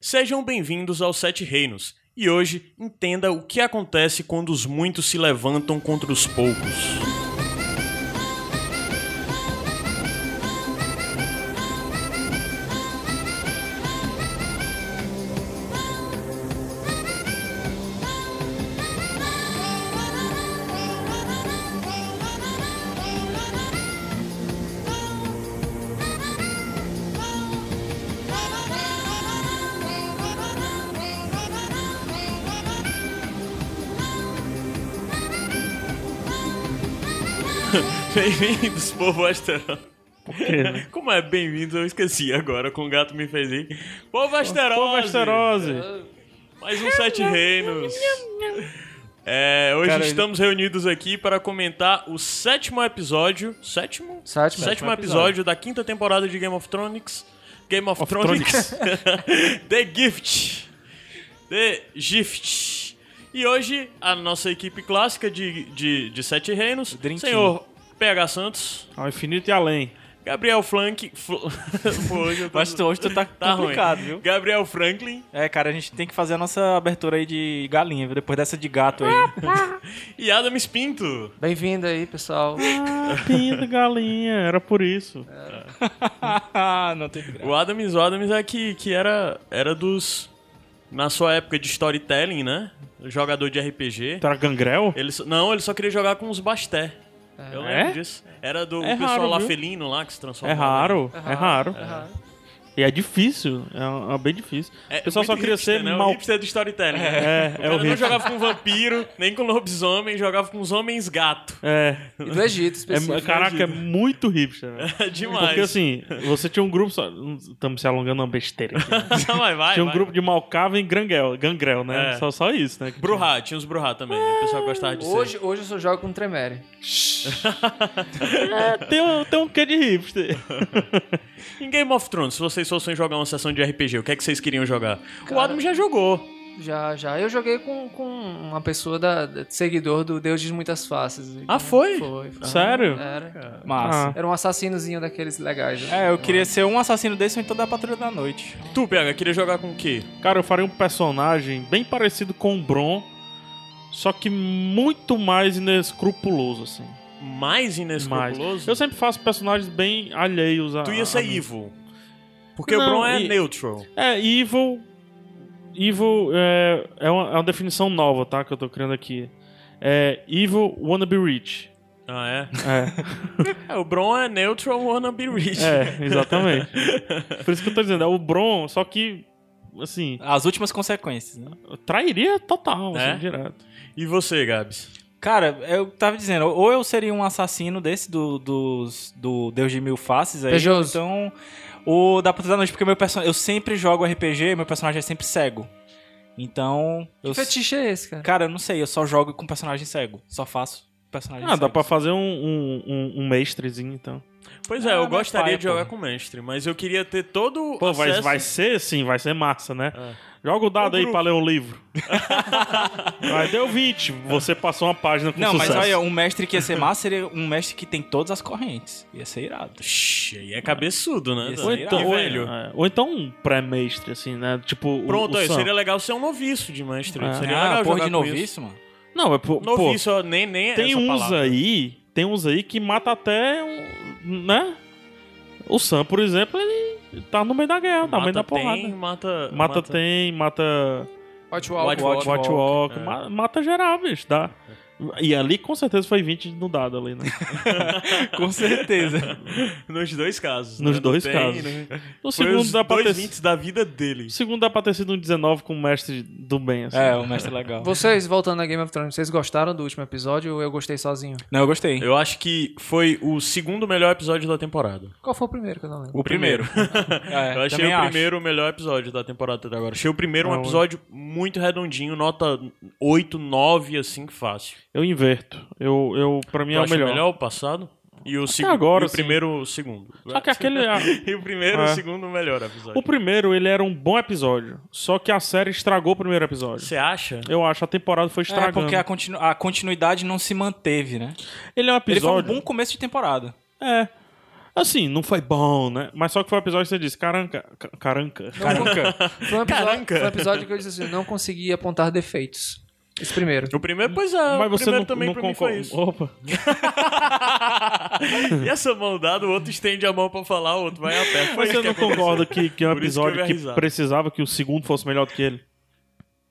Sejam bem-vindos aos Sete Reinos e hoje entenda o que acontece quando os muitos se levantam contra os poucos. Bem-vindos, povo asterol. Como é bem-vindos? Eu esqueci agora, com o gato me fez ir. Povo asterol! Pô, Vasterose! Mais um Sete Reinos. É, hoje Cara, estamos reunidos aqui para comentar o sétimo episódio. Sétimo? Sétimo. Sétimo episódio, da quinta temporada de Game of Thrones. Game of, Thrones. The Gift. The Gift. E hoje, a nossa equipe clássica de, de, de Sete Reinos. Dream Team. Senhor PH Santos. Ao infinito e além. Gabriel Frank. Fl- Pô, hoje eu tô- Mas tu- hoje tu tá, tá ruim. complicado, viu? Gabriel Franklin É, cara, a gente tem que fazer a nossa abertura aí de galinha, viu? Depois dessa de gato aí. e Adam Espinto. Bem-vindo aí, pessoal. Pinda Ah, galinha, era por isso. É. Não tem graça. Tá. O Adams, o Adams é que, que era, era dos. Na sua época de storytelling, né? Jogador de RPG. Era gangrel? Ele só- não, ele só queria jogar com os basté. Eu lembro É? disso. Era do É o pessoal raro, lá viu? felino lá que se transformou. É raro, É é raro. raro. E é difícil, é, é bem difícil. É o pessoal muito só queria hipster, ser né? O mal... hipster do storytelling. né? É, o é cara não horrível. jogava com vampiro, nem com lobisomem, jogava com os homens gato. É, E do Egito, é, específico. caraca, é muito hipster, velho. É demais. Porque assim, você tinha um grupo só... Estamos se alongando é uma besteira. aqui. Não, mas vai, tinha um vai. grupo de Malcava e Gangrel, gangrel né? É. Só, só isso, né? que tinha. Bruhá, tinha os Bruhá também. né? O pessoal gostava de Hoje, hoje eu só jogo com Tremere. É, tem, um, tem um quê de hipster. ser. Em Game of Thrones, se vocês fossem jogar uma sessão de RPG, o que é que vocês queriam jogar? O Adam já jogou. Já, já. Eu joguei com, com uma pessoa da, da- seguidor do Deus de Muitas Faces. Ah, foi? Foi. foi. Sério? É. Era. Massa. Ah. Era um assassinozinho daqueles legais. né? É, eu queria ser um assassino desse ou então da Patrulha da Noite. Tu, PH, queria jogar com o quê? Cara, eu faria um personagem bem parecido com o Bron, só que muito mais inescrupuloso, assim. Mais Mais. inescrupuloso? Eu sempre faço personagens bem alheios a. Tu ia a- ser a mim. evil. Porque o Não, Bron é e- neutral. É, evil. Evil é, é, uma, é uma definição nova, tá? Que eu tô criando aqui. É evil wannabe rich. Ah, é? É, É, o Bron é neutral wannabe rich. é, exatamente. Por isso que eu tô dizendo, é o Bron, só que. Assim, As últimas consequências, né? trairia total, É? assim, direto. E você, Gabs? Cara, eu tava dizendo, ou eu seria um assassino desse do, dos, do Deus de Mil Faces aí, ou Pejoso. então o da Patrulha da Noite, porque meu person... eu sempre jogo RPG meu personagem é sempre cego. Então, eu... Que fetiche é esse, cara? Cara, eu não sei, eu só jogo com personagem cego. Só faço personagem Ah, cego. dá pra fazer um, um, um, um mestrezinho, então. Pois é, Ah, eu mas gostaria pai, de jogar pô. com o mestre, mas eu queria ter todo Pô, acesso... vai, vai ser sim, vai ser massa, né? É. Joga o dado O aí grupo. pra ler um livro. Mas deu 20, você passou uma página com Não, mas sucesso. é olha, um mestre que ia ser massa seria um mestre que tem todas as correntes. Ia ser irado. Shhh, aí é cabeçoso, né? Isso ou, aí, então, Que ou- velho. é, ou então um pré-mestre, assim, né? Tipo, o- Pronto, o aí, Sam. seria legal ser um noviço de mestre. Ah. Seria Ah, legal porra jogar de com noviço, mano. Não, é pô, isso. pô, Noviço, ó, nem, nem é tem essa uns palavra. aí, tem uns aí que mata até um, né? O Sam, por exemplo, ele tá no meio da guerra, tá no meio da Mata porrada. tem, mata... mata, tem, mata White White Walker. Walker. Watch Walk, é. ma- mata geral, bicho, dá. E ali com certeza foi 20 no dado ali, né? Com certeza. Nos dois casos. Nos né? Não dois tem, casos. né? O Foi segundo os dá pra dois ter vintes da vida dele. O segundo dá pra ter sido um 19 com o mestre do bem, assim. é, um mestre legal. Vocês, voltando a Game of Thrones, vocês gostaram do último episódio ou eu gostei sozinho? Não, eu gostei. Eu acho que foi o segundo melhor episódio da temporada. Qual foi o primeiro que eu não lembro? O primeiro. É, eu achei também o acho. primeiro o melhor episódio da temporada até agora. Achei o primeiro um Ah, episódio muito redondinho, nota 8, 9, assim, fácil. Eu inverto. Eu, eu, pra mim Tu é o acha melhor. o passado? E o segundo. agora, e o sim. primeiro, o segundo. Só que aquele. é a- e o primeiro, o É. segundo, o melhor episódio. o primeiro, ele era um bom episódio. Só que a série estragou o primeiro episódio. Você acha? Eu acho, a temporada foi É, estragando. porque a, continu- a continuidade não se manteve, né? Ele é um Ele foi um episódio. bom começo de temporada. É. Assim, não foi bom, né? Mas só que foi um episódio que você disse, caranca, ca- caranca. Caranca. Foi um, episódio, Caraca. foi um episódio que eu disse assim, não consegui apontar defeitos. Esse primeiro. O primeiro, pois é, Mas o você primeiro não, também não pra mim foi concorda. isso. Opa. e essa mão dada, o outro estende a mão pra falar, o outro vai a pé. Foi Mas isso você que não aconteceu. concorda que, que é um Por isso que eu episódio dei a que, risada. precisava que o segundo fosse melhor do que ele?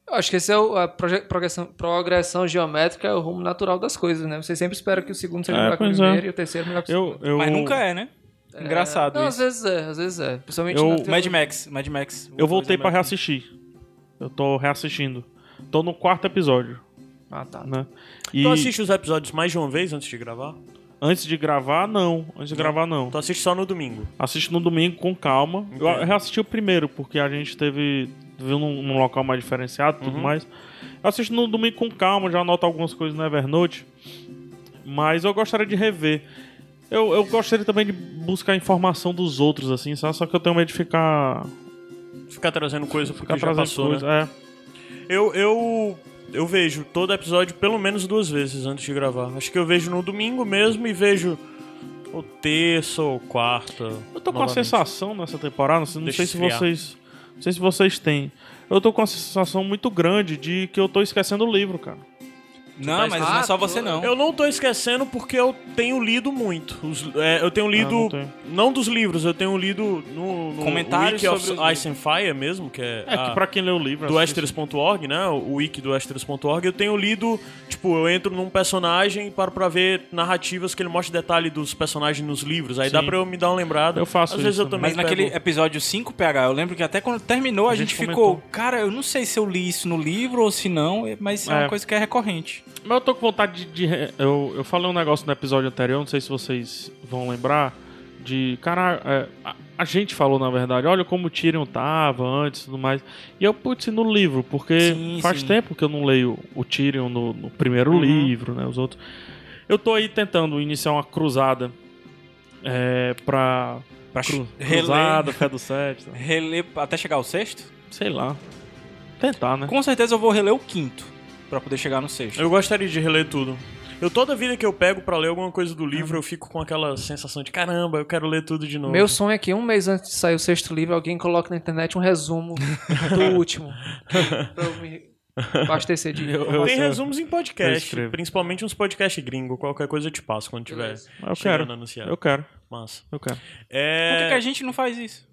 Eu acho que esse é o- a proje- progressão, progressão geométrica, é o rumo natural das coisas, né? Você sempre espera que o segundo seja É, melhor que o pois é. primeiro e o terceiro melhor que o Eu, segundo. eu, Mas nunca é, né? Engraçado Não, às isso. vezes é, às vezes é. Principalmente Eu- na Mad trilogia. Max, Mad Max. Eu voltei pra é Mad Max. reassistir. Eu tô reassistindo. Tô no quarto episódio, Ah, tá. né? E Tu assiste os episódios mais de uma vez antes de gravar? antes de gravar, não. Antes de gravar, não. Tu assiste só no domingo. Assisto no domingo com calma. Eu Entendo. reassisti o primeiro, porque a gente teve. Viu num, num local mais diferenciado e tudo Uhum. mais. Eu assisto no domingo com calma, já anoto algumas coisas no Evernote. Mas eu gostaria de rever. Eu, eu gostaria também de buscar informação dos outros, assim, sabe? Só que eu tenho medo de ficar. Ficar trazendo coisa porque Ficar já trazendo passou, né? coisa. É. Eu, eu, eu vejo todo episódio pelo menos duas vezes antes de gravar. Acho que eu vejo no domingo mesmo e vejo ou terça ou quarta. É. Eu tô com novamente. a sensação nessa temporada, assim, não Deixa sei se esfriar. vocês. Não sei se vocês têm. Eu tô com uma sensação muito grande de que eu tô esquecendo o livro, cara. Não, mas não é só você não. Eu não tô esquecendo porque eu tenho lido muito. Os- é, eu tenho lido. Ah, não não, tenho. dos livros, eu tenho lido no, no Comentários Wiki of sobre os Ice and Fire mesmo, que é. É, a- que pra quem lê o livro. do assisti- Westeros.org, né? O wiki do Westeros.org, eu tenho lido, tipo, eu entro num personagem para pra ver narrativas que ele mostra detalhe dos personagens nos livros. Aí dá Sim. pra eu me dar uma lembrada. Eu faço Às vezes isso eu também Mas naquele pego- episódio 5, PH, eu lembro que até quando terminou a, A gente, gente ficou, cara, eu não sei se eu li isso no livro ou se não, mas é, É. uma coisa que é recorrente. Mas eu tô com vontade de. de re- eu, eu falei um negócio no episódio anterior, não sei se vocês vão lembrar. De, cara, é, a, a gente falou na verdade, olha como o Tyrion tava antes e tudo mais. E eu, putz, e no livro, porque Sim, faz sim. Uhum. tempo que eu não leio o Tyrion no, no primeiro livro, né? Os outros. Eu tô aí tentando iniciar uma cruzada é, pra. Pra cru- reler. cruzada, fé do sete. tá? Reler até chegar ao sexto? Sei lá. Tentar, né? Com certeza eu vou reler o quinto pra poder chegar no sexto. Eu gostaria de reler tudo. Eu toda vida que eu pego pra ler alguma coisa Ah. do livro, eu fico com aquela sensação de caramba, eu quero ler tudo de novo. Meu sonho é que um mês antes de sair o sexto livro, alguém coloque na internet um resumo do último. pra eu me abastecer de é informação. Tem eu- resumos em eu podcast, escrevo. principalmente uns podcast gringo, qualquer coisa eu te passo quando tiver. Beleza. Eu chegando quero. anunciado. Eu quero. Massa. Eu quero. É... Por que, que a gente não faz isso?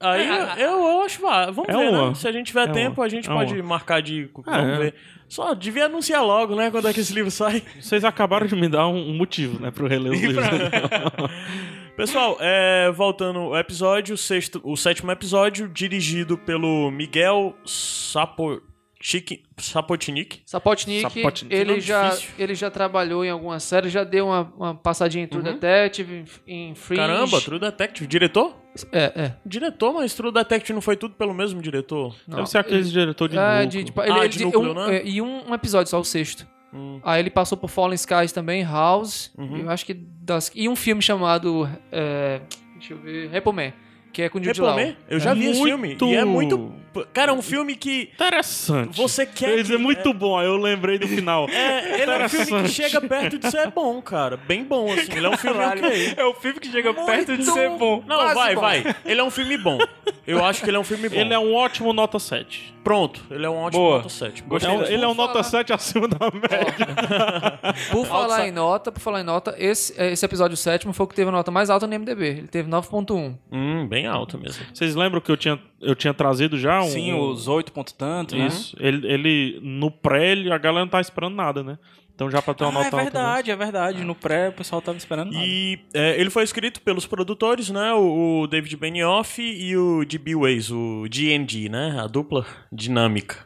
Aí eu, eu acho, vá, vamos É ver, uma. né? Se a gente tiver É tempo, uma. a gente É pode uma. marcar de. Ah, vamos é. ver. Só devia anunciar logo, né? Quando é que esse livro sai. Vocês acabaram de me dar um um motivo, né, pro reler os livros. Pessoal, é, voltando ao episódio, o, sexto, o sétimo episódio, dirigido pelo Miguel Sapochic- Sapotnik. Sapotnik, Sapotnik, ele, nome já, difícil. ele já trabalhou em algumas séries, já deu uma, uma passadinha em True Uhum. Detective, em em Fringe. Caramba, True Detective. Diretor? É, é. Diretor, mas True Detective não foi tudo pelo mesmo diretor? Não. Deve ser aqueles diretor de Ah, núcleo. de- de- Ah, ele, ele- de núcleo, um, né? é, E um, um episódio só, o sexto. Hum. Uhum. Aí ele passou por Fallen Skies também, House. Eu acho que das- e um filme chamado. é, deixa eu ver. Repoman, que é com o Jude Law. Repomé? Eu já vi esse filme. Muito- E é muito. Cara, é um filme que. Interessante. Você quer Ele é que- muito bom, aí eu lembrei do final. É, ele é um filme que Interessante. chega perto de ser bom, cara. Bem bom, assim. Ele é um filme ok. É o filme que chega perto de Muito ser bom. Não, Quase vai, bom. vai. Ele é um filme bom. Eu acho que ele é um filme bom. Ele é um ótimo nota 7. Pronto, ele é um ótimo Boa. nota 7. É um- ele é um Vou nota falar. 7 acima da média. Por falar em nota, por falar em nota, esse, é, esse episódio sétimo foi o que teve a nota mais alta no MDB. Ele teve 9.1. Hum, bem alto mesmo. Vocês lembram que eu tinha, eu tinha trazido já um... Sim, os oito ponto tanto, né? Isso. Ele, ele- no pré, ele- a galera não tá esperando nada, né? Então já pra ter uma Ah, é nota alta. né? verdade, é verdade. No pré o pessoal tava esperando nada. E é, ele foi escrito pelos produtores, né? O, o David Benioff e o D.B. Ways, o D&D, né? A dupla dinâmica.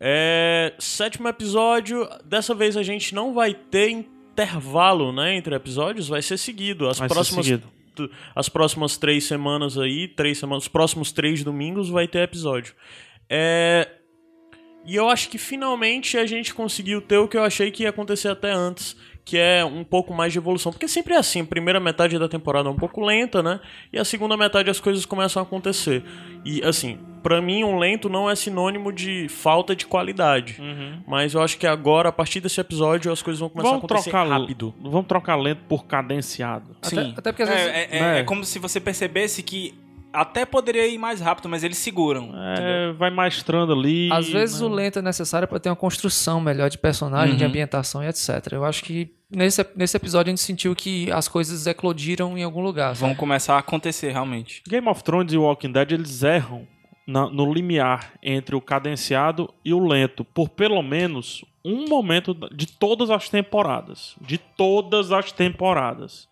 É, sétimo episódio. Dessa vez a gente não vai ter intervalo, né? Entre episódios, vai ser seguido. As Vai ser próximas... seguido. t- As próximas três semanas aí, três semanas, os próximos três domingos vai ter episódio. É, E eu acho que finalmente a gente conseguiu ter o que eu achei que ia acontecer até antes, que é um pouco mais de evolução. Porque sempre é assim, a primeira metade da temporada é um pouco lenta, né? E a segunda metade as coisas começam a acontecer. E assim, Pra mim, um lento não é sinônimo de falta de qualidade. Mas eu acho que agora, a partir desse episódio, as coisas vão começar a Uhum. Vamos acontecer trocar, rápido. vamos trocar lento por cadenciado. Sim. até porque às vezes- É, é- é- Né? é como se você percebesse que até poderia ir mais rápido, mas eles seguram. entendeu? É, vai maestrando ali. Às vezes o lento é necessário pra ter uma construção melhor de personagem, Uhum. de ambientação e etc. Eu acho que nesse, nesse episódio a gente sentiu que as coisas eclodiram em algum lugar. Vão sabe? começar a acontecer, realmente. Game of Thrones e Walking Dead eles erram na- no limiar entre o cadenciado e o lento por pelo menos um momento da- de todas as temporadas, de todas as temporadas.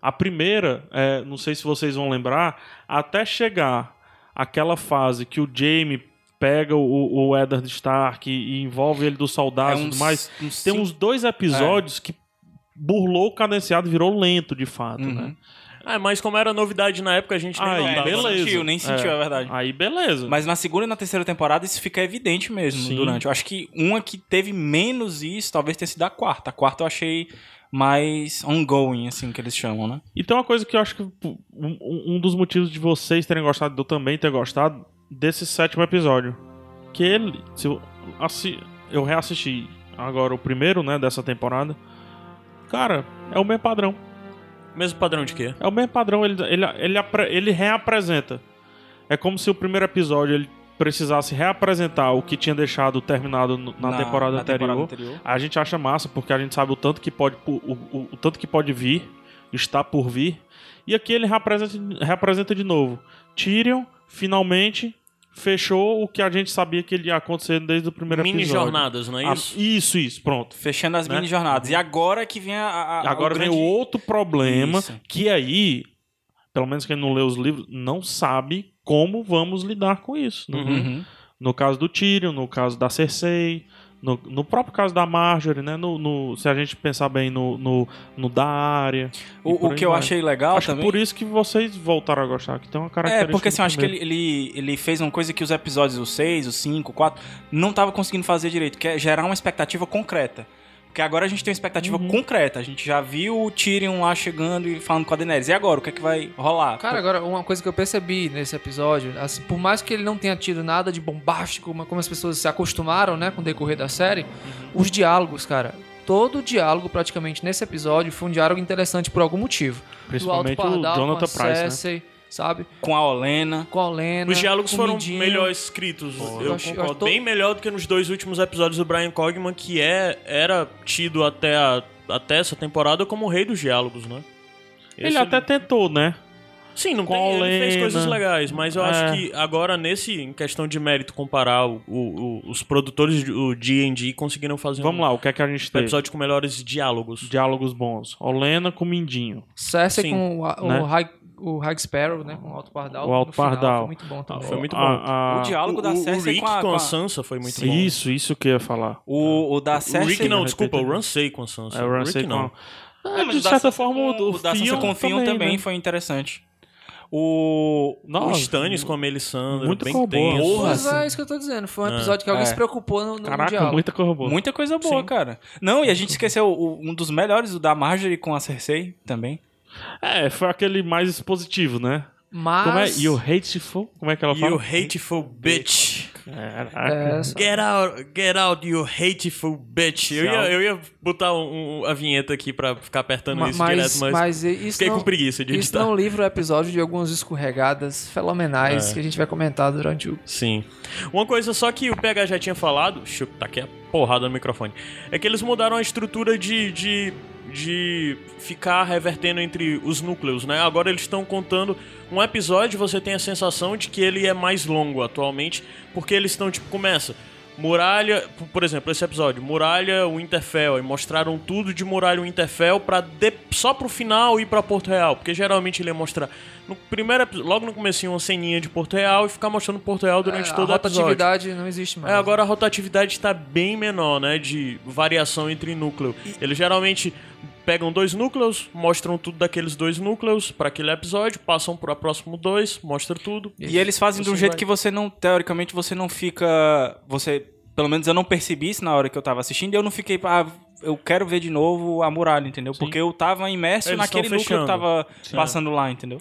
A primeira, é, não sei se vocês vão lembrar, até chegar aquela fase que o Jaime pega o, o Eddard Stark e, e envolve ele do É soldado e uns- tudo mais. uns Tem cinco- É. uns dois episódios que burlou o cadenciado e virou lento de fato, Uhum. né? Ah, mas como era novidade na época, a gente nem Aí, notava. É, beleza. Nem sentiu, nem sentiu, é, verdade. Aí beleza. Mas na segunda e na terceira temporada isso fica evidente mesmo Sim. durante. Eu acho que uma que teve menos isso talvez tenha sido a quarta. A quarta eu achei mais ongoing, assim, que eles chamam, né? E tem Então, uma coisa que eu acho que pô, um, um dos motivos de vocês terem gostado, de eu também ter gostado, desse sétimo episódio. Que ele. Se eu, assi- eu reassisti agora o primeiro, né, dessa temporada. Cara, é o mesmo padrão. Mesmo padrão de quê? É o mesmo padrão, ele, ele, ele, apre- ele reapresenta. É como se o primeiro episódio ele precisasse reapresentar o que tinha deixado terminado no- na, temporada na anterior. temporada anterior. A gente acha massa porque a gente sabe o tanto que pode, o, o- o tanto que pode vir, está por vir. E aqui ele reapresenta, reapresenta de novo. Tyrion finalmente fechou o que a gente sabia que ele ia acontecer desde o primeiro Mini episódio. jornadas, não é Ah, isso? isso, isso, pronto. Fechando as Né? mini jornadas. E agora que vem a. a- a- Agora Ah, o vem grande- o outro problema Isso. que aí, pelo menos quem não lê os livros, não sabe como vamos lidar com isso. né? Uhum. No caso do Tyrion, no caso da Cersei, no, no próprio caso da Marjorie, né? No, no- se a gente pensar bem no, no, no da área. e O, por o aí que Ah, eu vai. achei legal Acho que também. por isso que vocês voltaram a gostar, que tem uma É, característica. porque assim, do eu acho que primeiro. ele, ele, ele fez uma coisa que os episódios, o 6, o 5, o 4, não tava conseguindo fazer direito, que é gerar uma expectativa concreta. Porque agora a gente tem uma expectativa Uhum. concreta. A gente já viu o Tyrion lá chegando e falando com a Daenerys. E agora, o que é que vai rolar? Cara, agora, uma coisa que eu percebi nesse episódio, assim, por mais que ele não tenha tido nada de bombástico, uma- como as pessoas se acostumaram, né, com o decorrer da série, Uhum. os diálogos, cara. Todo o diálogo, praticamente, nesse episódio foi um diálogo interessante por algum motivo. Principalmente do Alto Pardal, o Jonathan com a Price, né? Cersei, sabe? com a Olena. Com a Lena. Os diálogos foram né? comidinha. melhor escritos, eu Eu acho- eu concordo. acho todo- Bem melhor do que nos dois últimos episódios do Brian Cogman, que é, era tido até, a- até essa temporada como o rei dos diálogos, né? Ele Esse- até tentou, né? Sim, não com tem, a ele fez Lena. coisas legais, mas eu É. acho que agora, nesse, em questão de mérito, comparar o- o- o- os produtores do D&D conseguiram fazer Vamos um, lá, o que é que a gente um teve? episódio com melhores diálogos. Diálogos bons. Olena com Mindinho. Cersei Sim, com o, o, né? High, o High Sparrow, né? Com o Alto Pardal. O Alto no final, Pardal. Ah, foi muito Tá, bom também. Foi muito bom. A, a- o diálogo é o, da o- o Cersei Rick com a. com a- Sansa foi muito bom. Isso, isso que eu ia falar. O, o da O Cersei. Rick não, né? desculpa, o Ransay com a Sansa. É, o o Rick Ramsay não. não. Não, É, mas É, de o da certa Sansa forma, com- o, o da Sansa Theon com o Theon também, também né? foi interessante. O. o Nossa, Stannis com a Melisandre, muito bem com a boa. tenso. Porra, Mas é isso que eu tô dizendo. Foi um episódio que alguém É. se preocupou no, no Ah, Caraca, diálogo. muita corrobou. Muita coisa boa, Sim. cara. Não, e a gente Uhum. esqueceu o- um dos melhores, o da Marjorie com a Cersei também. É, foi aquele mais expositivo, né? Mas... Como é? You hateful? Como é que ela fala? You hateful bitch. Caraca. É, só- Get out, get out, you hateful bitch. Eu ia, eu ia botar um- um- a vinheta aqui pra ficar apertando ma- isso mas, direto, mas, mas isso fiquei não, com preguiça de Isso editar. não livra o episódio de algumas escorregadas fenomenais É. que a gente vai comentar durante o... Sim. Uma coisa só que o PH já tinha falado, deixa eu taquei a porrada no microfone, é que eles mudaram a estrutura de, de, de ficar revertendo entre os núcleos, né? Agora eles estão contando um episódio, você tem a sensação de que ele é mais longo atualmente, porque eles estão, tipo, começa... Muralha, por- por exemplo, esse episódio, Muralha Winterfell, e mostraram tudo de Muralha Winterfell pra de- só pro final ir pra Porto Real, porque geralmente ele ia mostrar no primeiro epi- logo no comecinho uma ceninha de Porto Real e ficar mostrando Porto Real durante É, a todo o episódio. rotatividade não existe mais. É, agora a rotatividade está bem menor, né? De variação entre núcleo. Eles geralmente pegam dois núcleos, mostram tudo daqueles dois núcleos para aquele episódio, passam para próximo dois, mostra tudo. E eles fazem de um Assim jeito vai. que você não, teoricamente, você não fica. Você. Pelo menos eu não percebi isso na hora que eu tava assistindo e eu não fiquei. Ah, eu quero ver de novo a muralha, entendeu? Porque eu tava imerso Eles naquele tão núcleo que fechando. eu tava passando lá, entendeu?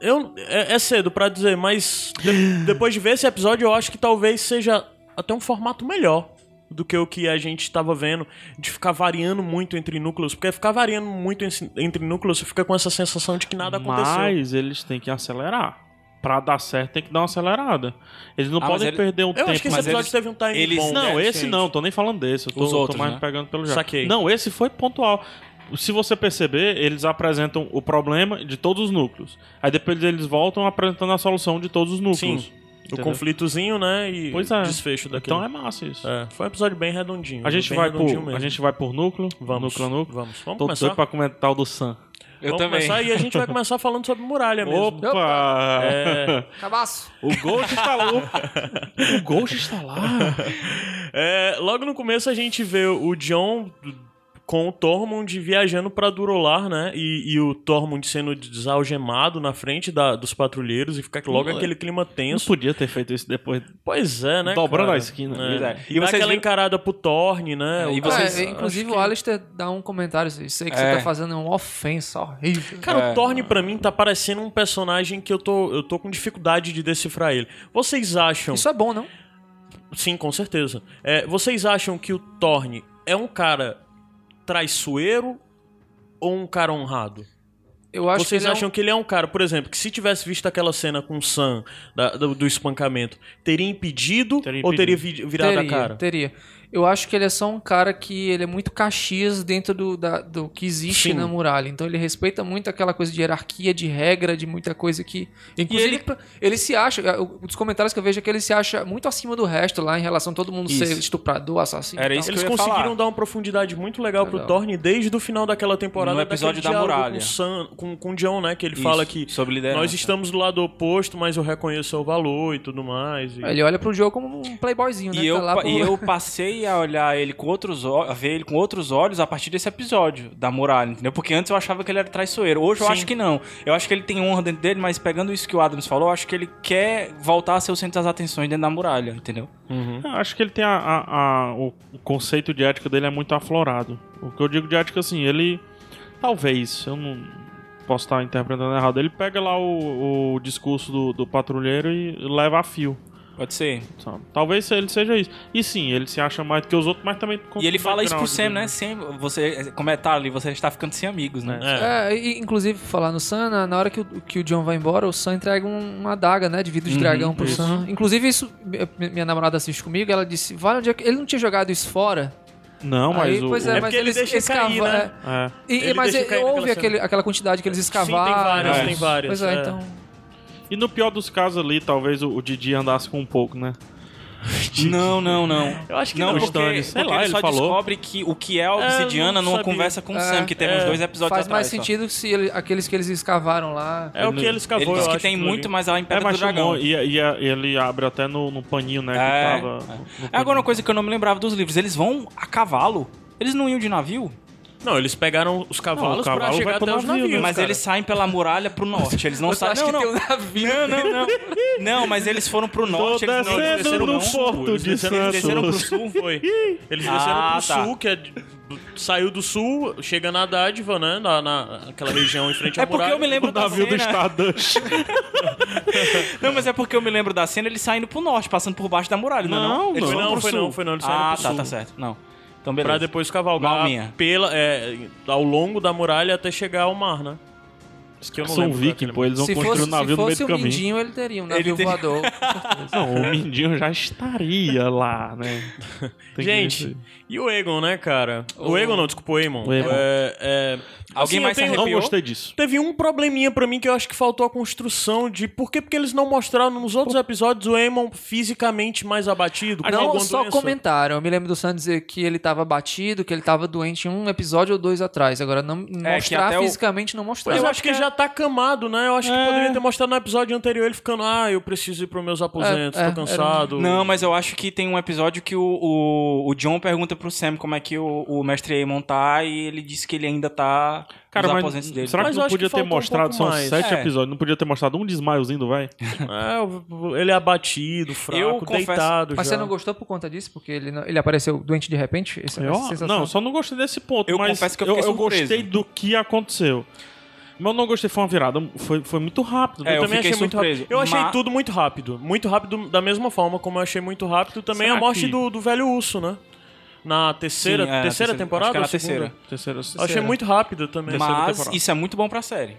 Eu, é, é cedo pra dizer, mas de- depois de ver esse episódio, eu acho que talvez seja até um formato melhor do que o que a gente tava vendo, de ficar variando muito entre núcleos, porque ficar variando muito en- entre núcleos, você fica com essa sensação de que nada aconteceu. Mas eles têm que acelerar. Pra dar certo, tem que dar uma acelerada. Eles não Ah, mas podem ele- perder um Eu tempo. acho que esse mas episódio eles- teve um timing eles- bom. Não, né, esse gente? não, tô nem falando desse. Eu tô, Os tô outros, mais né? pegando pelo já. Saquei. Não, esse foi pontual. Se você perceber, eles apresentam o problema de todos os núcleos. Aí depois eles voltam apresentando a solução de todos os núcleos. Sim. O Entendeu? conflitozinho, né? E Pois é. desfecho daquele. Então é massa isso. É, foi um episódio bem redondinho. A, gente bem vai por, redondinho mesmo. a gente vai por núcleo, Vamos. núcleo a núcleo. Vamos, vamos Tô começar. doido pra comentar o do Sam. Eu vamos também. começar e a gente vai começar falando sobre muralha É mesmo. Opa! É. Cabaço. O Ghost está lá. O Ghost está lá. É, logo no começo a gente vê o John com o Tormund viajando pra Durolar, né? E, e o Tormund sendo desalgemado na frente da- dos patrulheiros e fica logo é Moleque. aquele clima Não tenso. podia ter feito isso depois. Pois é, né? Dobrando cara? a esquina. É. Pois é. E, E dá vocês aquela viram- encarada pro Thorne, né? É, O e Ah, cara- vocês- é, inclusive o Alistair dá um comentário. assim, Sei que É. você tá fazendo é uma ofensa horrível. Cara, É. o Thorne pra mim tá parecendo um personagem que eu tô, eu tô com dificuldade de decifrar ele. Vocês acham. Isso é bom, não? Sim, com certeza. É, vocês acham que o Thorne é um cara traiçoeiro ou um cara honrado? Eu acho vocês que ele acham é um... que ele é um cara, por exemplo, que se tivesse visto aquela cena com o Sam da- do, do espancamento, teria impedido Teria ou impedido. teria vi- virado teria, a cara? Teria. Eu acho que ele é só um cara que ele é muito caxias dentro do, da- do que existe Sim. na muralha. Então ele respeita muito aquela coisa de hierarquia, de regra, de muita coisa que. Inclusive, ele- ele... se acha. é, o- Os comentários que eu vejo é que ele se acha muito acima do resto lá em relação a todo mundo ser Isso. estuprador, assassino. Era e tal. É isso que então. Eles eu ia conseguiram falar. dar uma profundidade muito legal pro Legal. Thorne desde o final daquela temporada No episódio daquele da diálogo muralha. com o Sam, com, com o John, né, que ele Isso, fala que sobre liderança. nós estamos do lado oposto, mas eu reconheço seu valor e tudo mais. e- Ele olha pro jogo como um playboyzinho, né? E Tá eu, lá pa- pro- e eu passei a olhar ele com outros olhos, a ver ele com outros olhos a partir desse episódio da muralha, entendeu? Porque antes eu achava que ele era traiçoeiro. Hoje eu Sim. acho que não. Eu acho que ele tem honra dentro dele, mas pegando isso que o Adams falou, eu acho que ele quer voltar a ser o centro das atenções dentro da muralha, entendeu? Uhum. Eu Acho que ele tem a, a- a- o o conceito de ética dele é muito aflorado. O que eu digo de ética, assim, ele. Talvez, eu não posso estar interpretando errado. Ele pega lá o, o discurso do, do patrulheiro e leva a fio. Pode ser. sabe? Talvez ele seja isso. E sim, ele se acha mais do que os outros, mas também. um E ele fala isso pro background Sam, dele, né? Sam, você, como é Tali, você está ficando sem amigos, né? É. É, e, inclusive, falar no Sam, na, na hora que o, que o John vai embora, o Sam entrega um- uma adaga, né? De vidro Uhum, de dragão pro Sam. Inclusive, isso, mi- minha namorada assiste comigo, ela disse, vale onde é que... Ele não tinha jogado isso fora? né? Não, mas Aí, o. pois é, o- É mas porque ele eles deixa escavam- cair, né? é. E- Ele mas deixa e- cair houve naquela aquele, aquela quantidade que eles escavaram. várias, né? tem várias, Pois é, é. então... E no pior dos casos ali, talvez o, o Didi andasse com um pouco, né? Não, não, não. Eu acho que não, não. porque, Stanley. Sei porque lá, ele ele só falou. descobre que o que é É, a obsidiana não numa sabia. conversa com o É, Sam, que teve é. uns dois episódios Faz mais atrás só. sentido se ele- aqueles que eles escavaram lá... É o que ele escavou, Ele eu diz que acho, tem aquilo muito ali. mais a É, Império do mas Dragão. chamou, e, e a- ele abre até no, no paninho, né? É. Que tava. no É. paninho. Agora, uma coisa que eu não me lembrava dos livros. Eles vão a cavalo? Eles não iam de navio? Não, eles pegaram os Não, o cavalos pra cavalo vai chegar pro até os navio, navios. mas cara. eles saem pela muralha pro norte. Eles não Eu saem... acho Não, que não. tem um navio. não, não, não. Não, mas eles foram pro Tô norte. eles não- eles descendo desceram no não. porto Eles de desceram- eles desceram pro Santos. sul, foi. Eles desceram Ah, pro tá. sul, que é... de- Saiu do sul, chega na dádiva, né? Na, na- naquela região em frente à É porque muralha. eu me O lembro da navio do cena... Stardust. Não, mas é porque eu me lembro da cena eles saindo pro norte, passando por baixo da muralha, não, é Não, não. Eles foram Foi não, pro foi sul. não, foi não, eles saíram Ah, pro tá, sul. tá certo. Não. Então, Pra beleza. depois cavalgar Mal minha. pela, é, ao longo da muralha até chegar ao mar, né? Isso que eu não São lembro um viking, daquele- pô. Eles vão Se construir fosse, um navio se no meio fosse do o caminho. Mindinho, ele teria um navio teria- voador. Não, o Mindinho já estaria lá, né? Tem que Gente, ver e o Egon, né, cara? O O- Egon não, desculpa, o Eamon. O Aemon. É, é, Alguém mais eu se- se tenho- Não arrepiou? gostei disso. Teve um probleminha pra mim que eu acho que faltou a construção de por quê? Porque eles não mostraram nos outros episódios o Eamon fisicamente mais abatido. com Ah, Não, alguma só doença. comentaram. Eu me lembro do Sam dizer que ele tava batido, que ele tava doente um episódio ou dois atrás. Agora, não É, que até mostrar o- fisicamente, não mostrar. Mas eu acho que ele já tá camado, né? Eu acho que É. poderia ter mostrado no episódio anterior ele ficando, ah, eu preciso ir pros meus aposentos, É, é, tô cansado. Não, mas eu acho que tem um episódio que o, o, o John pergunta pro Sam como é que o, o mestre Aemon tá e ele diz que ele ainda tá Cara, nos mas aposentos dele. será Mas que eu não acho que podia ter falta um mostrado? pouco são mais. sete É. episódios. Não podia ter mostrado um desmaiozinho do velho? É, o- ele é abatido, fraco, Eu confesso- deitado Mas já. você não gostou por conta disso? Porque ele, não- ele apareceu doente de repente? é Essa, essa Eu- sensação? Não, só não gostei desse ponto. Eu mas confesso que eu eu, fiquei eu surpreso. gostei do que aconteceu. Mas eu não gostei, foi uma virada. Foi, foi muito rápido. né? É, Eu Eu também também- fiquei achei muito surpreso, rápido. Eu achei mas- tudo muito rápido. Muito rápido da mesma forma como eu achei muito rápido também Será a morte que- do, do velho urso, né? Na terceira, Sim, é, a terceira terceira- temporada? acho que era ou a terceira. segunda? Terceira- Eu achei muito rápido também. Mas temporada. isso é muito bom pra série.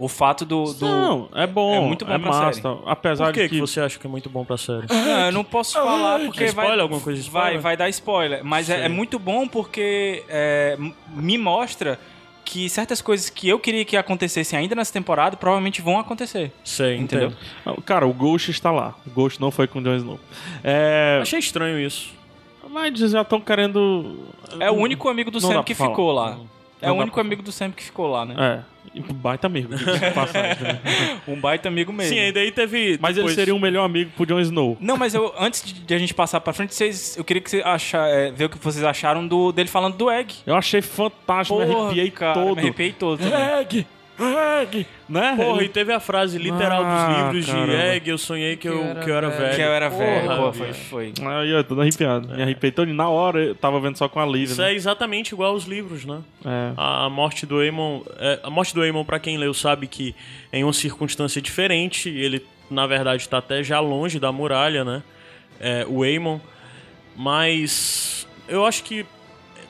O fato do. do... Não, é bom. É É muito bom pra massa. série. Apesar Por que, de Ah, que você acha que é muito bom pra série? Não, eu não posso é falar porque Spoiler? vai, Alguma coisa de spoiler? vai, vai dar spoiler. Mas é, é muito bom porque é, m- me mostra que certas coisas que eu queria que acontecessem ainda nessa temporada provavelmente vão acontecer. Sei, Entendeu? entendeu? Cara, o Ghost está lá. O Ghost não foi com o Jon Snow. É... Achei estranho isso. Mas eles já estão querendo... É o único amigo do Não dá Sam pra que falar. ficou lá. É dá o único pra amigo do Sam que ficou lá, né? É. E Baita amigo. diga-se de passagem, né? Um baita amigo mesmo. Sim, aí daí teve. Mas ele depois- seria um o melhor amigo pro Jon Snow. Não, mas eu antes de, de a gente passar pra frente, vocês, eu queria que você achar, é, ver o que vocês acharam do dele falando do Egg. Eu achei fantástico, me Porra, arrepiei cara, todo. É, Me arrepiei todo. também. Egg! Egg! Né? Porra, e Ele- teve a frase literal Ah, dos livros de caramba. Egg, eu sonhei que, eu, que eu era velho. Que eu era Porra, velho. Pô, bicho. foi, foi. Aí eu todo arrepiado. Me arrepiei todo. E na hora eu tava vendo só com a Liv, Isso né? é exatamente igual aos livros, né? É. A a morte do Aemon, é, a morte do Aemon para quem leu sabe que em uma circunstância diferente, ele na verdade tá até já longe da muralha, né? É, o Aemon, mas eu acho que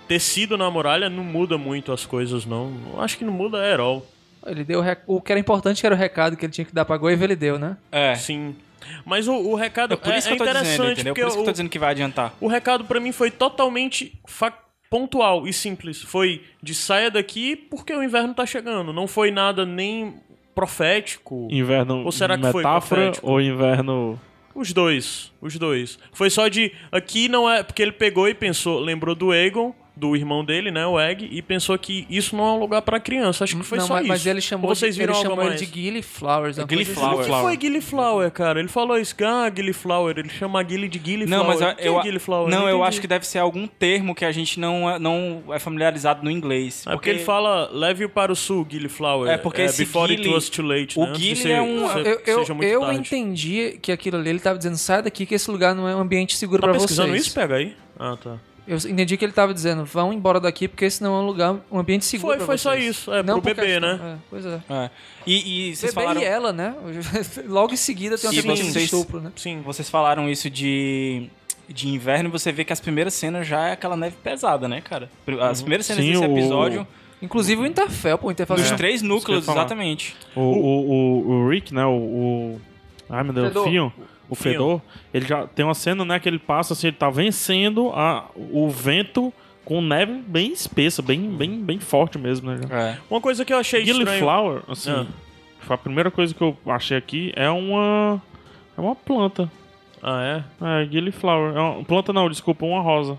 ter sido na muralha não muda muito as coisas não. Eu acho que não muda é Herol. Ele deu o rec- o que era importante que era o recado que ele tinha que dar pra Goiva, ele deu, né? É. Sim. Mas o, o recado Por isso é, que eu tô é interessante dizendo, entendeu? porque Por isso que eu tô o- dizendo que vai adiantar. O recado pra mim foi totalmente fa- pontual e simples. Foi de saia daqui porque o inverno tá chegando. Não foi nada nem profético. Inverno Ou será que foi metáfora profético? ou inverno... Os dois, os dois. Foi só de aqui não é porque ele pegou e pensou, lembrou do Egon, do irmão dele, né, o Egg, e pensou que isso não é um lugar pra criança. Acho que foi não, só mas, isso. mas ele chamou, Ou vocês de, viram ele, algo chamou ele mais? de Gilly Flowers. uma Gilly coisa assim. O Flower. que foi Gilly Flower, cara? Ele falou isso, ah, Gilly Flower, ele chama a Gilly de Gilly Não, Flower. mas eu, Quem é Gilly Flower? não, eu entendi. acho que deve ser algum termo que a gente não é, não é familiarizado no inglês. É porque ele fala, leve-o para o sul, Gilly Flower. É, porque esse Before it Gilly- was too late, o né? Antes Gilly que se- é um- se- Eu, eu, seja muito eu tarde. entendi que aquilo ali, ele tava dizendo, sai daqui que esse lugar não é um ambiente seguro Tá pra pesquisando vocês. isso? Pega aí. Ah, tá. Eu entendi que ele tava dizendo, vão embora daqui porque esse não é um lugar, um ambiente seguro Foi- pra foi só vocês. isso, é, não pro por bebê, questão- né? É, pois é. É. E, e vocês Bebê falaram, e ela, né? Logo em seguida tem uma Se sequência de vocês- estupro, né? Sim. vocês falaram isso de de inverno, você vê que as primeiras cenas já é aquela neve pesada, né, cara? Uhum. As primeiras cenas Sim, desse o- episódio, Inclusive o Interfel, pô, o Interfel... dos É. três núcleos, falar. exatamente. O, o, o, o Rick, né? O, o- Ai, meu Deus, o Fedor. Fion. O Fedor. Ele já tem uma cena, né? Que ele passa assim, ele tá vencendo a, o vento com neve bem espessa, bem, bem, bem forte mesmo, né? já. É. Uma coisa que eu achei Gilly estranho... Flower, assim, Ah. foi a primeira coisa que eu achei aqui é uma. É uma planta. Ah, é? É, Gilly Flower. É uma, planta não, desculpa, uma rosa.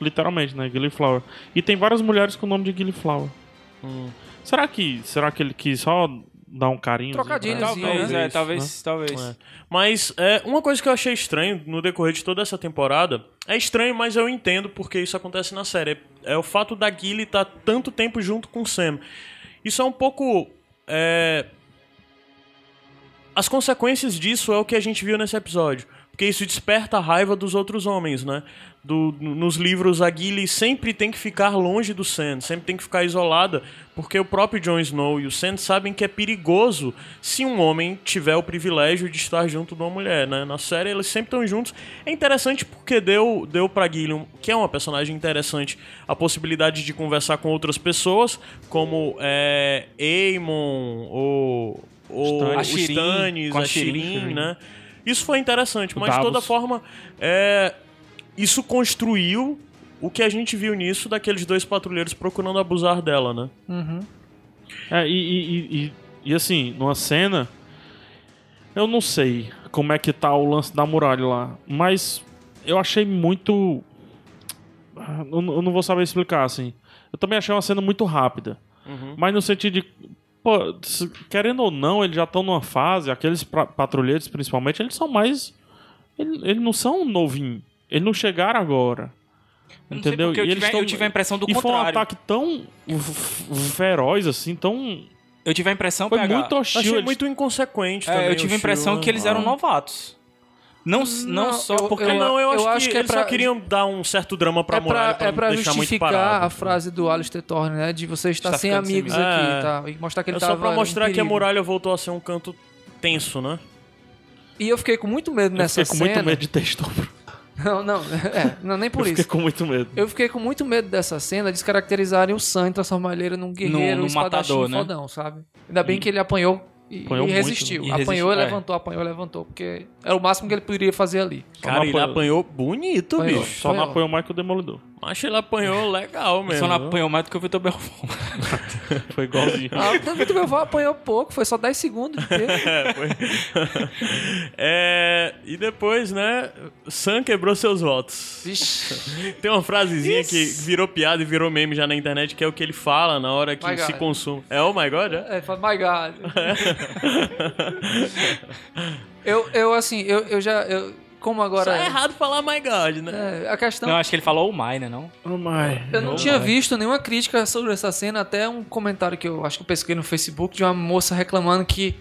Literalmente, né? Gilly Flower. E tem várias mulheres com o nome de Gilly Flower. Será que. Será que ele quis só dar um carinho? Trocadilhos, Talvez, Talvez, é, talvez, talvez. É. Mas é, uma coisa que eu achei estranho no decorrer de toda essa temporada... É estranho, mas eu entendo porque isso acontece na série. É o fato da Gilly estar tanto tempo junto com o Sam. Isso é um pouco... é, As consequências disso é o que a gente viu nesse episódio. Porque isso desperta a raiva dos outros homens, né? Do- no- nos livros, a Gilly sempre tem que ficar longe do Sam, sempre tem que ficar isolada, porque o próprio Jon Snow e o Sam sabem que é perigoso se um homem tiver o privilégio de estar junto de uma mulher, né? Na série, eles sempre estão juntos. É interessante porque deu, deu pra Gilly, um- que é uma personagem interessante, a possibilidade de conversar com outras pessoas, como é, Aemon ou... ou o Stannis. A Shirin, Stannis, com a a Shirin. Shirin, né? Isso foi interessante, O mas de toda Davos. forma, é, isso construiu o que a gente viu nisso daqueles dois patrulheiros procurando abusar dela, né? Uhum. É, e, e, e, e- e, assim, numa cena, eu não sei como é que tá o lance da muralha lá, mas eu achei muito. Ah, Eu, não- eu não vou saber explicar, assim. Eu também achei uma cena muito rápida. Uhum. Mas no sentido de. Pô, se- querendo ou não, eles já estão numa fase, aqueles pra- patrulheiros principalmente, eles são mais. Ele- Eles, não são novinho. Eles não chegaram agora. Eu não sei entendeu? porque eu e eles tive- tão- eu tive a impressão do E foi um contrário. ataque tão f- f- feroz, assim, tão Eu tive a impressão, foi PH, muito hostil. Achei eles- muito inconsequente É, também. eu tive a o impressão Shiro, que eles né? eram novatos. Não, s- não, Não, só eu- porque. É, não, eu acho, que, eles é pra- só queriam dar um certo drama pra é muralha pra, pra, é não pra deixar muito justificar parado. né? Tá a frase do Alistair Thorne, né? De você estar Está sem ficando sem amigos amigos. aqui É. e tal. E mostrar que ele É tava só pra em mostrar que a perigo. muralha voltou a ser um canto tenso, né? E eu fiquei com muito medo Eu nessa fiquei com cena. muito medo de ter estupro. Não, não, é, não, nem Eu por fiquei isso. com muito medo. Eu fiquei com muito medo dessa cena de descaracterizarem o Sam e transformarem ele num guerreiro, um num espadachim matador, né? fodão, sabe? Ainda bem que ele apanhou e, Apanhou e muito, resistiu. né? E apanhou resistiu, e é. levantou, apanhou e levantou, porque era o máximo que ele poderia fazer ali. Cara, ele apanhou bonito, Apanhou. bicho. Só não Foi apoiou mais que o Demolidor. Mas ele apanhou legal Ele mesmo. Só não viu? apanhou mais do que o Vitor Belfort. Foi igualzinho. Ah, o Vitor Belfort apanhou pouco, foi só 10 segundos. de tempo. É, foi. É, e depois, né? Sam quebrou seus votos. Vixe. Tem uma frasezinha que virou piada e virou meme já na internet, que é o que ele fala na hora que My se God. consome. É oh my god, é? É, fala, my God. Eu, eu assim, eu, eu já. Eu, como Só agora. é errado falar my god, né? É, a questão. Não, acho que ele falou o Mai, né? Não? Oh my. Eu não tinha visto nenhuma crítica sobre essa cena, até um comentário que eu acho que eu pesquei no Facebook de uma moça reclamando que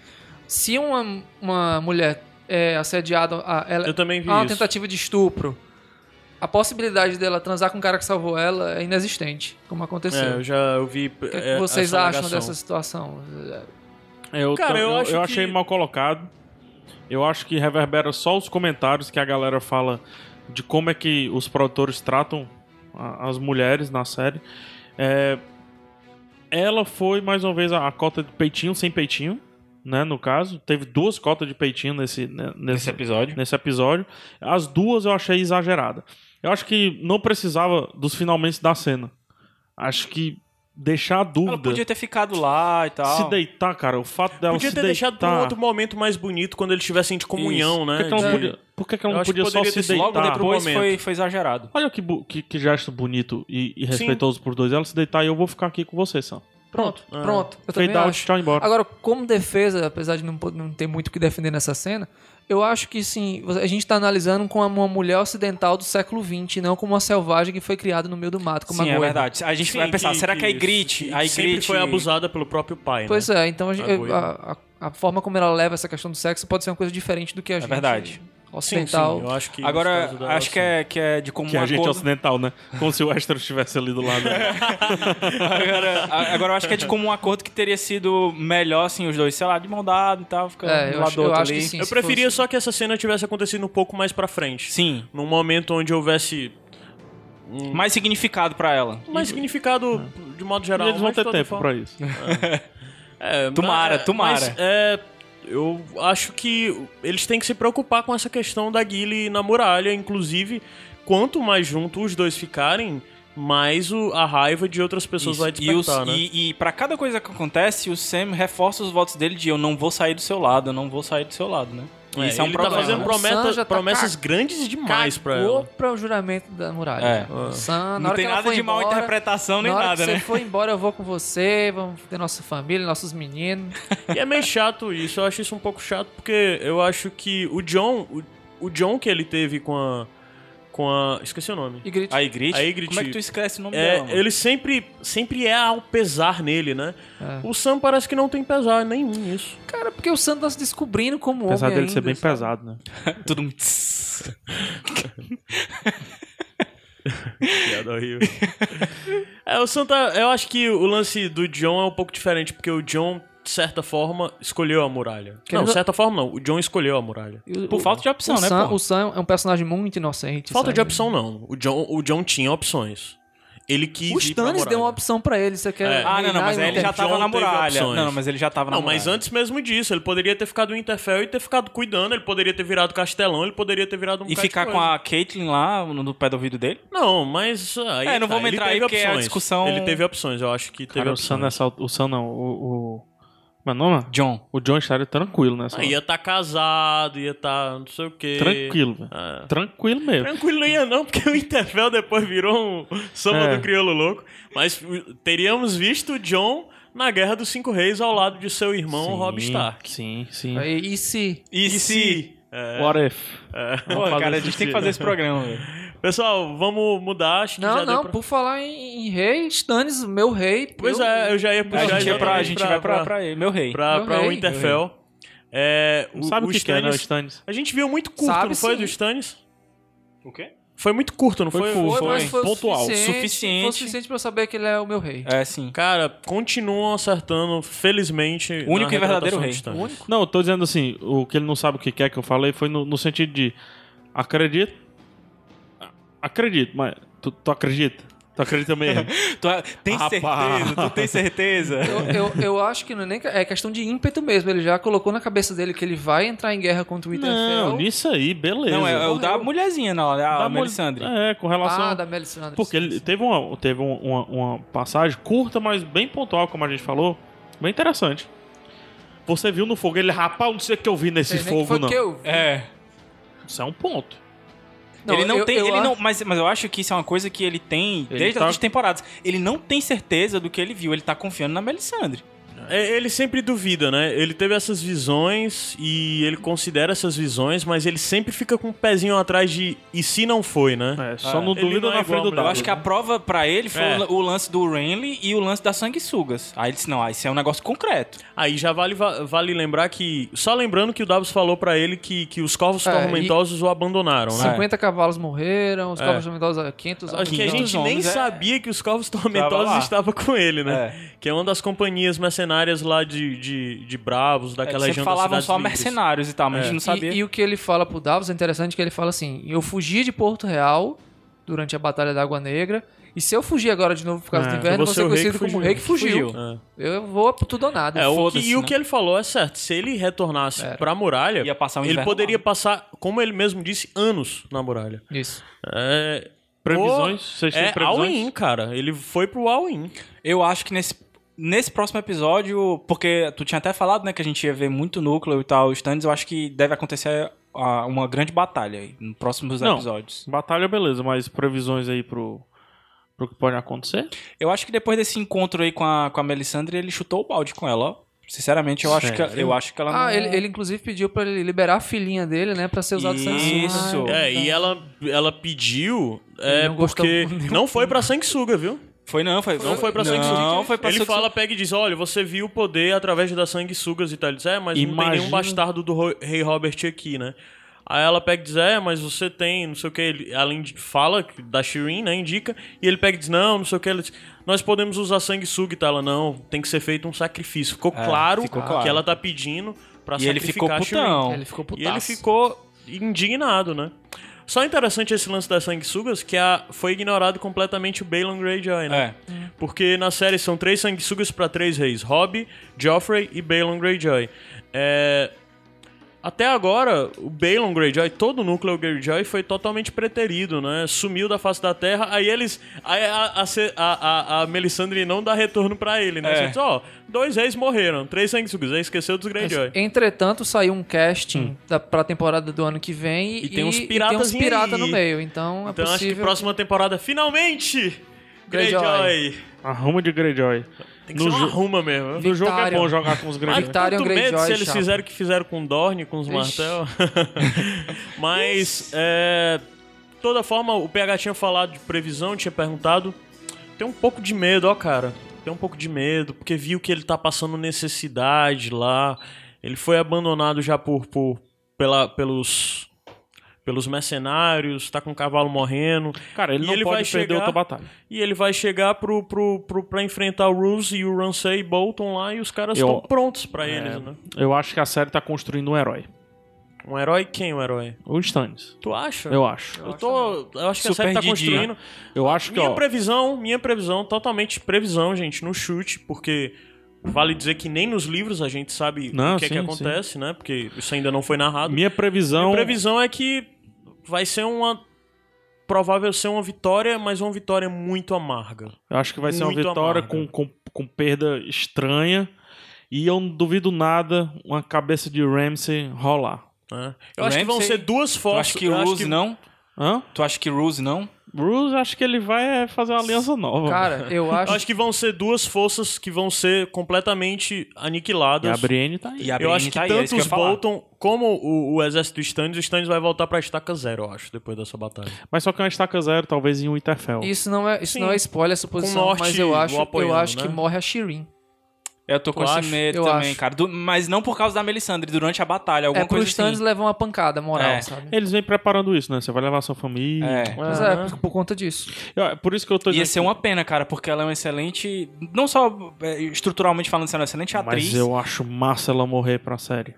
se uma, uma mulher é assediada a ela Eu também vi a uma isso. tentativa de estupro, a possibilidade dela transar com o cara que salvou ela é inexistente, como aconteceu. É, eu já eu vi. O que, é que vocês acham dessa situação? Eu, Cara, tam- eu eu, acho eu que- achei mal colocado. Eu acho que reverbera só os comentários que a galera fala de como é que os produtores tratam a- as mulheres na série. É, ela foi mais uma vez a, a cota de peitinho sem peitinho, né? No caso, teve duas cotas de peitinho nesse né, Nesse nesse, episódio. nesse episódio. As duas eu achei exagerada. Eu acho que não precisava dos finalmente da cena. Acho que deixar a dúvida. Ela podia ter ficado lá e tal. Se deitar, cara, o fato Então, dela Podia se ter deitar... deixado pra um outro momento mais bonito quando eles estivessem de comunhão, Isso. né? um Por que, que ela não De- podia, Eu acho que por que que ela não podia só poderia se ter sido deitar? logo Logo depois momento. foi, foi exagerado. Olha que, bu- que, que gesto bonito e, e respeitoso por dois. Ela se deitar e eu vou ficar aqui com você, Sam. Pronto, É. pronto. Eu também Fade out, acho. tchau, embora. Agora, como defesa, apesar de não, po- não ter muito o que defender nessa cena, eu acho que sim, a gente tá analisando com uma mulher ocidental do século XX, não como uma selvagem que foi criada no meio do mato, como Sim, a é Gwen. verdade. A gente Sim, vai pensar, será que é a Igrit... A que sempre Igrit foi abusada pelo próprio pai, Pois né? é, então a, gente- A Gwen. a- a- a forma como ela leva essa questão do sexo pode ser uma coisa diferente do que a gente É verdade. Sim, é, sim, ocidental. eu acho que... Agora, nos casos dela, acho que é, que é de comum Que a gente é acordo... ocidental, né? Como se o Astro estivesse ali do lado. Agora, a- agora eu acho que é de comum acordo que teria sido melhor, assim, os dois, sei lá, de mão dada e tal, ficando É, do eu lado acho- do outro eu acho ali. que sim. Eu se preferia fosse- só que essa cena tivesse acontecido um pouco mais pra frente. Sim, Num momento onde houvesse mais significado pra ela. mais significado de modo E geral. eles vão mas ter de toda tempo forma- pra isso. É, mas- Tomara, é, tomara. mas, é, eu acho que eles têm que se preocupar com essa questão da Guile na muralha. Inclusive, quanto mais junto os dois ficarem, mais o- a raiva de outras pessoas Isso. vai e, os, despertar, né? e, e pra cada coisa que acontece, o Sam reforça os votos dele de eu não vou sair do seu lado, eu não vou sair do seu lado, né? É, Isso é um ele problema. tá fazendo né? prometa- O Sam já tá promessas ca- grandes demais pra Cagou ela. pra o juramento da muralha. É. Ah. Sam, na Não hora tem que ela nada foi de mal embora, interpretação nem na hora nada, que né? você for embora, eu vou com você, vamos ter nossa família, nossos meninos. E é meio chato isso, eu acho isso um pouco chato, porque eu acho que o John, o, o John que ele teve com a. com a. Esqueci o nome. E grite. A Igrit? A Ygritte- Como é que tu esquece o nome É, dela? mano? ele sempre, sempre é ao pesar nele, né? É. O Sam parece que não tem pesar nenhum nisso. Cara, porque o Sam tá se descobrindo como homem Apesar dele ser ainda, bem sabe? pesado, né? Tudo um tss. é, o Sam tá, eu acho que o lance do John é um pouco diferente, porque o John, de certa forma, escolheu a muralha. Quer não, de dizer- certa forma não, o John escolheu a muralha. E o- Por o- falta de opção, o né, Sam, pô? O Sam é um personagem muito inocente. Falta sabe? de opção não, o John, o John tinha opções. Ele é quis O ir pra Stannis muralha. deu uma opção pra ele, você quer. É. Ah, não, não, reinar mas e aí ele já tem. John tava na teve muralha. opções. Não, não, mas ele já tava na Não, muralha. mas antes mesmo disso, ele poderia ter ficado em Interfell e ter ficado cuidando, ele poderia ter virado castelão, ele poderia ter virado um E ficar com a Caitlyn lá no no pé do ouvido dele? Não, mas aí É, não tá, vamos ele entrar aí teve porque a opções. discussão- Ele teve opções, eu acho que teve Cara, o Sam opções. nessa... altura- O Sam não, o... é o... Meu nome? John. O John estaria tranquilo né, nessa Ah, ia estar tá casado, ia estar tá não sei o quê. Tranquilo, velho. Ah. Tranquilo mesmo. Tranquilo não ia não, porque o Interfell depois virou um samba É. do crioulo louco. Mas uh, teríamos visto o John na Guerra dos Cinco Reis ao lado de seu irmão Sim, Rob Stark. Sim, sim. E, e se. E, se... É. What if? Pô, cara, a gente tem que fazer esse programa, velho. Pessoal, vamos mudar, acho que já Não, deu não, pra- por falar em, em rei, Stannis, meu rei. Pois eu- é, eu já ia A puxar gente, já é pra, a ia gente vai pra, pra ele, meu rei. pra, Meu pra rei. Winterfell. É, Não sabe o, que, que é, né, o Stannis- Stannis? A gente viu muito curto, Sabe não foi, sim. do Stannis? O quê? Foi muito curto, não foi? Foi curto. mas foi o pontual, Foi o suficiente. suficiente pra eu saber que ele é o meu rei. É, sim. Cara, continuam acertando, felizmente. O único na e retratação verdadeiro rei. de Stannis. O único. Não, eu tô dizendo assim, o que ele não sabe o que quer que eu falei foi no, no sentido de. Acredito. Acredito, mas. Tu, tu acredita? Tu acredita mesmo? Tu é- tem certeza? Tu tem certeza? Eu, eu, eu acho que não é nem. É questão de ímpeto mesmo. Ele já colocou na cabeça dele que ele vai entrar em guerra contra o Winterfell. não, nisso aí, beleza. Não, é, é o da mulherzinha, não, da, Da da mul- Melisandre. É, com relação. Ah, da Melisandre. Porque ele teve, uma, teve um- uma, uma passagem curta, mas bem pontual, como a gente falou. Bem interessante. Você viu no fogo, ele, rapaz, não sei o que eu vi nesse Sei nem que fogo, foi não. Que eu... vi. É. Isso é um ponto. ele não eu- tem, eu ele acho- não, mas, mas eu acho que isso é uma coisa que ele tem Ele desde tá- as outras temporadas. Ele não tem certeza do que ele viu, ele tá confiando na Melisandre. É, ele sempre duvida, né? Ele teve essas visões e ele considera essas visões, mas ele sempre fica com o pezinho atrás de e se não foi, né? É, só Ah, não ele duvida não é na igual frente a do mulher. dado. Eu acho que a prova pra ele foi É. o lan- o lance do Renly e o lance das sanguessugas. Aí ele disse: não, ah, isso é um negócio concreto. Aí já vale, va- vale lembrar que. Só lembrando que o Davos falou pra ele que, que os corvos É, tormentosos o abandonaram, né? 50 cavalos morreram, os É. cavalos tormentosos 500 Acho que a homens. gente nem homens, é. sabia que os corvos Tava tormentosos lá. estavam com ele, né? Que é uma das companhias mercenárias lá de, de, de Bravos, É, que daquela sempre região das falavam Cidades só Livres. É. mercenários e tal, mas a gente não sabia. E, e o que ele fala pro Davos é interessante que ele fala assim: eu fugi de Porto Real durante a Batalha da Água Negra, e se eu fugir agora de novo por causa É, do eu inverno, vou você ser ser o rei conhecido que como fugiu. rei que fugiu. Fugiu. É. Eu vou pro tudo ou nada. É, o que, Foda-se, e o né? É. que ele falou é certo. Se ele retornasse Era. pra muralha, Ia passar um ele inverno poderia lá. passar, como ele mesmo disse, anos na muralha. Isso. É... Previsões? Pô, Vocês têm é previsões? all-in, cara. Ele foi pro all-in. Eu acho que nesse, nesse próximo episódio, porque tu tinha até falado, né, que a gente ia ver muito núcleo e tal, os stands, eu acho que deve acontecer ah, uma grande batalha aí nos próximos Não. episódios. Batalha, beleza, mas previsões aí pro, pro que pode acontecer? Eu acho que depois desse encontro aí com a, com a Melisandre, ele chutou o balde com ela, ó. Sinceramente, eu acho, que, eu acho que ela não... Ah, ele, ele inclusive pediu pra ele liberar a filhinha dele, né, pra ser usado sangue. Isso. Ah, É, e ela, ela pediu é, Ele não gostou porque muito. não foi pra sanguessuga, viu? Foi não, foi... Não foi pra sanguessuga. Não, foi pra Ele sanguessuga. fala, pega e diz, olha, você viu o poder através das sanguessugas e tal. Ele diz, é, mas não tem nenhum Imagina- bastardo do Ro- rei Robert aqui, né? Aí ela pega e diz, é, mas você tem, não sei o que. Ele, ela indi- fala da Shirin, né, indica. E ele pega e diz, não, não sei o que. Ela diz, nós podemos usar sanguessuga e tal. Ela, não, tem que ser feito um sacrifício. Ficou, É, claro, ficou claro. que ela tá pedindo pra E ele ficou sacrificar a Shireen. putão. Ele ficou E putaço. ele ficou indignado, né? Só interessante esse lance das sanguessugas que a, foi ignorado completamente o Balon Greyjoy, né? É. Porque na série são três sanguessugas pra três reis: Robb, Joffrey e Balon Greyjoy. É, Até agora, o Balon Greyjoy, todo o núcleo Greyjoy foi totalmente preterido, né? Sumiu da face da terra, aí eles. Aí a, a, Ce- a- a- a Melisandre não dá retorno pra ele, né? É. Você diz, ó, dois reis morreram, três sanguessugas, aí esqueceu dos Mas, Greyjoy. Entretanto, saiu um casting da, pra temporada do ano que vem e, Hum. E tem uns e- e piratas uns pirata aí. no meio. Então, é Então acho que possível. próxima temporada, finalmente! Greyjoy. Greyjoy! Arruma de Greyjoy. Tem que No ser jo- uma arruma mesmo. No jogo é Victarion. bom jogar com os Ai, Greyjoy. Victarion, tanto medo Greyjoy, se eles chapa. fizeram o que fizeram com o Dorne, com os Ixi. martel. Mas, é... Toda forma, o PH tinha falado de previsão, tinha perguntado. Tem um pouco de medo, ó, cara. Tem um pouco de medo, porque viu que ele tá passando necessidade lá. Ele foi abandonado já por, por pela, pelos pelos mercenários, tá com o cavalo morrendo. Cara, ele E não ele pode vai perder chegar- outra batalha. E ele vai chegar pro, pro, pro, pra enfrentar o Ruse e o Ramsay e Bolton lá e os caras Eu- estão prontos pra eles, né? Eu acho que a série tá construindo um herói. Um herói quem, um herói? O Stannis. Tu acha? Eu acho. Eu tô. Eu acho que a Super série tá Didi, construindo. Eu acho que, Minha ó... previsão, minha previsão, totalmente previsão, gente, no chute, porque vale dizer que nem nos livros a gente sabe Não, o que é que sim, acontece, né? Porque isso ainda não foi narrado. Minha Minha previsão... previsão é que vai ser uma. Provável ser uma vitória, mas uma vitória muito amarga. Eu acho que vai ser uma Muito vitória amarga. com, com, com perda estranha. E eu não duvido nada uma cabeça de Ramsey rolar. né? Eu acho que vão Ramsay- ser duas Tu forças. acha que eu acho Rose não? Hã? Tu acha que Rose não? Bruce, acho que ele vai é, fazer uma aliança nova. Cara, eu acho. Eu acho que vão ser duas forças que vão ser completamente e a aniquiladas. Brienne tá aí. E a Eu Brienne acho que tá aí, é tanto isso que eu os ia falar. Bolton como o, o exército do Stannis, o Stannis vai voltar pra estaca zero, eu acho, depois dessa batalha. Mas só que é uma estaca zero, talvez em um Winterfell. Isso não é, isso Sim. não é spoiler, é suposição, Com o norte mas eu acho, o apoiando, eu acho né? que morre a Shirin. Eu tô com Tu esse acha? medo Eu também, acho. cara. Du- mas não por causa da Melisandre, durante a batalha, É alguma pro coisa Stannis assim. levar uma pancada moral, É. sabe? Eles vêm preparando isso, né? Você vai levar sua família. É. Mas é, por, por conta disso. É, Por isso que eu tô Ia dizendo ser que- uma pena, cara, porque ela é uma excelente. Não só é, estruturalmente falando, você é uma excelente atriz. Mas eu acho massa ela morrer pra série.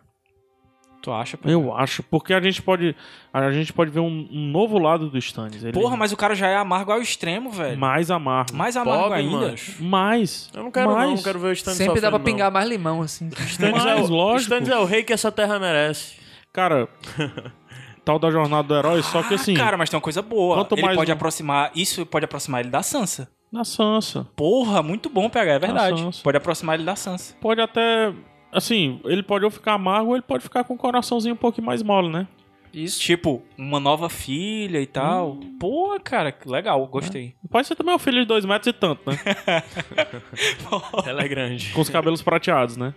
Tu acha? pô? Eu acho, porque a gente pode. A gente pode ver um, um novo lado do Stannis. Ele Porra, mas o cara já é amargo ao extremo, velho. mais amargo. Mais amargo Pobre, ainda. macho. Mais. Eu não quero, mais. não, não quero ver o Stannis Sempre dá sofrendo, pra não. pingar mais limão, assim. Stannis é, Mais, o, lógico. Stannis é o rei que essa terra merece. Cara, tal da jornada do herói, só que Ah, assim. Cara, mas tem uma coisa boa. Quanto ele mais pode um- aproximar. Isso pode aproximar ele da Sansa. Na Sansa. Porra, muito bom, PH, é verdade. Sansa. Pode aproximar ele da Sansa. Pode até. Assim, ele pode ou ficar amargo ou ele pode ficar com o coraçãozinho um pouquinho mais mole, né? Isso. Tipo, uma nova filha e tal. Hum. Porra, cara, que É. legal, gostei. Pode ser também um filho de dois metros e tanto, né? Ela é grande. Com os cabelos prateados, né?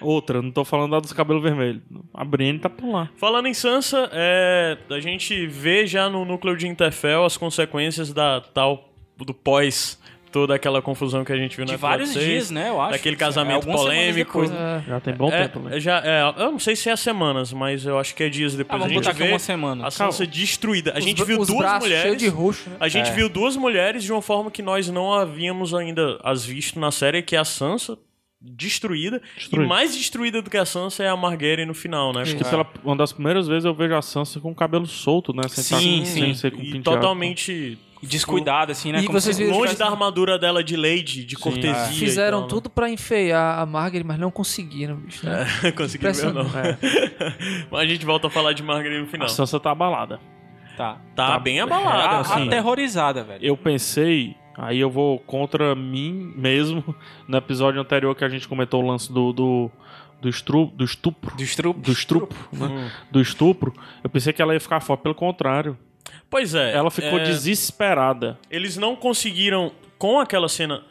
Outra, não tô falando da dos cabelos vermelhos. A Brienne tá por lá. Falando em Sansa, é, a gente vê já no núcleo de Interfell as consequências da tal do pós toda aquela confusão que a gente viu na De vários episódio seis, dias, né, eu acho. Daquele É, casamento algumas semanas polêmico. depois, né? É. Já tem bom É, tempo, né? já, é, eu não sei se é as semanas, mas eu acho que é dias Ah, depois. a vamos gente botar aqui vê uma semana. a Sansa destruída. A gente Os- viu os duas braços mulheres. cheios de roxo, né? A gente viu duas mulheres de uma forma que nós não havíamos ainda as visto na série, que é a Sansa destruída. Destruída. E mais destruída do que a Sansa é a Marguerite no final, né? Acho Que pela, uma das primeiras vezes eu vejo a Sansa com o cabelo solto, né? Sem, tá estar- Sim, sem sim. ser com E penteado. totalmente Descuidado, assim, né? E como vocês se- viram- longe da armadura dela de lady, de cortesia. e Fizeram tal, né? tudo pra enfeiar a Margaret, mas não conseguiram, bicho. Né? É. Consegui ver, não. Mas a gente volta a falar de Marguerite no final. A Sansa tá abalada. Tá. Tá, bem Ah, abalada. Tá assim. aterrorizada, velho. Eu pensei, aí eu vou contra mim mesmo, no episódio anterior que a gente comentou o lance do. do, do, estru, do estupro. Do estrupo. Do estupro, né? Hum. Do estupro. Eu pensei que ela ia ficar forte, pelo contrário. Pois é. Ela ficou é, desesperada. Eles não conseguiram, com aquela cena.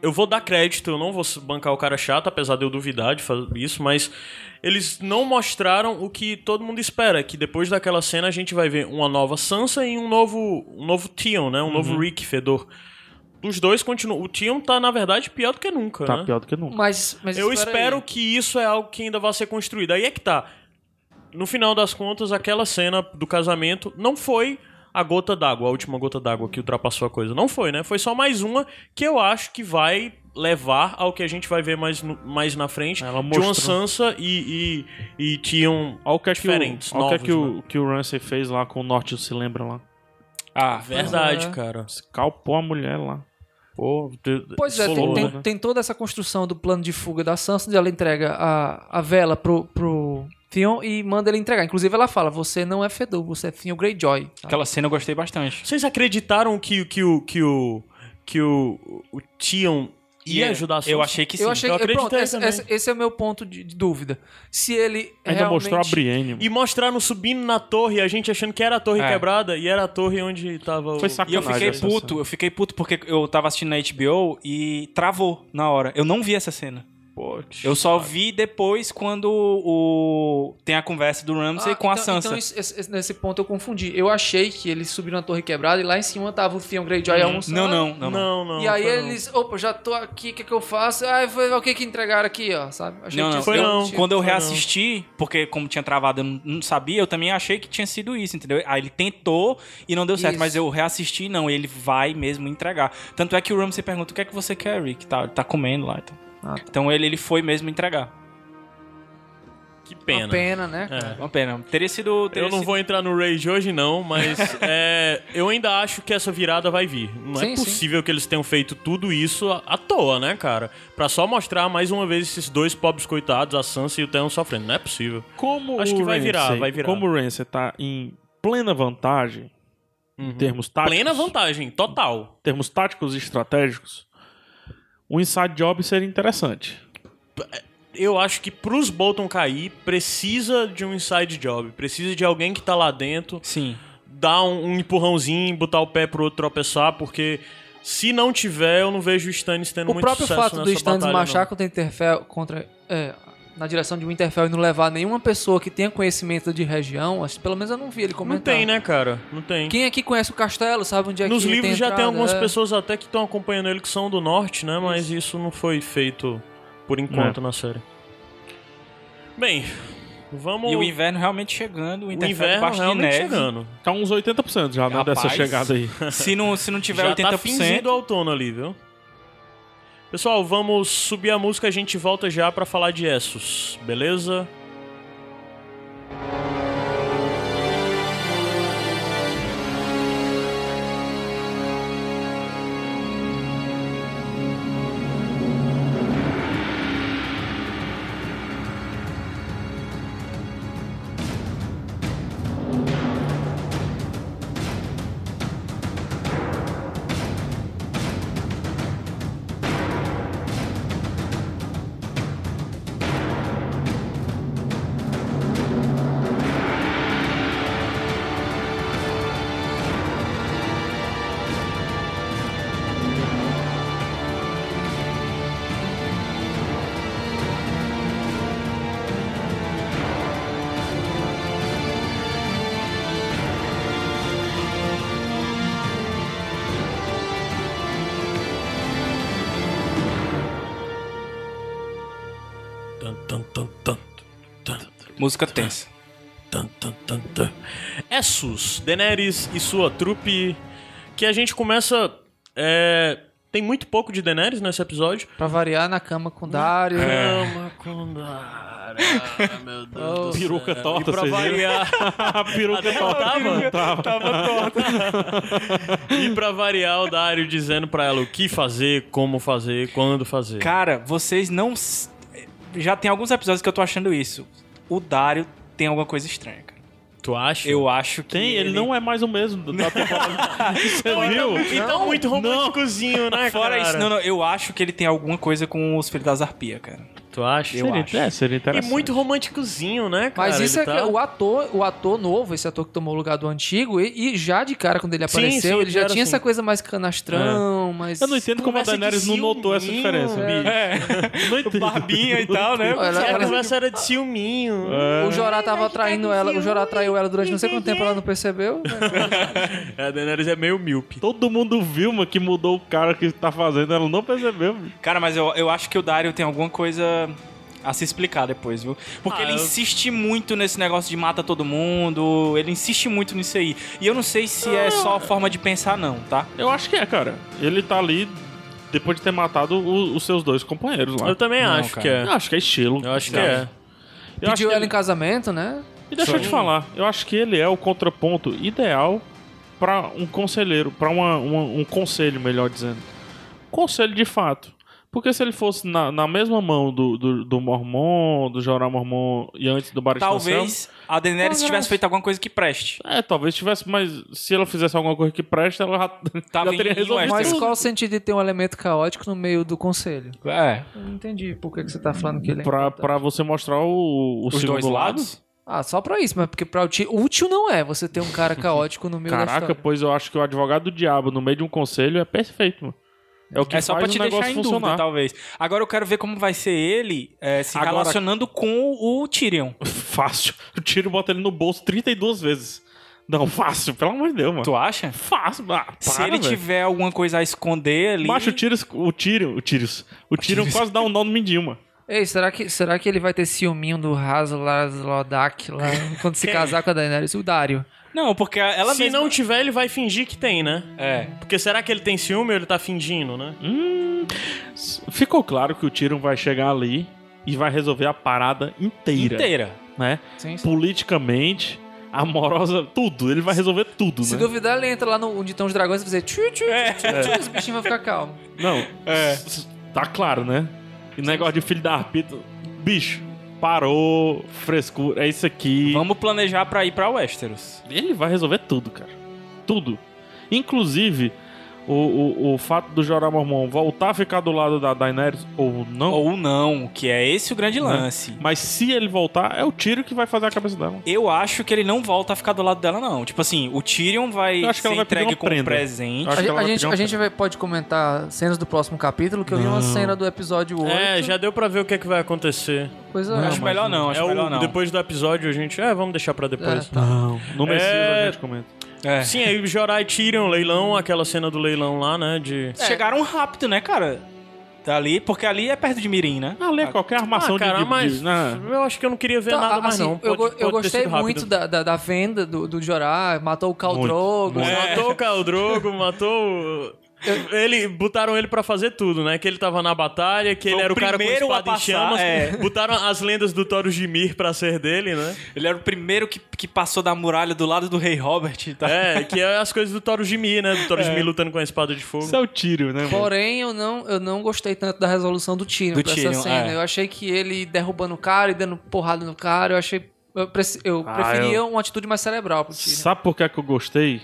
Eu vou dar crédito, eu não vou bancar o cara chato, apesar de eu duvidar de fazer isso, mas eles não mostraram o que todo mundo espera, que depois daquela cena a gente vai ver uma nova Sansa e um novo, um novo Tion, né? Um novo Rick Fedor. Os dois continuam. O Tion tá, na verdade, pior do que nunca, Tá né? pior do que nunca. Mas, mas Eu espera aí. espero que isso é algo que ainda vai ser construído. Aí é que tá. No final das contas, aquela cena do casamento não foi a gota d'água, a última gota d'água que ultrapassou a coisa. Não foi, né? Foi só mais uma que eu acho que vai levar ao que a gente vai ver mais, no- mais na frente. Ela de mostrou. uma Sansa e, e, e Tion Olha o que é que o, diferentes, olha o que, é novos, né? que, o, que o Ramsay fez lá com o Norte, se lembra lá? Ah, Verdade, É. cara. Escalpou a mulher lá. Pô, de- Pois é, tem, solou, tem- né? tem toda essa construção do plano de fuga da Sansa, onde ela entrega a, a vela pro, pro Theon e manda ele entregar. Inclusive, ela fala: Você não é Fedor, você é Theon Greyjoy. Tá? Aquela cena eu gostei bastante. Vocês acreditaram que, que o. que o. que o. o Tion ia E ajudar a Sansa? Eu achei que sim. eu achei eu que. acreditei Pronto, esse, também. esse- esse é o meu ponto de, de dúvida. Se ele. Ainda realmente... mostrou a Brienne. E mostraram subindo na torre, a gente achando que era a torre É. quebrada e era a torre onde tava Foi o... sacanagem. E eu fiquei essa puto, eu fiquei puto porque eu tava assistindo na HBO e travou na hora. Eu não vi essa cena. Poxa. Eu só vi depois quando o tem a conversa do Ramsay Ah, com a então- Sansa. Então, esse- esse- nesse ponto eu confundi. Eu achei que eles subiram na torre quebrada e lá em cima tava o Theon Greyjoy almoçando. não, não, não, Não, não. não. E aí foi não. eles, opa, já tô aqui, o que, que eu faço? Ah, foi o que que entregaram aqui, ó, sabe? Achei Não, que não. tinha Foi Eu- sido- tipo. não. tinha- Quando eu Foi não. reassisti, porque como tinha travado eu não- não sabia, eu também achei que tinha sido isso, entendeu? Aí ele tentou e não deu certo, Isso. mas eu reassisti não, ele vai mesmo entregar. Tanto é que o Ramsay pergunta o que é que você quer, Rick? Tá, tá comendo lá, então. Ah, tá. Então ele, ele foi mesmo entregar. Que Uma pena. pena, né? cara? Uma pena. Teria sido. Teria Eu não sido- vou entrar no Rage hoje, não, mas é, eu ainda acho que essa virada vai vir. Não Sim, é sim. possível que eles tenham feito tudo isso à- à toa, né, cara? Pra só mostrar mais uma vez esses dois pobres coitados, a Sansa e o Theon sofrendo. Não é possível. Como Acho o que vai virar, Ramsay- vai virar. Como o Ramsay tá em plena vantagem, em termos Ah, táticos, Uhum. Plena vantagem, total. em termos táticos e estratégicos, o inside job seria interessante. Eu acho que pros Bolton cair, precisa de um inside job. Precisa de alguém que tá lá dentro Sim. dar um, um empurrãozinho, botar o pé pro outro tropeçar, porque se não tiver, eu não vejo o Stannis tendo O muito próprio sucesso fato do nessa Stannis batalha, marchar contra Interfell, contra, é, na direção de Winterfell e não levar nenhuma pessoa que tenha conhecimento de região, acho, pelo menos eu não vi ele Não. não comentar. tem, né, cara? Não tem. Quem aqui conhece o castelo, sabe onde é Nos que livros tem já tem entrada, algumas é. pessoas até que estão acompanhando ele que são do norte, né? Mas isso não foi feito por É. enquanto na série. Bem, vamos. E o inverno realmente chegando, o o Interfell inverno debaixo de realmente neve. chegando. Tá uns 80% já, né, Rapaz. dessa chegada aí. Se não, se não tiver Já 80%, tá fingindo outono ali, viu? Pessoal, vamos subir a música, a gente volta já pra falar de Essos, beleza? Tan, tan, tan, tan, tan, música tensa. tan, tan, tan, tan. Essos, Daenerys e sua trupe, que a gente começa... é, Tem muito pouco de Daenerys nesse episódio. Pra variar na cama com o Dario. É. Cama com Dara, meu Deus do céu. Peruca torta, E pra vocês viram? variar... A peruca Até tava. tava- tava. E pra variar, o Dário dizendo pra ela o que fazer, como fazer, quando fazer. Cara, vocês não. s- Já tem alguns episódios que eu tô achando isso. O Dario tem alguma coisa estranha, cara. Tu acha? Eu acho que. Tem, ele não é mais o mesmo da temporada. Você viu? Então, muito românticozinho, né, Fora cara? isso, não, não, eu acho que ele tem alguma coisa com os filhos das arpias, cara. Tu acha? Eu Seria- acho. É, seria E interessante. muito românticozinho, né, cara? Mas isso Ele é que tá- o ator, o ator novo, esse ator que tomou o lugar do antigo, e, e já de cara quando ele Sim, apareceu, sim, ele já era tinha assim. É. essa coisa mais canastrão, mas Eu não entendo como a Conversa de é. Daenerys não notou essa ciúminho, diferença. bicho. Não entendo. Barbinha e tal, né? Olha, Ela, é ela- a conversa era de ciúminho. O Jorá tava traindo ela, o Jorá traiu ela durante não sei quanto tempo, ela não percebeu. né? É, a Daenerys é meio míope. Todo mundo viu, mano, que mudou o cara que tá fazendo, ela não percebeu. bicho. Cara, mas eu, eu acho que o Dario tem alguma coisa a se explicar depois, viu? Porque Ah, ele eu- insiste muito nesse negócio de mata todo mundo, ele insiste muito nisso aí. E eu não sei se Ah. é só a forma de pensar, não, tá? Eu acho que é, cara. Ele tá ali depois de ter matado o- os seus dois companheiros lá. Eu também Não, acho cara. que é. Eu acho que é estilo. Eu acho que sabe? é. Eu acho Pediu que ela ele- em casamento, né? E deixa eu te falar, eu acho que ele é o contraponto ideal pra um conselheiro, pra uma- uma- um conselho, melhor dizendo. Conselho de fato. Porque se ele fosse na, na mesma mão do, do, do Mormon, do Jorá Mormon e antes do Barista Talvez a Daenerys Talvez. tivesse feito alguma coisa que preste. É, talvez tivesse, mas se ela fizesse alguma coisa que presta, ela já, Tava já teria em resolvido. Westeros. Mas tudo. qual o sentido de ter um elemento caótico no meio do conselho? É. um Eu não entendi por que, que você tá falando que ele é Pra, importante. pra você mostrar o, o Os segundo dois lado. lados? Ah, só pra isso, mas porque pra uti- útil não é você ter um cara caótico no meio da Caraca, história. pois eu acho que o advogado do diabo no meio de um conselho é perfeito, mano. É o que é só faz pra te o negócio deixar em funcionar. dúvida, talvez. Agora eu quero ver como vai ser ele é, se Agora- relacionando com o Tyrion. Fácil. O tiro bota ele no bolso 32 vezes. Não, fácil, pelo amor de Deus, mano. Tu acha? Fácil, ah, para, se ele velho. tiver alguma coisa a esconder ali... Macho, o tiro, o tiro, o tiro, o tiro quase dá um nó no mindinho, mano. Ei, será que, será que ele vai ter ciúminho do Haslarodak lá quando se casar com a Daenerys? O Dario. Não, porque ela Se mesma... não tiver, ele vai fingir que tem, né? É. Porque será que ele tem ciúme ou ele tá fingindo, né? Ficou claro que o tiro vai chegar ali e vai resolver a parada inteira, Inteira. né? Sim, sim. Politicamente, amorosa, tudo. Ele vai resolver tudo, Se né? duvidar, ele entra lá no, onde estão os dragões e vai fazer tchu, tchu, tchu, É. tchu, tchu, os bichinhos vão ficar calmos. Não, s- tá claro, né? E negócio de filho da arpita, bicho, parou, frescura, é isso aqui. Vamos planejar pra ir pra Westeros. Ele vai resolver tudo, cara. Tudo. Inclusive, o, o, o fato do Jorah Mormon voltar a ficar do lado da Daenerys, ou não. Ou não, que é esse o grande Né? lance. Mas se ele voltar, é o tiro que vai fazer a cabeça dela. Eu acho que ele não volta a ficar do lado dela, não. Tipo assim, o Tyrion vai Eu acho que ser ela vai pedir entregue uma como prenda. presente. Eu acho A, que ela a vai gente, pedir um a gente vai- pode comentar cenas do próximo capítulo, que eu vi uma cena do episódio 8. É, já deu pra ver o que é que vai acontecer. Coisa Acho não, melhor não, acho É melhor o, não. depois do episódio a gente. É, vamos deixar pra depois. É, tá. Não, no Messias É. a gente comenta. É. Sim, aí Jorah e Tyrion, leilão, aquela cena do leilão lá, né? De. Chegaram rápido, né, cara? Tá ali, porque ali é perto de Mirim, né? Ali é qualquer armação ah, cara, de, de, mas de- né? eu acho que eu não queria ver Então, nada mais assim, não. eu, Pode- go- pode eu ter gostei sido rápido. muito da, da, da venda do, do Jorá, matou o Khal Muito, Drogo. muito. É. sabe? Matou o Caldrogo, matou o... Ele, botaram ele pra fazer tudo, né? Que ele tava na batalha, que Foi ele o era o cara com primeiro a espada passar, em chamas. é. Botaram as lendas do Toro Gimir pra ser dele, né? Ele era o primeiro que, que passou da muralha do lado do rei Robert. Tá? É, que é as coisas do Toro Gimir, né? É. Do Toro Gimir lutando com a espada de fogo. Isso é o tiro, né, mano? Porém, eu não, eu não gostei tanto da resolução do Tyrion Do pra Tyrion, essa cena. é. Eu achei que ele derrubando o cara e dando porrada no cara, eu achei. Eu, preci- eu Ah, preferia eu- uma atitude mais cerebral pro Tyrion. Sabe por que, é que eu gostei?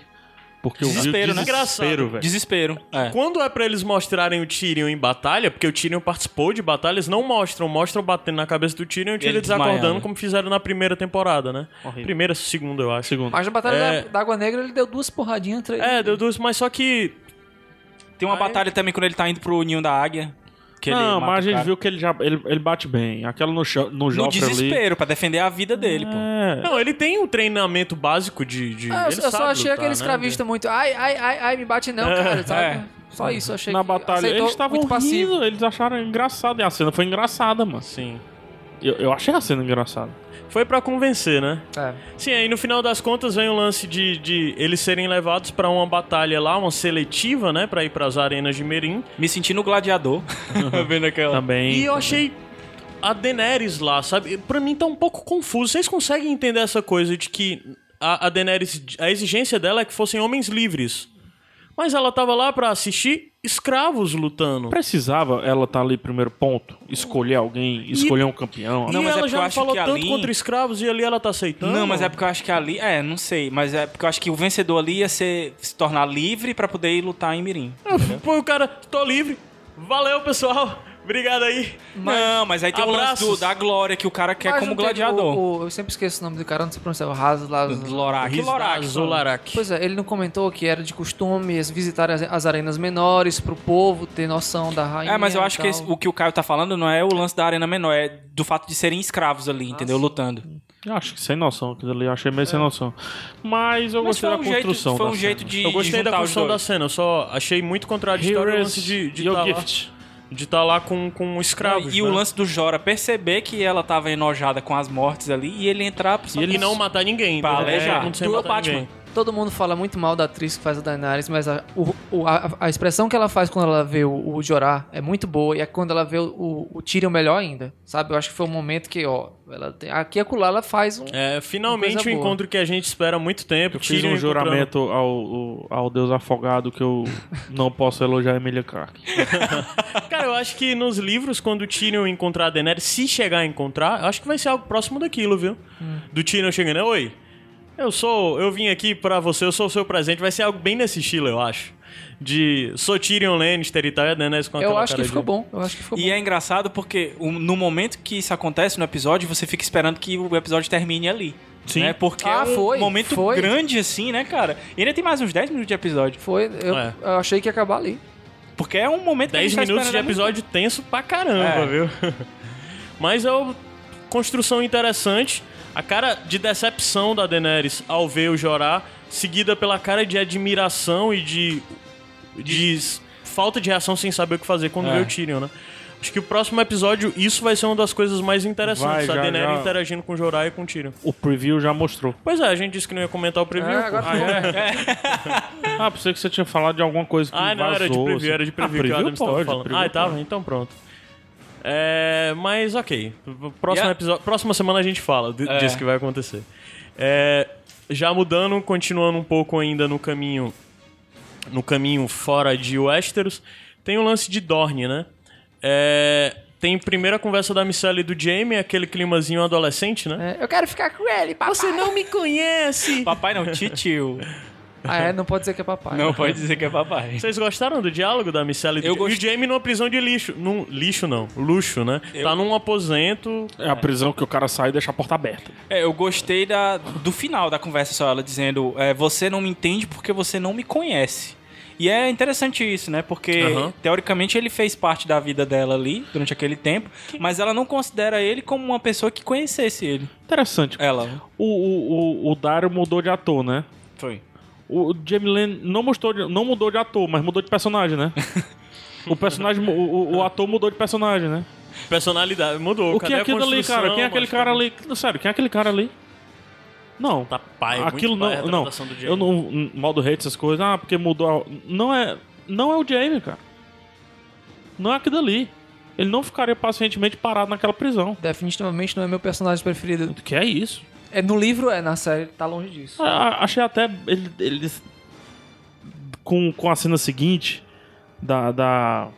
Porque eu vi o Desespero, né? desespero, velho. Desespero. É. Quando é pra eles mostrarem o Tyrion em batalha, porque o Tyrion participou de batalhas, não mostram, mostram batendo na cabeça do Tyrion e o Tyrion Ele desacordando, desmaiando. como fizeram na primeira temporada, né? Horrível. Primeira, segunda, eu acho. Segundo. Mas na Batalha É. da, da Água Negra ele deu duas porradinhas entre É, deu duas, mas só que. Tem uma Ai. batalha também quando ele tá indo pro ninho da águia. Que ele não, mata mas a o gente cara. viu que ele já ele, ele bate bem. Aquela no, jo- no No Joffre ali. desespero, pra defender a vida dele, pô. É. Não, ele tem um treinamento básico de. de- Ah, eu, ele eu só sabe achei lutar, aquele né? escravista muito. Ai, ai, ai, ai, me bate não, cara, sabe? é. Só isso, eu achei Na que batalha. aceitou Eles estavam muito passivo. rindo, eles acharam engraçado. E a cena foi engraçada, mano. Assim, Sim. Eu, eu achei a cena engraçada. Foi pra convencer, né? É. Sim, aí no final das contas vem o lance de, de eles serem levados pra uma batalha lá, uma seletiva, né? Pra ir pras arenas de Merim. Me sentindo gladiador. Vendo aquela. Também. E eu achei a Daenerys lá, sabe? Pra mim tá um pouco confuso. Vocês conseguem entender essa coisa de que a, a Daenerys, a exigência dela é que fossem homens livres. Mas ela tava lá pra assistir escravos lutando. Precisava ela estar ali, primeiro ponto, escolher alguém, escolher um campeão. E Não, mas é ela porque eu já não acho falou que tanto ali- contra escravos e ali ela tá aceitando. Não, mas é porque eu acho que ali. É, não sei. Mas é porque eu acho que o vencedor ali ia ser, se tornar livre pra poder ir lutar em Mirim. Pô, o cara, tô livre. Valeu, pessoal. Obrigado aí. não, mas aí tem o Abraços. lance do- da glória que o cara quer Mas como não teve gladiador. o- o- eu sempre esqueço o nome do cara, não sei pronunciar. O Haas lá. Lorax. Que Lorax? Zolarak. Pois é, ele não comentou que era de costume visitar as, as arenas menores pro povo ter noção da rainha. É, mas eu e acho que tal. esse- o que o Caio tá falando não é o lance da arena menor, é do fato de serem escravos ali, entendeu? Lutando. Eu acho que sem noção aquilo ali, eu achei meio sem noção. Mas eu Mas gostei foi da um jeito, construção. foi um da jeito cena. de Eu gostei de da juntar os construção da dois. cena, eu só achei muito contraditório o Here lance is de de your tá lá, gift. de tá lá com, com escravos. E né? o lance do Jora perceber que ela tava enojada com as mortes ali e ele entrar E ele não matar ninguém. pra né? alejar. Todo mundo sem Do matar Batman. ninguém. Todo mundo fala muito mal da atriz que faz a Daenerys, mas a, o- o- a, a expressão que ela faz quando ela vê o, o Jorah é muito boa, e é quando ela vê o, o, o Tyrion melhor ainda, sabe? Eu acho que foi um momento que, ó, ela tem, aqui e acolá ela faz um... É, Coisa finalmente o boa. encontro que a gente espera há muito tempo. Eu fiz Tyrion um encontrando- juramento ao, ao, ao Deus afogado que eu não posso elogiar Emilia Clarke. Cara, eu acho que nos livros, quando o Tyrion encontrar a Daenerys, se chegar a encontrar, eu acho que vai ser algo próximo daquilo, viu? Hum. Do Tyrion chegando, oi, eu sou, eu vim aqui pra você, eu sou o seu presente. Vai ser algo bem nesse estilo, eu acho. De sou Tyrion Lannister e tal, e a Daenerys com Eu aquela acho que cara ficou de- bom, eu acho que ficou E é engraçado porque o- no momento que isso acontece no episódio, você fica esperando que o episódio termine ali. Sim. Né? Porque Ah, é um foi, momento foi. grande assim, né, cara? E ainda tem mais uns 10 minutos de episódio. bom. Foi, eu, É. eu achei que ia acabar ali. Porque é um momento que a 10 gente tá minutos de esperando há muito episódio tenso pra caramba, É. viu? Mas é uma construção interessante. A cara de decepção da Daenerys ao ver o Jorah, seguida pela cara de admiração e de, de s- falta de reação sem saber o que fazer quando É. vê o Tyrion, né? Acho que o próximo episódio, isso vai ser uma das coisas mais interessantes. Vai, a já, Daenerys já. interagindo com o Jorah e com o Tyrion. O preview já mostrou. Pois é, a gente disse que não ia comentar o preview. É, pô. agora ah, ficou- é? Ah, pensei que você tinha falado de alguma coisa que Ah, não, vazou, era de preview, assim. era de preview, ah, que o Adam estava pode, falando. preview ah, tava? Então pronto. É, mas ok. Próximo Yeah. episódio, próxima semana a gente fala de- É. disso que vai acontecer. É, já mudando, continuando um pouco ainda no caminho no caminho fora de Westeros, tem o lance de Dorne, né? É, tem primeiro a conversa da Micelle e do Jaime, aquele climazinho adolescente, né? É, eu quero ficar com ele, papai. Você não me É. conhece! Papai não, titio. Ah, é, não pode dizer que é papai. não pode dizer que é papai. Vocês gostaram do diálogo da Micelle? Eu Eu gost- E o Jamie numa prisão de lixo. Num... Lixo não, luxo, né? Eu- Tá num aposento. É a prisão que o cara sai e deixa a porta aberta. É, eu gostei da, do final da conversa só, ela dizendo: é, Você não me entende porque você não me conhece. E é interessante isso, né? Porque, Aham. teoricamente, ele fez parte da vida dela ali durante aquele tempo, mas ela não considera ele como uma pessoa que conhecesse ele. Interessante. É. Ela. né? O, o, o, o Dario mudou de ator, né? Foi. O Jamie Lane não, mostrou de- não mudou de ator, mas mudou de personagem, né? O personagem, mu- o, o- o ator mudou de personagem, né? Personalidade. Mudou. O que Cadê é a aquilo ali, cara? construção? Quem é aquele Acho que cara ali? Sério, quem é aquele cara ali? Não. Tá pai, Aquilo muito pai, a não, não. retratação do Jamie. Eu não n- mal do hate essas coisas. Ah, porque mudou. A... Não é, não é o Jamie, cara. Não é aquilo ali. Ele não ficaria pacientemente parado naquela prisão. Definitivamente não é meu personagem preferido. Que é isso? É no livro, é na série, tá longe Ah, disso. A- Ah, achei até ele, ele- com, com a cena seguinte da da,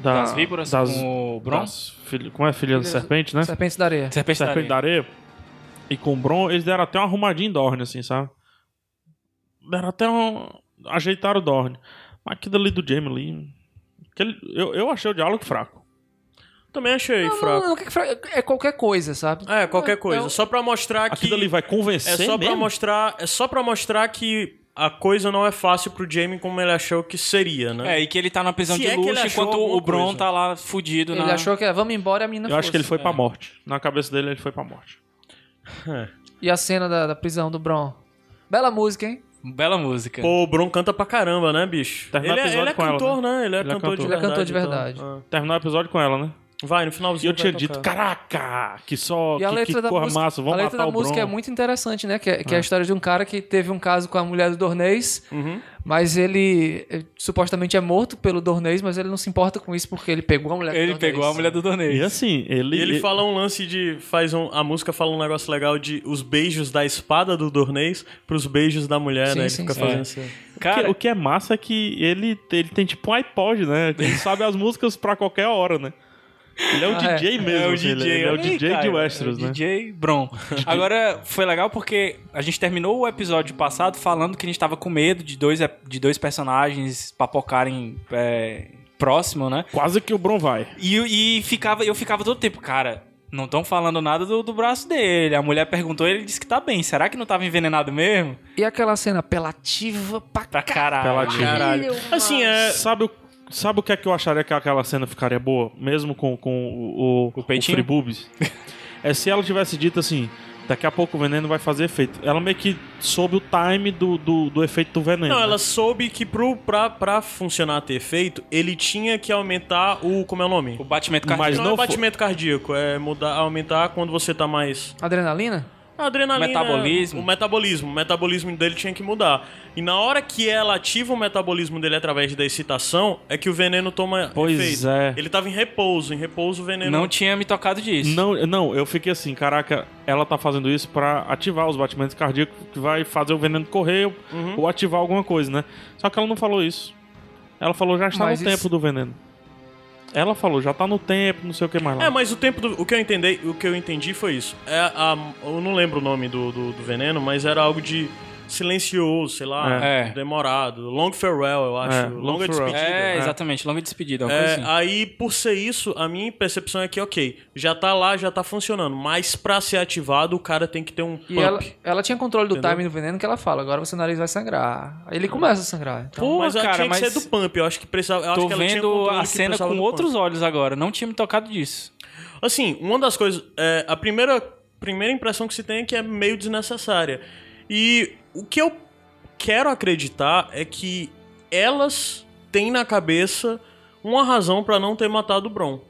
da- Das víboras Ah, das, com o Bron. das filha- como é filha da Filhas- serpente, né? Serpentes da Areia. Serpente da Serpente da Areia. areia. E com o Bron, eles deram até uma arrumadinha em Dorne, assim, sabe? Deram até um. Ajeitaram o Dorne. Mas aquilo ali do Jamie ali. aquele- eu, eu achei o diálogo fraco. Também achei Não, fraco. não, não, que fra- é qualquer coisa, sabe? Então, É, qualquer coisa. Não. Só pra mostrar que. Aquilo ali vai convencer. É só pra mesmo? mostrar. É só pra mostrar que a coisa não é fácil pro Jamie como ele achou que seria, né? É, e que ele tá na prisão Se de é que ele luxo achou enquanto alguma o Bron coisa. tá lá fudido Ele é. na... achou que era, vamos embora e a menina Eu acho que ele foi É. pra morte. Na cabeça dele, ele foi pra morte. E a cena da, da prisão do Bron. Bela música, hein? Bela música. Pô, o Bron canta pra caramba, né, bicho? Terminar ele o é, episódio ele é com ela, cantor, né? Ele é Ele é cantor de cantor. verdade. Ele é cantor de então. Terminou o episódio com ela, né? Ah. Vai, no finalzinho. E eu tinha vai dito, tocar. caraca, que só. E a que, letra que da porra música, massa, a vamos letra matar da o música Bron. é muito interessante, né? Que, é- que é a história de um cara que teve um caso com a mulher do Dornês, Uhum. mas ele eh, supostamente é morto pelo Dornês, mas ele não se importa com isso porque ele pegou a mulher do Ele Dornês. pegou a mulher né? do E Dorneio. assim, ele. E ele fala um lance de. faz um, A música fala um negócio legal de os beijos da espada do Dornês pros beijos da mulher, Sim, né? Ele sim, fica sim. fazendo É. assim. O que- Cara, o que é massa é que ele, ele tem tipo um iPod, né? Ele sabe as músicas pra qualquer hora, né? Ele é o Ah, é. DJ mesmo, É o assim, DJ, ele, ele é o olha aí, DJ de cara, Westeros, é o né? DJ Bron. Agora, foi legal porque a gente terminou o episódio passado falando que a gente tava com medo de dois, de dois personagens papocarem é, próximo, né? Quase que o Bron vai. E, e ficava, eu ficava todo tempo, cara, não estão falando nada do, do braço dele. A mulher perguntou ele disse que tá bem. Será que não tava envenenado mesmo? E aquela cena apelativa pra Pra caralho. Peladinho. caralho. Assim, é. Sabe o, sabe o que é que eu acharia que aquela cena ficaria boa? Mesmo com, com o, o, O peitinho? o Freeboobs? é se ela tivesse dito assim, daqui a pouco o veneno vai fazer efeito. Ela meio que soube o time do, do, do efeito do veneno. Não, né? ela soube que pro, pra, pra funcionar ter efeito, ele tinha que aumentar o. Como é o nome? O batimento Mas cardíaco. não, não é fo- batimento cardíaco, é mudar, aumentar quando você tá mais. adrenalina? A adrenalina. Metabolismo. O metabolismo. O metabolismo dele tinha que mudar. E na hora que ela ativa o metabolismo dele através da excitação, é que o veneno toma Pois efeito. é. Ele tava em repouso. Em repouso o veneno. Não tinha me tocado disso. Não, não, eu fiquei assim, caraca, ela tá fazendo isso pra ativar os batimentos cardíacos que vai fazer o veneno correr ou- Uhum. ou ativar alguma coisa, né? Só que ela não falou isso. Ela falou já está Mas no isso- tempo do veneno. Ela falou já tá no tempo, não sei o que mais lá. É, mas o tempo do. O que eu entendi, o que eu entendi foi isso. É a, eu não lembro o nome do, do, do veneno, mas era algo de silencioso, sei lá, É. demorado. Long farewell, eu acho. É, long Longa farewell. despedida. É, exatamente. Longa despedida. uma coisa né? É, assim. aí, por ser isso, a minha percepção é que, ok, já tá lá, já tá funcionando. Mas pra ser ativado, o cara tem que ter um E pump. ela, ela tinha controle do Entendeu? timing do veneno que ela fala, agora seu nariz vai sangrar. Aí ele começa a sangrar. Então, Pô, mas ela cara, tinha que mas- ser do pump. Eu acho que precisava. Eu acho Tô que ela tinha um vendo controle a que cena precisava com do outros olhos agora. Não tinha me tocado disso. pump. Assim, uma das coisas. é, a primeira, primeira impressão que se tem é que é meio desnecessária. E o que eu quero acreditar é que elas têm na cabeça uma razão pra não ter matado o Bron.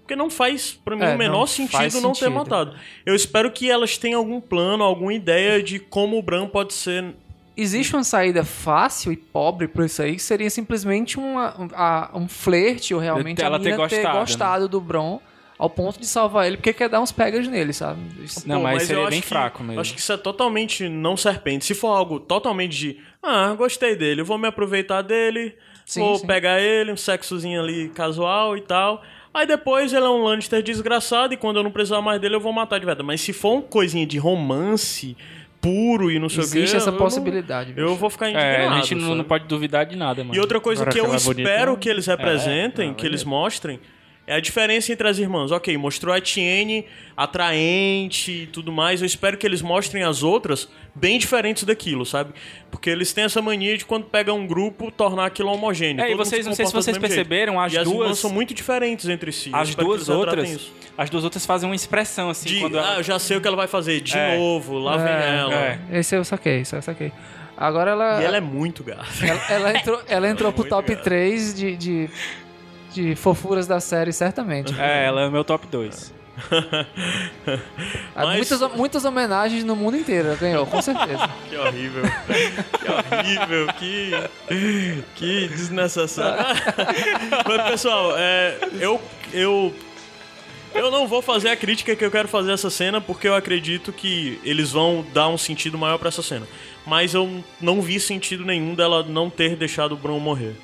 Porque não faz, pra mim, É, o menor não faz sentido não ter sentido. matado. Eu espero que elas tenham algum plano, alguma ideia de como o Bran pode ser. Existe uma saída fácil e pobre pra isso aí, que seria simplesmente uma, um- a- um flerte, ou realmente Ela a ter menina ter gostado, gostado, né? do Bron ao ponto de salvar ele, porque quer dar uns pegas nele, sabe? Isso- Não, mas eu seria acho bem que- fraco mesmo. Acho que isso é totalmente não serpente. Se for algo totalmente de, ah, gostei dele, eu vou me aproveitar dele, Sim, vou sim. pegar ele, um sexozinho ali casual e tal. Aí depois ele é um Lannister desgraçado e quando eu não precisar mais dele eu vou matar de verdade. Mas se for uma coisinha de romance puro e não sei o que. Existe essa eu não- possibilidade. bicho. Eu vou ficar É, Tá indignado. a gente não, sabe? não pode duvidar de nada, mano. E outra coisa Agora que eu aquela bonita- um. espero que eles representem, É, que eles mostrem, é a diferença entre as irmãs. Ok, mostrou a Etienne atraente e tudo mais. Eu espero que eles mostrem as outras bem diferentes daquilo, sabe? Porque eles têm essa mania de quando pega um grupo, tornar aquilo homogêneo. É, e Todo mundo vocês- não comporta sei se do vocês mesmo jeito. perceberam, as e as irmãs duas- são muito diferentes entre si. Eu As espero que duas eles retratem outras, isso. as duas outras fazem uma expressão assim De, quando ah, eu já sei o que ela vai fazer. De É. novo, lá É, vem ela. é. Esse eu saquei, esse eu saquei. Agora ela. E ela é muito gata. Ela, ela entrou, ela entrou pro muito top gata. 3 de, de, de fofuras da série, certamente. É, ela é o meu top 2. Há Mas- Muitas, muitas homenagens no mundo inteiro, ela ganhou, com certeza. Que horrível. Que horrível. Que, que desnecessário. Mas, pessoal, é, eu, eu, eu não vou fazer a crítica que eu quero fazer a essa cena, porque eu acredito que eles vão dar um sentido maior pra essa cena. Mas eu não vi sentido nenhum dela não ter deixado o Bron morrer.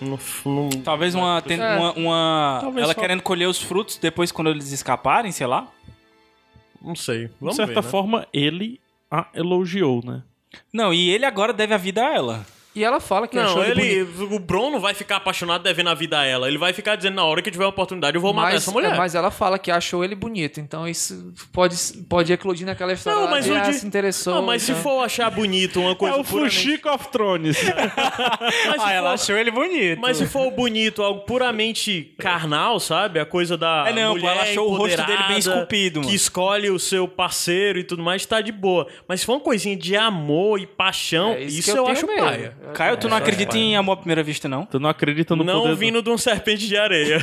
Não, não, Talvez uma. ten- É. uma, uma- Talvez ela só- querendo colher os frutos depois quando eles escaparem, sei lá. não sei. De Vamos certa ver, né? forma, ele a elogiou, né? Não, e ele agora deve a vida a ela. E ela fala que achou Não, ele bonito. ele, o Bron não vai ficar apaixonado devendo a vida a ela. Ele vai ficar dizendo, na hora que tiver oportunidade, eu vou matar mas, é essa mulher. mas ela fala que achou ele bonito, então isso pode, pode eclodir naquela história Não, lá mas de, o ah, de- se interessou. Não, mas se então. for achar bonito uma coisa é o puramente- Fuxico of Thrones. Mas se Ah, ela for- achou ele bonito. Mas se for bonito, algo puramente carnal, sabe? A coisa da É, não, pô, mulher ela achou o rosto dele bem empoderada, esculpido, mano. Que escolhe o seu parceiro e tudo mais, tá de boa. Mas se for uma coisinha de amor e paixão, É isso, isso que eu eu, tenho acho medo. paia. Caio, tu não É, acredita em amor à primeira vista, não? tu não acredita no poder... Não do- vindo de um serpente de areia.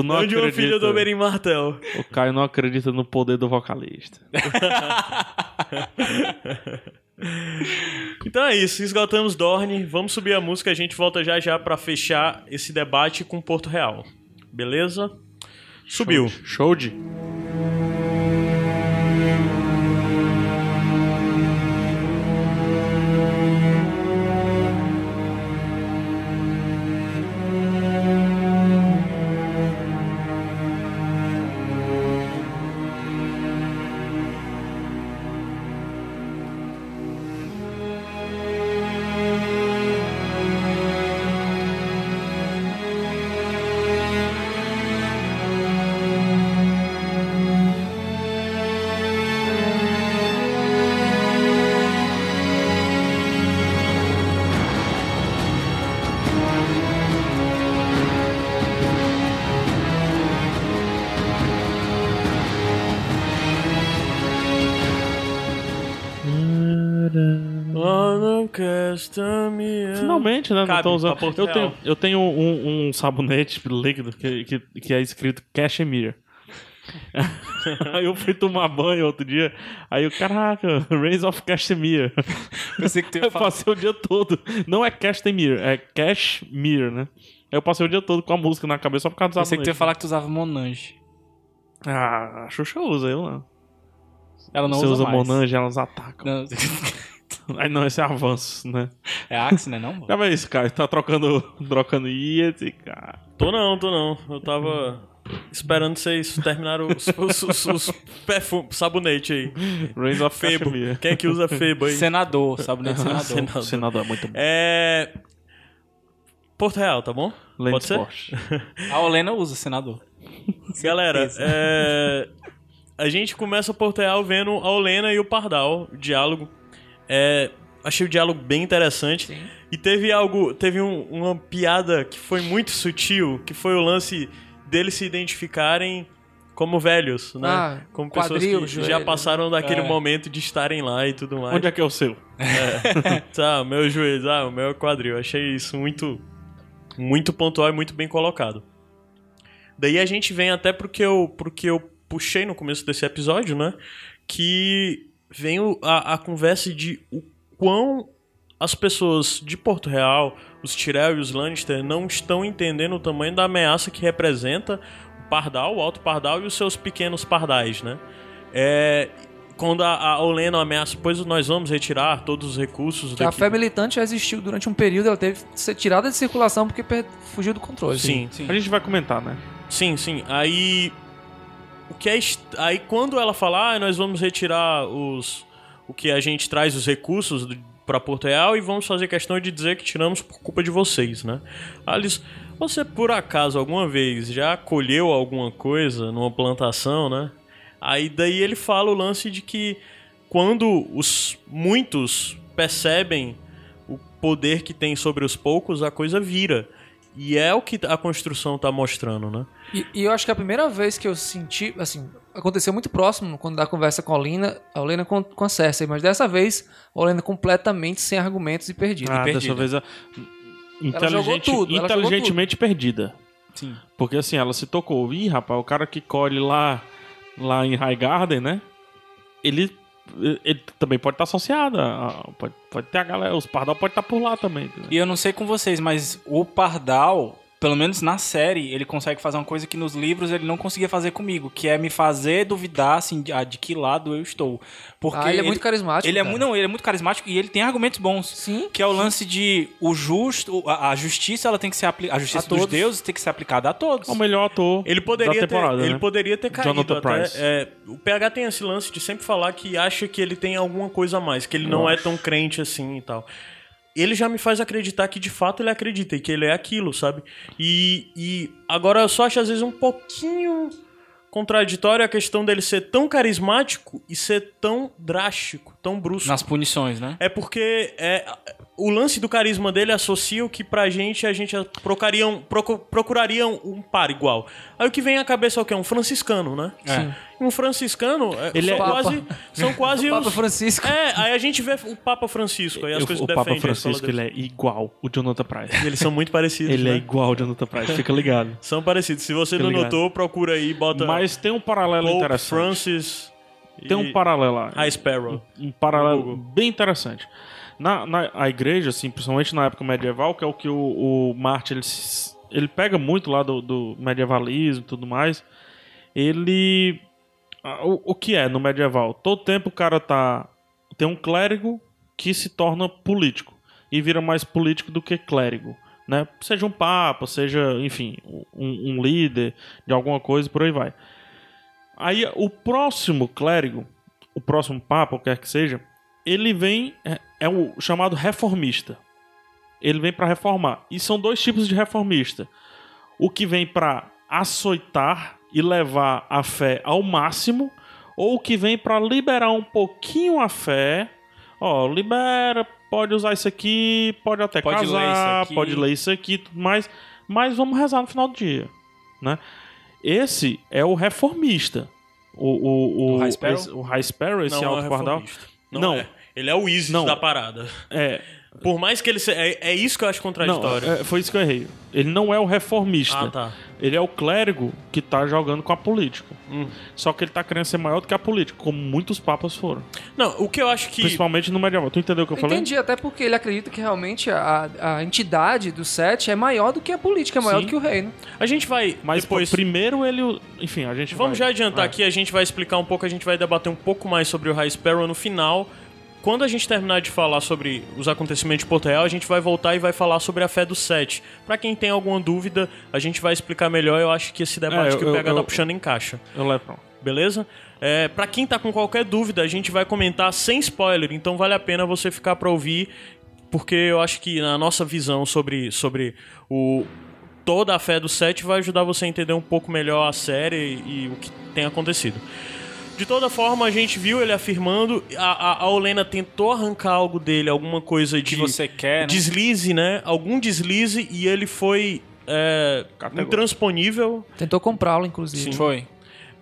não de um filho acredita. do Oberyn Martel. O Caio não acredita no poder do vocalista. Então é isso, esgotamos Dorne. Vamos subir a música, a gente volta já já pra fechar esse debate com Porto Real. Beleza? Subiu. Show de... Finalmente, né? não Cabe tô pra usando. Porto Eu Real. tenho, eu tenho um, um sabonete líquido que, que, que é escrito Cashmere. aí eu fui tomar banho outro dia, aí eu, caraca, Rains of Cashmere. Pensei que tu ia Eu falar. passei o dia todo. Não é Cashmere, é Cashmere, né? Eu passei o dia todo com a música na cabeça só por causa do Pensei que tu sabonete. ia falar que tu usava Monange. Ah, a Xuxa usa, eu não. Ela não Você usa, mais. Monange, elas atacam. Não. Aí não, esse é avanço, né? É Axe, né? Não, Já vê isso, cara. Tá trocando, trocando iete, cara. Tô não, tô não. Eu tava esperando vocês terminaram os, os, os, os perfumes, sabonete aí. Rains of Febo. Cashmere. Quem é que usa Febo aí? Senador, sabonete senador. O senador é muito bom. É. Porto Real, tá bom? Lane Pode ser? Sport. A Olena usa senador. Galera, é, a gente começa Porto Real vendo a Olena e o Pardal, o diálogo. É, achei o diálogo bem interessante. E teve algo, teve um- uma piada que foi muito sutil, que foi o lance deles se identificarem como velhos, né? Ah, como quadril, pessoas que já joelho. passaram daquele É. momento de estarem lá e tudo mais. Onde é que é o seu? Tá, o meu joelho, ah, o meu quadril. Achei isso muito, muito pontual e muito bem colocado. Daí a gente vem até pro que eu, pro que eu puxei no começo desse episódio, né? Que vem o- a, a conversa de o quão as pessoas de Porto Real, os Tyrell e os Lannister, não estão entendendo o tamanho da ameaça que representa o Pardal, o Alto Pardal e os seus pequenos pardais, né? É, quando a, a Olena ameaça, pois nós vamos retirar todos os recursos é A daqui. fé militante já existiu durante um período, ela teve que ser tirada de circulação porque per- fugiu do controle. Sim, Sim. A gente vai comentar, né? Sim, sim. Aí. O que é. est- Aí quando ela falar, ah, nós vamos retirar os. O que a gente traz, os recursos do- pra Porto Real e vamos fazer questão de dizer que tiramos por culpa de vocês, né? Alice, você por acaso alguma vez já colheu alguma coisa numa plantação, né? Aí daí ele fala o lance de que quando os muitos percebem o poder que tem sobre os poucos, a coisa vira. E é o que a construção tá mostrando, né? E, e eu acho que a primeira vez que eu senti, assim, aconteceu muito próximo quando da conversa com a Olena, a Olena com, com a Cersei, mas dessa vez a Olena completamente sem argumentos e perdida. Ah, perdida. dessa vez a... jogou tudo, ela jogou inteligentemente perdida. Sim. Porque assim, ela se tocou. Ih, rapaz, o cara que colhe lá, lá em High Garden, né? Ele, ele também pode estar associado. a- a- Pode, pode ter a galera. Os pardal pode estar por lá também. né? É E eu não sei com vocês, mas o Pardal, pelo menos na série, ele consegue fazer uma coisa que nos livros ele não conseguia fazer comigo, que é me fazer duvidar, assim, de, ah, de que lado eu estou. Porque Ah, ele, é muito carismático. ele é cara. muito, não, ele é muito carismático e ele tem argumentos bons. Sim. Que é o lance de o justo, a, a justiça ela tem que ser aplicada, a justiça dos todos. deuses tem que ser aplicada a todos. É o melhor ator Ele poderia da temporada, ter, né? ele poderia ter caído Jonathan até, Pryce. é, o PH tem esse lance de sempre falar que acha que ele tem alguma coisa a mais, que ele não é tão crente assim e tal. Ele já me faz acreditar que de fato ele acredita e que ele é aquilo, sabe? E, e agora eu só acho às vezes um pouquinho contraditório a questão dele ser tão carismático e ser tão drástico, tão brusco. Nas punições, né? É porque é, o lance do carisma dele associa o que pra gente a gente procuraria um, procu- procuraria um- um par igual. Aí o que vem à cabeça é o quê? Um franciscano, né? Sim. Um franciscano é, Ele são, é- quase, são quase Papa os- Francisco. É, aí a gente vê o Papa Francisco, aí as Eu- coisas o defendem. Papa aí fala Francisco deles. ele é igual o Jonathan Price. Eles são muito parecidos, ele né? é igual o Jonathan Price, fica ligado. São parecidos. Se você Tá não ligado. notou, procura aí, bota Mas tem um paralelo Tá. Pope interessante. Francis Tem um paralelo lá. High Sparrow. um paralelo Google. bem interessante. Na, na a igreja, assim, principalmente na época medieval, que é o que o, o Marte ele, se- ele pega muito lá do, do medievalismo e tudo mais, ele. a- O, o que é no medieval? Todo tempo o cara tá. Tem um clérigo que se torna político e vira mais político do que clérigo. Né? Seja um papa, seja, enfim, um, um líder de alguma coisa e por aí vai. Aí o próximo clérigo, o próximo papa, ou quer que seja, ele vem é, é o chamado reformista. Ele vem para reformar. E são dois tipos de reformista. O que vem para açoitar e levar a fé ao máximo, ou o que vem para liberar um pouquinho a fé. Ó, libera, pode usar isso aqui, pode até Pode ler isso casar, aqui. pode ler isso aqui, e tudo mais, mas vamos rezar no final do dia, né? Esse é o reformista. O, o, o, O High Sparrow? esse- o High Sparrow, esse não, alto é pardal. reformista. Não. é. Ele é o Isis Não. da parada. É, Por mais que ele seja. É, é isso que eu acho não, contraditório. é, foi isso que eu errei. Ele não é o reformista. Ah, tá. Ele é o clérigo que tá jogando com a política. Hum. Só que ele tá querendo ser maior do que a política, como muitos papas foram. Não, o que eu acho que. Principalmente no medieval. Tu entendeu o que eu falei? Entendi, até porque ele acredita que realmente a, a entidade do Sete é maior do que a política, é maior Sim. do que o reino. A gente vai. Mas depois. pô, primeiro ele. o- Enfim, a gente Vamos já vai- adiantar vai. aqui, a gente vai explicar um pouco, a gente vai debater um pouco mais sobre o High Sparrow no final. Quando a gente terminar de falar sobre os acontecimentos de Porto Real, a gente vai voltar e vai falar sobre a fé do Sete. Pra quem tem alguma dúvida, a gente vai explicar melhor. Eu acho que esse debate É, eu- que o PH eu- tá eu- puxando encaixa. Eu levo pra lá. Beleza? É, para quem tá com qualquer dúvida, a gente vai comentar sem spoiler, então vale a pena você ficar pra ouvir, porque eu acho que na nossa visão sobre, sobre o toda a fé do set vai ajudar você a entender um pouco melhor a série e, e o que tem acontecido. De toda forma, a gente viu ele afirmando, a, a, a Olena tentou arrancar algo dele, alguma coisa de Que você quer, né? deslize, né? Algum deslize e ele foi é, Categórico. intransponível, Tentou comprá-lo, inclusive. Foi.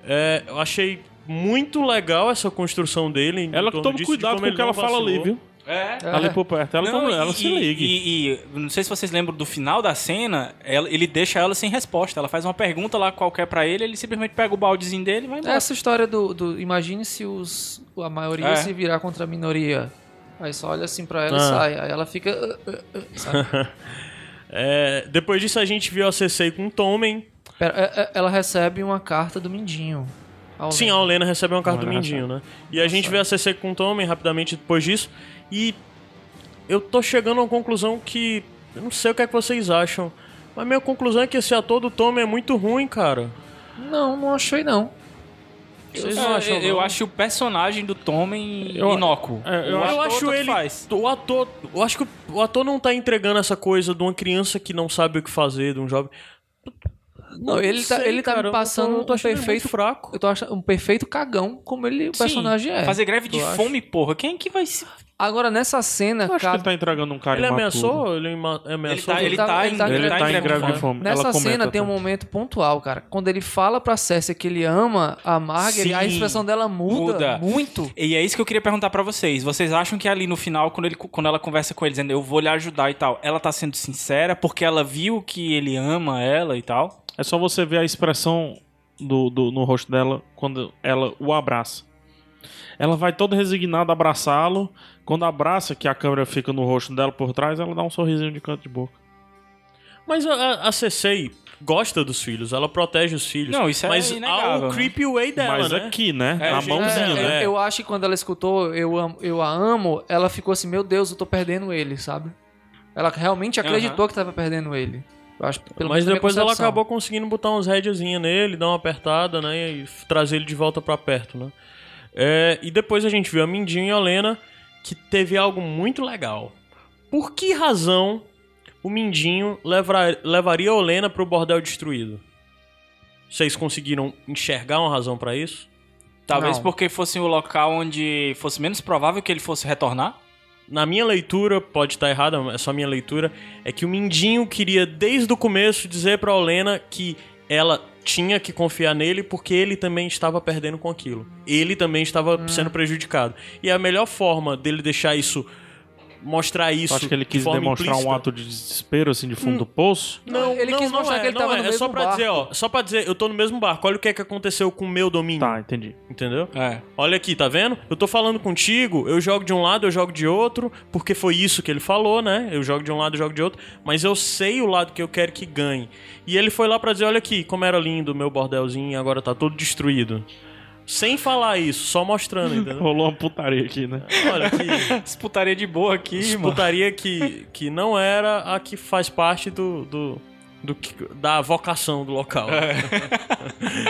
é, eu achei muito legal essa construção dele. em Ela que torno toma disso, de cuidado como com o ele que ela não fala ali, vacilou. viu? É. É. Ali por perto. Ela, Não, toma- ela e- se e- liga. E, e não sei se vocês lembram do final da cena, ela- ele deixa ela sem resposta. Ela faz uma pergunta lá qualquer pra ele, ele simplesmente pega o baldezinho dele e vai É, embora. Essa história do, do- imagine se os a maioria É. se virar contra a minoria. Aí só olha assim pra ela Ah. e sai. Aí ela fica. "Ah, ah, ah", sabe? É, depois disso a gente viu a CC com o Tommen. Pera, é- é- ela recebe uma carta do Mindinho. Ao Sim, ler. a Olena recebe uma carta do Olena Mindinho, né? E a gente vê a CC com o Tommen rapidamente depois disso. E eu tô chegando a uma conclusão que... Eu não sei o que é que vocês acham. Mas minha conclusão é que esse ator do Tommen é muito ruim, cara. Não, não achei não. Eu, Vocês não acham, Ah, eu não? acho o personagem do Tommen Eu- inócuo. é, eu O acho- Eu ator acho tanto ele. faz. O ator. Eu acho que o ator não tá entregando essa coisa de uma criança que não sabe o que fazer, de um jovem. Não, ele tá, sei, ele tá cara, eu me tô- passando eu tô um achando ele muito perfeito fraco. Eu tô achando um perfeito cagão como ele o Sim, personagem é. Fazer greve de eu acho. fome, porra. Quem é que vai se Agora, nessa Eu cena, acho que cara. ele tá entregando um cara Ele imaturo. ameaçou? Ele ima- ameaçou? tá- ele em- tá- Ele, Ele tá, tá em greve de fome. fome. Nessa Ela comenta cena tem um também. momento pontual, cara. Quando ele fala pra Cersei que ele ama a Margaret, Sim. a expressão dela muda, Muda. muito. E é isso que eu queria perguntar pra vocês. Vocês acham que ali no final, quando, ele, quando ela conversa com ele, dizendo eu vou lhe ajudar e tal, ela tá sendo sincera porque ela viu que ele ama ela e tal? É só você ver a expressão do, do- no rosto dela quando ela o abraça. Ela vai toda resignada abraçá-lo. Quando abraça, que a câmera fica no rosto dela por trás, ela dá um sorrisinho de canto de boca. tá- Mas a, a Cersei gosta dos filhos, ela protege os filhos. Não, isso é Mas há inegável, o né? creepy way dela, Mas né? aqui, né? É, na gente, mãozinha, É, eu- né? né? Eu acho que quando ela escutou eu, amo, eu a amo, ela ficou assim, meu Deus, eu tô perdendo ele, sabe? Ela realmente acreditou que tava perdendo ele. Eu acho, pelo Mas menos na minha depois ela concepção. acabou conseguindo botar uns rédeazinhos nele, dar uma apertada, né? E f- trazer ele de volta pra perto, né? É, e depois a gente viu a Mindinha e a Lena, que teve algo muito legal. Por que razão o Mindinho levra- levaria a Olena pro bordel destruído? Vocês conseguiram enxergar uma razão pra isso? Talvez Não. porque fosse o local onde fosse menos provável que ele fosse retornar? Na minha leitura, pode estar errada, é só minha leitura, é que o Mindinho queria desde o começo dizer pra Olena que ela tinha que confiar nele porque ele também estava perdendo com aquilo. Ele também estava Hum. sendo prejudicado. E a melhor forma dele deixar isso mostrar Eu isso acho que ele de quis forma demonstrar implícita- Hum. um ato de desespero, assim, de fundo do poço. Não, Ele não, quis não mostrar é, que ele não tava é. no é só mesmo pra barco. dizer, ó, só pra dizer, eu tô no mesmo barco. Olha o que é que aconteceu com o meu domínio, Tá, entendi. entendeu? É. Olha aqui, tá vendo? Eu tô falando contigo, eu jogo de um lado, eu jogo de outro, porque foi isso que ele falou, né? Eu jogo de um lado, eu jogo de outro, mas eu sei o lado que eu quero que ganhe. E ele foi lá pra dizer, olha aqui, como era lindo o meu bordelzinho, agora tá todo destruído. Sem falar isso, só mostrando, entendeu? Rolou uma putaria aqui, né? Olha que Disputaria de boa aqui, mano. disputaria que, que não era a que faz parte do, do, do que- da vocação do local. É.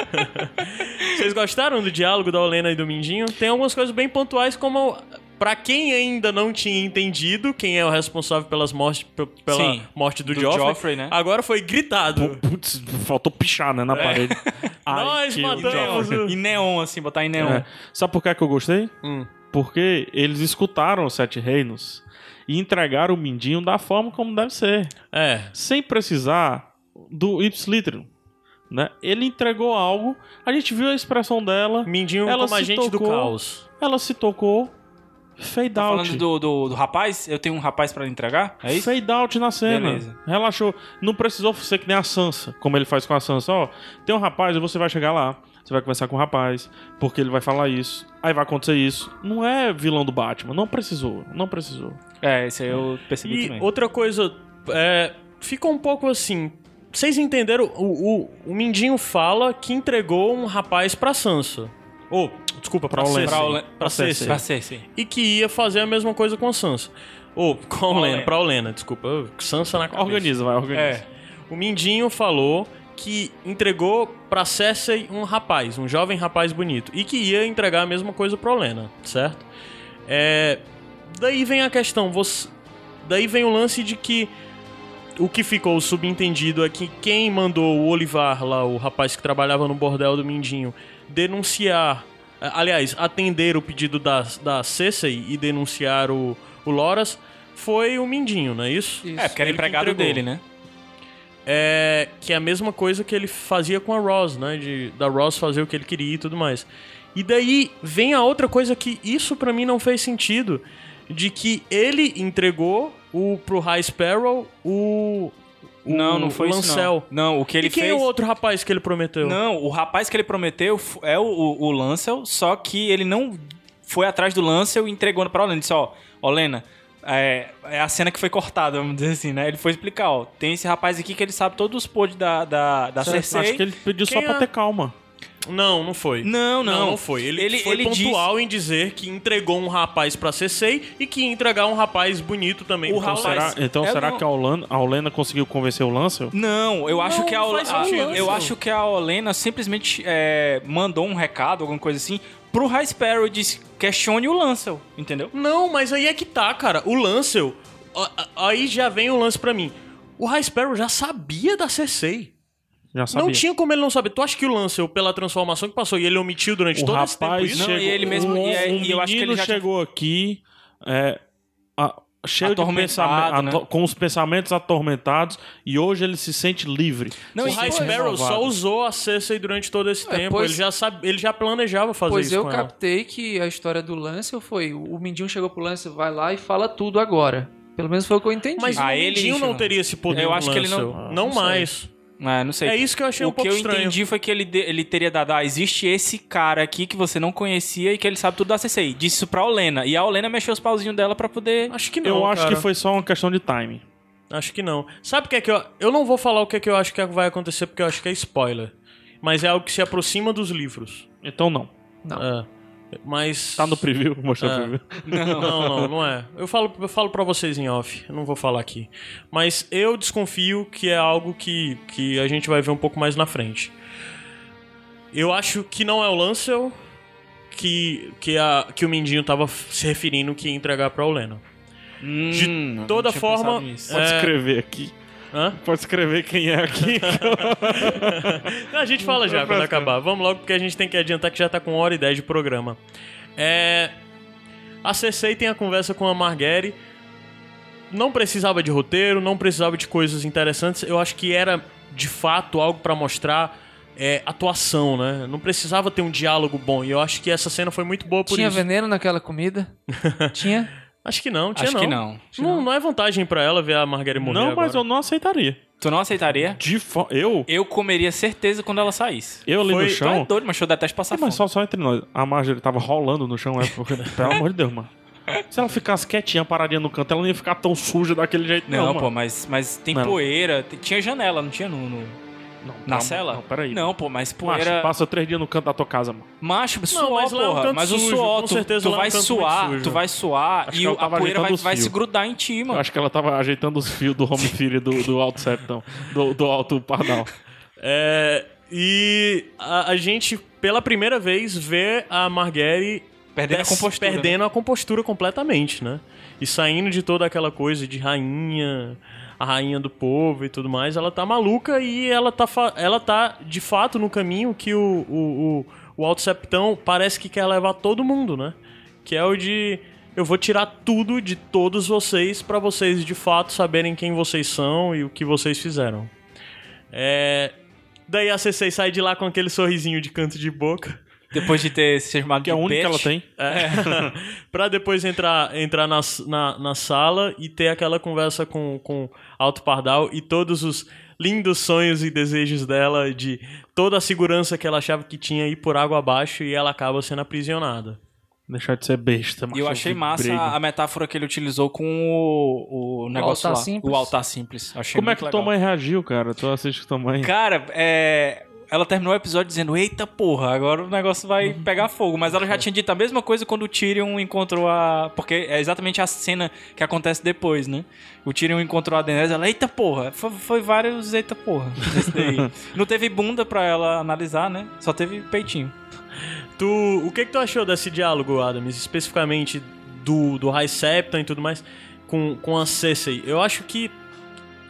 Vocês gostaram do diálogo da Olena e do Mindinho? Tem algumas coisas bem pontuais, como pra quem ainda não tinha entendido quem é o responsável pelas mortes, pe- pela Sim, morte do, do Joffrey, Ah, Joffrey, né? agora foi gritado. Putz, faltou pichar, né, na parede. Ai, É. Nós que o matamos diabo. o- E neon, assim, botar em neon. É. Sabe por que, é que eu gostei? Hum. Porque eles escutaram os Sete Reinos e entregaram o Mindinho da forma como deve ser. É. Sem precisar do Ipslitrum. Né? Ele entregou algo, a gente viu a expressão dela, Mindinho Ela como se agente do tocou. caos. ela se tocou. Fade Tá out. falando do, do, do rapaz? Eu tenho um rapaz pra lhe entregar? É isso? Fade out na cena. Beleza. Relaxou. Não precisou ser que nem a Sansa, como ele faz com a Sansa. Ó, tem um rapaz, você vai chegar lá, você vai conversar com o rapaz, porque ele vai falar isso, aí vai acontecer isso. Não é vilão do Batman, não precisou, não precisou. É, esse aí eu percebi E também. outra coisa, é, fica um pouco assim. Vocês entenderam? O, o, o Mindinho fala que entregou um rapaz pra Sansa. Ou, desculpa, pra, Pra Cersei. Olenna. Pra Olen- Pra Cersei. Pra ser, sim. E que ia fazer a mesma coisa com a Sansa. Ou, com a Olena, Olenna. pra Olena, desculpa. Eu- Sansa na cabeça. Organiza, vai, organiza. É. O Mindinho falou que entregou pra Cersei um rapaz, um jovem rapaz bonito, e que ia entregar a mesma coisa pra Olena, certo? É, daí vem a questão, você- daí vem o lance de que o que ficou subentendido é que quem mandou o Olivar lá, o rapaz que trabalhava no bordel do Mindinho, denunciar, a- aliás, atender o pedido da, da Cersei e denunciar o, o Loras, foi o Mindinho, não é isso? Isso. É, porque era Ele que empregado entregou. dele, né? É, que é a mesma coisa que ele fazia com a Ross, né? De, da Ross fazer o que ele queria e tudo mais. E daí vem a outra coisa que isso pra mim não fez sentido. De que ele entregou o, pro High Sparrow o. o Não, não foi Lancel. isso. Não, não o que ele e quem fez. é o outro rapaz que ele prometeu? Não, o rapaz que ele prometeu f- é o, o, o Lancel, só que ele não foi atrás do Lancel e entregou pra Olena. Disse, ó, Olena, é, é a cena que foi cortada, vamos dizer assim, né? Ele foi explicar, ó, tem esse rapaz aqui que ele sabe todos os pods da, da, da Cersei. Acho que ele pediu só Tá Quem pra é? ter calma. Não, não foi. Não, não. Não, não foi. Ele, foi disse- pontual em dizer que entregou um rapaz pra CC e que ia entregar um rapaz bonito também. O pro rapaz- Lancel. Será- então eu será não- que a Olena, a Olena conseguiu convencer o Lancel? Não, eu acho Não, que a, não Ol- faz a- sentido. eu acho que a Olena simplesmente é, mandou um recado, alguma coisa assim, pro High Sparrow e disse questione o Lancel, entendeu? Não, mas aí é que tá, cara. O Lancel. a- a- Aí já vem o lance pra mim. O High Sparrow já sabia da Cersei. Já sabia. Não tinha como ele não saber. Tu acha que o Lancel, pela transformação que passou e ele omitiu durante O todo esse tempo rapaz isso? chegou, e ele mesmo- o, e aí- o e eu acho que ele menino já tinha- chegou aqui, é, a- cheio de Atormentado, pensamento, né? com os pensamentos atormentados e hoje ele se sente livre. Não, o e- High pois- Sparrow só Malvado. usou a Cersei durante todo esse É, tempo. pois- Ele, já sabe, ele já planejava fazer Pois isso eu com ela. captei que a história do Lancel foi: o o Mindinho chegou pro Lancel, vai lá e fala tudo agora. Pelo menos foi o que eu entendi. Mas Ah, o ele- Mindinho não teria esse poder. Eu do acho que ele não- Lancel. Ah, Não não sei. mais. É, não sei. É isso que eu achei o um pouco que eu estranho. entendi foi que ele, de- ele teria dado, ah, existe esse cara aqui que você não conhecia e que ele sabe tudo da CCI. Disse isso pra Olena. E a Olena mexeu os pauzinhos dela pra poder... Acho que não. Eu acho cara. que foi só uma questão de timing. Acho que não. Sabe o que é que eu. Eu não vou falar o que é que eu acho que vai acontecer, porque eu acho que é spoiler. Mas é algo que se aproxima dos livros. Então não. É. Mas. Tá no preview, mostrou É. o preview. Não, não, não é. Eu falo, eu falo pra vocês em off, eu não vou falar aqui. Mas eu desconfio que é algo que, que a gente vai ver um pouco mais na frente. Eu acho que não é o Lancel que, que, a, que o Mindinho tava f- se referindo que ia entregar pra Olena. Hum, De não toda tinha forma, pensado nisso. Pode É. escrever aqui. Hã? Pode escrever quem é aqui. A gente fala já quando acabar. Vamos logo, porque a gente tem que adiantar que já tá com uma hora e dez de programa. É... A CC tem a conversa com a Marguerite. Não precisava de roteiro, não precisava de coisas interessantes. Eu acho que era, de fato, algo pra mostrar é, atuação, né? Não precisava ter um diálogo bom. E eu acho que essa cena foi muito boa por Tinha isso. veneno naquela comida? Tinha? Acho que não, tinha Acho que não. Não, não é vantagem pra ela ver a Marguerite morrer não, mas agora. eu não aceitaria. Tu não aceitaria? De fo... Eu? Eu comeria certeza quando ela saísse. Eu ali Foi- no tu Tu é chão? doido, mas eu detesto passar Mas fome. só, só entre nós. A Marjorie tava rolando no chão, é porque, pelo amor de Deus, mano. Se ela ficasse quietinha, paradinha no canto, ela não ia ficar tão suja daquele jeito, não. Não, mano. pô, mas, mas tem Não. poeira. t- Tinha janela, não tinha no... no- Não, Na calma, cela? Não, peraí. Não, pô, mas Macho, poeira... passa três dias no canto da tua casa, mano. Macho, suor, mas lá é um porra. canto mas o sujo, suor, com tu, certeza tu lá é um vai canto muito suar, sujo. tu vai suar Acho e que ela a tava poeira vai, ajeitando os vai se fios. grudar em ti, Eu mano. acho que ela tava ajeitando os fios do home theater do, do alto septão, do, do alto pardal. É, e a, a gente, pela primeira vez, vê a Marguerite Perdendo a des- né? compostura, né? perdendo a compostura completamente, né? E saindo de toda aquela coisa de rainha, a rainha do povo e tudo mais. Ela tá maluca e ela tá, fa- ela tá de fato no caminho que o, o, o, o Alto Septão parece que quer levar todo mundo, né? Que é o de. Eu vou tirar tudo de todos vocês pra vocês de fato saberem quem vocês são e o que vocês fizeram. É, Daí a C6 sai de lá com aquele sorrisinho de canto de boca. Depois de ter se chamado Que é a de única que ela bitch. tem. É. pra depois entrar, entrar na, na, na sala e ter aquela conversa com, com Alto Pardal e todos os lindos sonhos e desejos dela de toda a segurança que ela achava que tinha ir por água abaixo e ela acaba sendo aprisionada. Deixar de ser besta, mano. E eu achei massa a metáfora que ele utilizou com o, o negócio altar lá. simples. O altar simples. Achei Como é muito que tua legal. mãe reagiu, cara? Tu assiste tua mãe. Cara, é... Ela terminou o episódio dizendo, eita porra, agora o negócio vai Uhum. pegar fogo. Mas ela já tinha dito a mesma coisa quando o Tyrion encontrou a... Porque é exatamente a cena que acontece depois, né? O Tyrion encontrou a Daenerys, ela, eita porra. Foi, foi vários eita porra. nesse daí. Não teve bunda pra ela analisar, né? Só teve peitinho. Tu, o que, que tu achou desse diálogo, Adams, especificamente do, do High Septon e tudo mais, com, com a Cersei? Eu acho que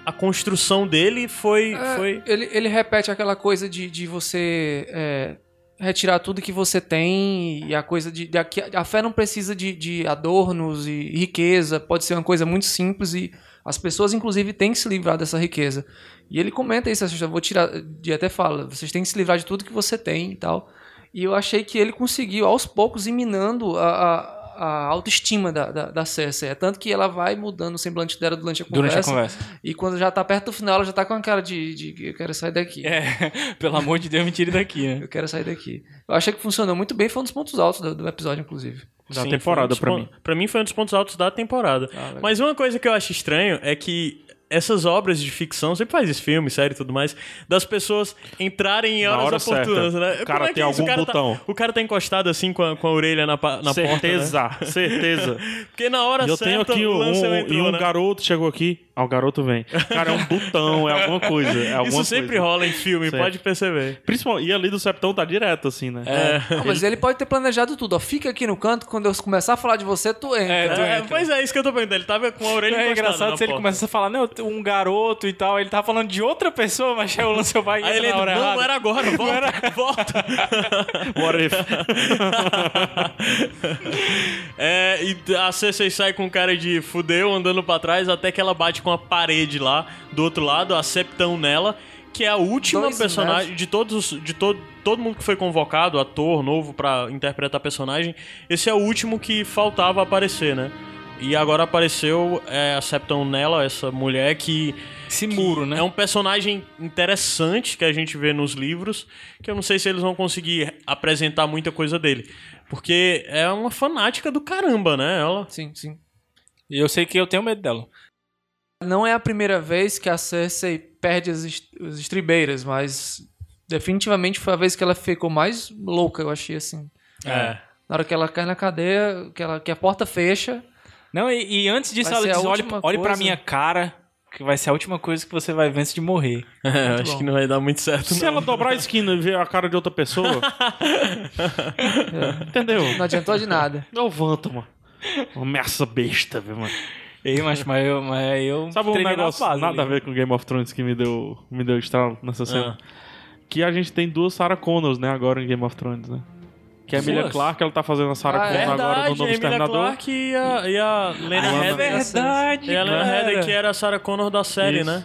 a construção dele foi. É, foi... Ele, ele repete aquela coisa de, de você é, retirar tudo que você tem e a coisa de. de- que a fé não precisa de, de adornos e riqueza, pode ser uma coisa muito simples e as pessoas, inclusive, têm que se livrar dessa riqueza. E ele comenta isso, assim, eu vou tirar. E até fala, vocês têm que se livrar de tudo que você tem e tal. E eu achei que ele conseguiu, aos poucos, ir minando a. a a autoestima da, da, da Cersei. É tanto que ela vai mudando o semblante dela durante a Durante conversa. a conversa. E quando já tá perto do final, ela já tá com a cara de, de eu quero sair daqui. É, pelo amor de Deus, me tire daqui, né? Eu quero sair daqui. Eu achei que funcionou muito bem, foi um dos pontos altos do, do episódio, inclusive. Da Sim, temporada foi um pra dos mim. Ah, pon- Pra mim foi um dos pontos altos da temporada. legal. Mas uma coisa que eu acho estranho é que essas obras de ficção, sempre faz isso, filme, série e tudo mais, das pessoas entrarem em Na horas hora oportunas, certa. né? O cara Como é que tem é isso? algum o cara botão. Tá, o cara tá encostado assim com a, com a orelha na, pa- na porta, né? certeza, certeza. Porque na hora E eu certa tenho aqui o um, Lancel e entrou, um né? garoto chegou aqui. Ah, o garoto vem. Cara, é um botão, é alguma coisa. É alguma Isso sempre coisa. rola em filme, Sempre. pode perceber. Principal- e ali do Septão tá direto, assim, né? É. Não, Ah, mas ele pode ter planejado tudo. Ó, fica aqui no canto, quando eu começar a falar de você, tu entra. É, tu É, entra. mas é isso que eu tô perguntando. Ele tava com a orelha É encostada engraçado na se ele porta. começa a falar, não, um garoto e tal. Ele tá falando de outra pessoa, mas aí o Lance vai e Aí entra ele na entra, hora não, errada. não era agora, volta, volta. What if? É, e a Cersei sai com cara de fudeu, andando pra trás, até que ela bate com a parede lá do outro lado, a Septão nela, que é a última Dois personagem metros. de todos, os- de todo, todo mundo que foi convocado, ator novo pra interpretar personagem, esse é o último que faltava aparecer, né? E agora apareceu é, a Septão nela, essa mulher que Esse muro, né? é um personagem interessante que a gente vê nos livros, que eu não sei se eles vão conseguir apresentar muita coisa dele. Porque é uma fanática do caramba, né? Ela. Sim, sim. E eu sei que eu tenho medo dela. Não é a primeira vez que a Cersei perde as, est- as estribeiras, mas definitivamente foi a vez que ela ficou mais louca, eu achei assim. É. Na hora que ela cai na cadeia, que, ela, que a porta fecha, Não, e, e antes disso, Vai ela ser a diz: olhe, última olhe pra coisa." minha cara, que vai ser a última coisa que você vai ver antes de morrer. acho bom. que não vai dar muito certo. Se não. ela dobrar a esquina e ver a cara de outra pessoa. entendeu? não adiantou de nada. Levanta, mano. Uma ameaça besta, viu, mano? Ei, mas, mas eu, mas eu. Sabe um tremi na negócio fase nada a né? ali. ver com Game of Thrones que me deu, me deu estralo Ah. nessa cena? Que a gente tem duas Sarah Connors, né, agora em Game of Thrones, né? Que a Emilia Duas? Clarke, ela tá fazendo a Sarah Ah, é. Connor agora no Verdade, a Novo Emilia Exterminador. Clarke e a, e a Lena Ah, É Headey. verdade, verdade, Ela é cara. Headey, que era a Sarah Connor da série, Isso. né?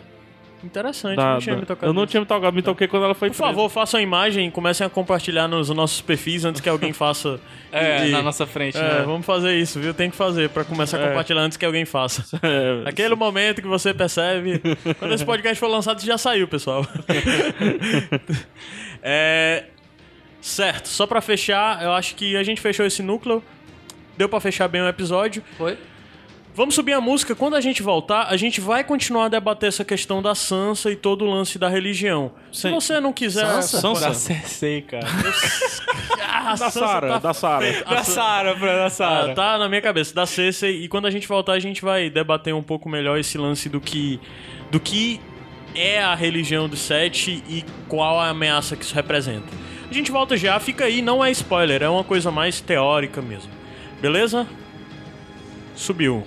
Interessante, Da- não tinha da- me tocado. eu não nisso. tinha me tocado, me toquei quando ela foi Por favor, façam a imagem e comecem a compartilhar nos nossos perfis antes que alguém faça. É, e- na nossa frente, É, né? vamos fazer isso, viu? Tem que fazer pra começar a É. compartilhar antes que alguém faça. É, Aquele momento que você percebe. Quando esse podcast for lançado, já saiu, pessoal. É, certo, só pra fechar, eu acho que a gente fechou esse núcleo. Deu pra fechar bem o episódio. Foi? Vamos subir a música. Quando a gente voltar, a gente vai continuar a debater essa questão da Sansa e todo o lance da religião. Se Sim. você não quiser. Sansa? Sansa? Da Cersei, cara. Ah, a Da Sansa Sarah, tá- da Sarah. da Sara, pra da Sara. Ah, tá na minha cabeça, da Cersei. E quando a gente voltar, a gente vai debater um pouco melhor esse lance do que, do que é a religião dos sete e qual a ameaça que isso representa. A gente volta já, fica aí, não é spoiler, é uma coisa mais teórica mesmo. Beleza? Subiu.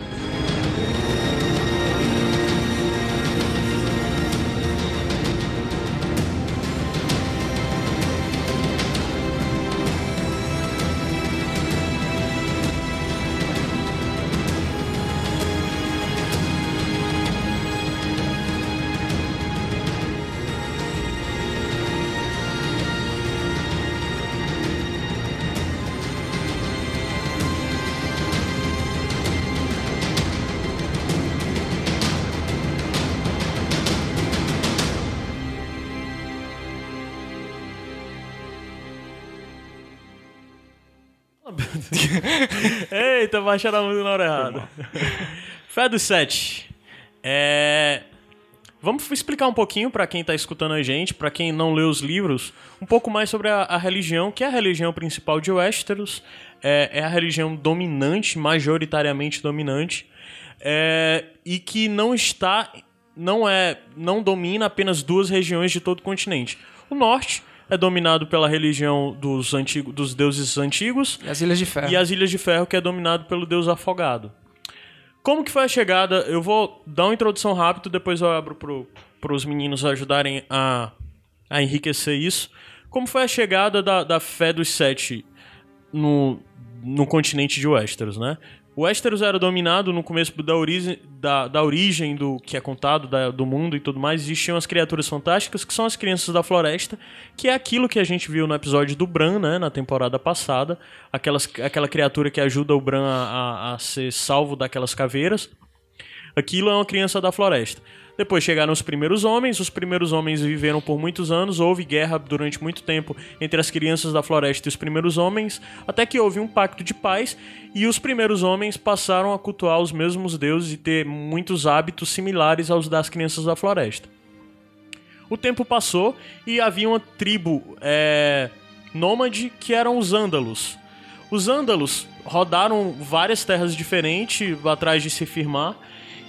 Eita, baixaram a música na hora errada. Fé dos Sete. É... Vamos explicar um pouquinho pra quem tá escutando a gente, pra quem não leu os livros, um pouco mais sobre a, a religião, que é a religião principal de Westeros, é, é a religião dominante, majoritariamente dominante, é, e que não está, não é, não domina apenas duas regiões de todo o continente. O norte é dominado pela religião dos antigos, dos deuses antigos, E as Ilhas de Ferro. e as Ilhas de Ferro, que é dominado pelo deus afogado. Como que foi a chegada? Eu vou dar uma introdução rápido, depois eu abro para os meninos ajudarem a, a enriquecer isso. Como foi a chegada da, da fé dos sete no, no continente de Westeros, né? Westeros era dominado no começo da origem, da, da origem do que é contado da- do mundo e tudo mais. Existiam as criaturas fantásticas, que são as crianças da floresta, que é aquilo que a gente viu no episódio do Bran, né? Na temporada passada. Aquelas, aquela criatura que ajuda o Bran a, a- a ser salvo daquelas caveiras. Aquilo é uma criança da floresta. Depois chegaram os primeiros homens, os primeiros homens viveram por muitos anos, houve guerra durante muito tempo entre as crianças da floresta e os primeiros homens, até que houve um pacto de paz e os primeiros homens passaram a cultuar os mesmos deuses e ter muitos hábitos similares aos das crianças da floresta. O tempo passou e havia uma tribo é, nômade que eram os Ândalos. Os Ândalos rodaram várias terras diferentes atrás de se firmar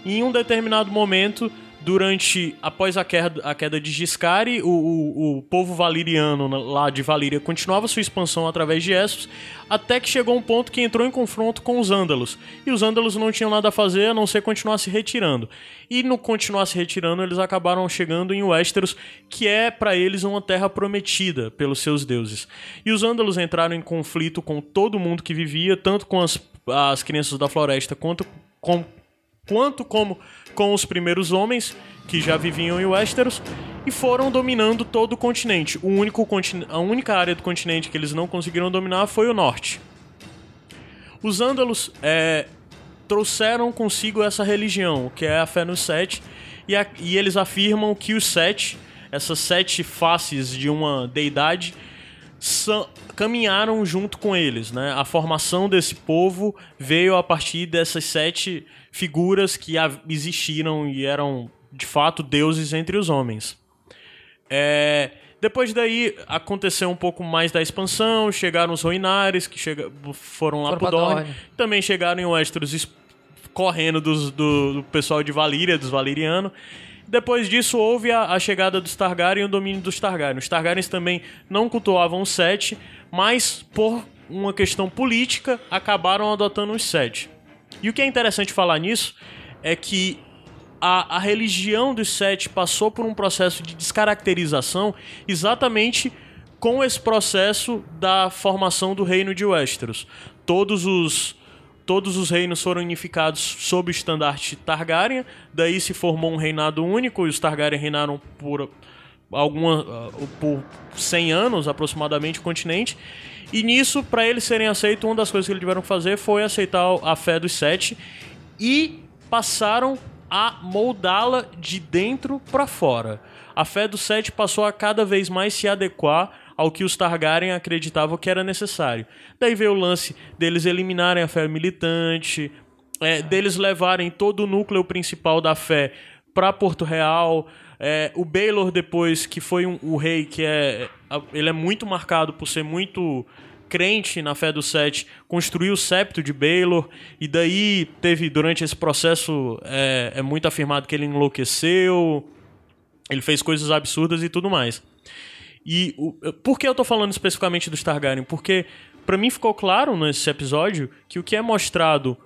E em um determinado momento, durante após a queda, a queda de Giscari, o, o, o povo valiriano na- lá de Valíria continuava sua expansão através de Essos, até que chegou um ponto que entrou em confronto com os ândalos. E os ândalos não tinham nada a fazer a não ser continuar se retirando. E no continuar se retirando, eles acabaram chegando em Westeros, que é para eles uma terra prometida pelos seus deuses. E os ândalos entraram em conflito com todo mundo que vivia, tanto com as, as crianças da floresta quanto com quanto como com os primeiros homens que já viviam em Westeros e foram dominando todo o continente. O único contin- a única área do continente que eles não conseguiram dominar foi o norte. Os ândalos é, trouxeram consigo essa religião, que é a fé nos sete, e, a- e eles afirmam que os sete, essas sete faces de uma deidade, são- caminharam junto com eles, né? A formação desse povo veio a partir dessas sete figuras que a- existiram e eram de fato deuses entre os homens. É, depois daí aconteceu um pouco mais da expansão, chegaram os Ruinares, que chega, foram lá Foram pro pra Dorne. Dorne. Também chegaram em Westeros es- correndo dos- do, do pessoal de Valíria, dos Valirianos. Depois disso, houve a, a chegada dos Targaryen e o domínio dos Targaryen. Os Targaryens também não cultuavam os Sete, mas por uma questão política, acabaram adotando os Sete. E o que é interessante falar nisso é que a, a religião dos Sete passou por um processo de descaracterização exatamente com esse processo da formação do reino de Westeros. Todos os todos os reinos foram unificados sob o estandarte Targaryen, daí se formou um reinado único e os Targaryen reinaram por alguma ah, por 100 anos aproximadamente o continente. E nisso, para eles serem aceitos, uma das coisas que eles tiveram que fazer foi aceitar a fé dos sete e passaram a moldá-la de dentro para fora. A fé dos sete passou a cada vez mais se adequar ao que os Targaryen acreditavam que era necessário. Daí veio o lance deles eliminarem a fé militante, é, deles levarem todo o núcleo principal da fé para Porto Real. É, o Baelor depois, que foi um- o rei que é... a- Ele é muito marcado por ser muito crente na fé do Sete, construiu o septo de Baelor, e daí teve, durante esse processo, é, é muito afirmado que ele enlouqueceu, ele fez coisas absurdas e tudo mais. E o- por que eu tô falando especificamente dos Targaryen? Porque pra mim ficou claro nesse episódio que o que é mostrado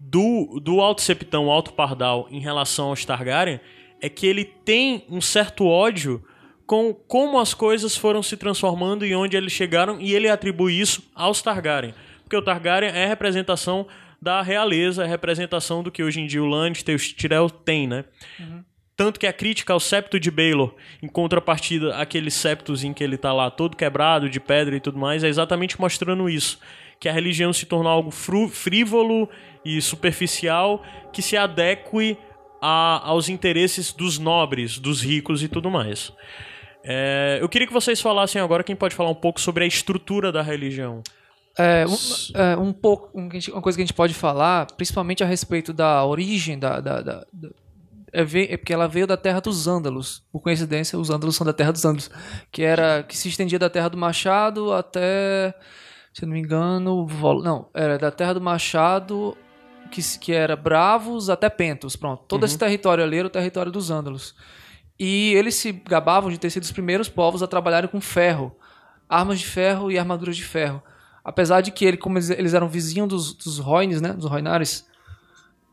do, do Alto Septão, Alto Pardal, em relação aos Targaryen, é que ele tem um certo ódio com como as coisas foram se transformando e onde eles chegaram, e ele atribui isso aos Targaryen. Porque o Targaryen é a representação da realeza, é a representação do que hoje em dia o Lannister e os Tyrell têm, né? Tanto que a crítica ao septo de Baylor, em contrapartida àqueles septos em que ele tá lá todo quebrado, de pedra e tudo mais, é exatamente mostrando isso. Que a religião se tornou algo fru- frívolo e superficial que se adeque a- aos interesses dos nobres, dos ricos e tudo mais. É, eu queria que vocês falassem agora, quem pode falar um pouco sobre a estrutura da religião. É, um, é, um pouco, um que a gente- uma coisa que a gente pode falar, principalmente a respeito da origem da. da- da- da- é, ve- é porque ela veio da terra dos Ândalos. Por coincidência, os Ândalos são da terra dos Ândalos. Que era. que se estendia da terra do Machado até. Se eu não me engano. Vol- não, era da terra do Machado, que, se- que era Bravos até Pentos. Pronto. Todo esse território ali era o território dos Ândalos. E eles se gabavam de ter sido os primeiros povos a trabalharem com ferro, armas de ferro e armaduras de ferro. Apesar de que ele, como eles, eles eram vizinhos dos, dos Roines, né, dos Roinares,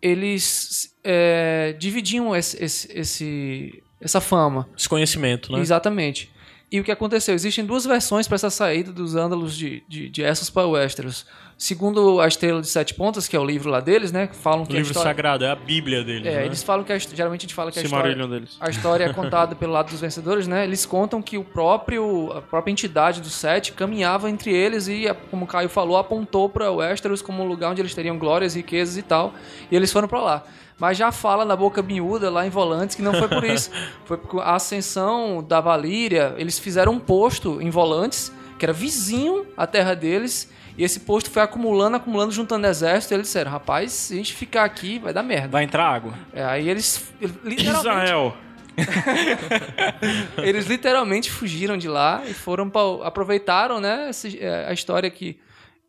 eles eh, dividiam esse- esse- esse, essa fama. Desconhecimento, né? Exatamente. E o que aconteceu? Existem duas versões para essa saída dos Ândalos de, de, de Essos para Westeros. Segundo a Estrela de Sete Pontas, que é o livro lá deles, né? que Falam O que a livro história- sagrado, é a Bíblia deles, É, né? eles falam que a, hist- geralmente a gente fala que a história, Cimarillion deles. a história é contada pelo lado dos vencedores, né? Eles contam que o próprio a própria entidade do Sete caminhava entre eles e, a- como o Caio falou, apontou para Westeros como um lugar onde eles teriam glórias, riquezas e tal. E eles foram para lá. Mas já fala na boca miúda lá em Volantes que não foi por isso. foi porque a ascensão da Valíria, eles fizeram um posto em Volantes, que era vizinho à terra deles. E esse posto foi acumulando, acumulando, juntando exército. E eles disseram, rapaz, se a gente ficar aqui, vai dar merda. Vai entrar água. É, aí eles, literalmente, Israel. eles literalmente fugiram de lá e foram pra, aproveitaram, né, esse- é, a história que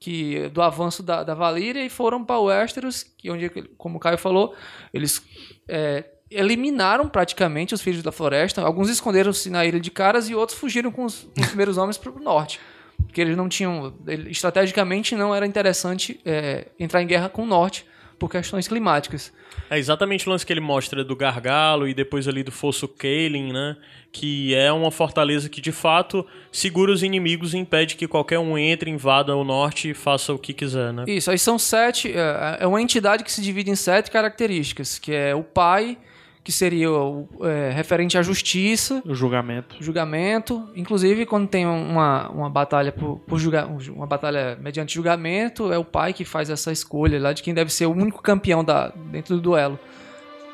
que do avanço da, da Valíria e foram para Westeros, que onde, como o Caio falou, eles é, eliminaram praticamente os filhos da floresta. Alguns esconderam-se na ilha de Caras e outros fugiram com os, com os primeiros homens para o norte. Porque eles não tinham. ele- Estrategicamente não era interessante é, entrar em guerra com o norte por questões climáticas. É exatamente o lance que ele mostra do gargalo e depois ali do fosso Kaelin, né? Que é uma fortaleza que de fato segura os inimigos e impede que qualquer um entre, invada o norte e faça o que quiser, né? Isso, aí são sete. É, é uma entidade que se divide em sete características, que é o pai, que seria o, é, referente à justiça, O julgamento. julgamento. Inclusive, quando tem um, uma, uma batalha por, por julga, um ju- uma batalha mediante julgamento, é o pai que faz essa escolha lá de quem deve ser o único campeão da, dentro do duelo.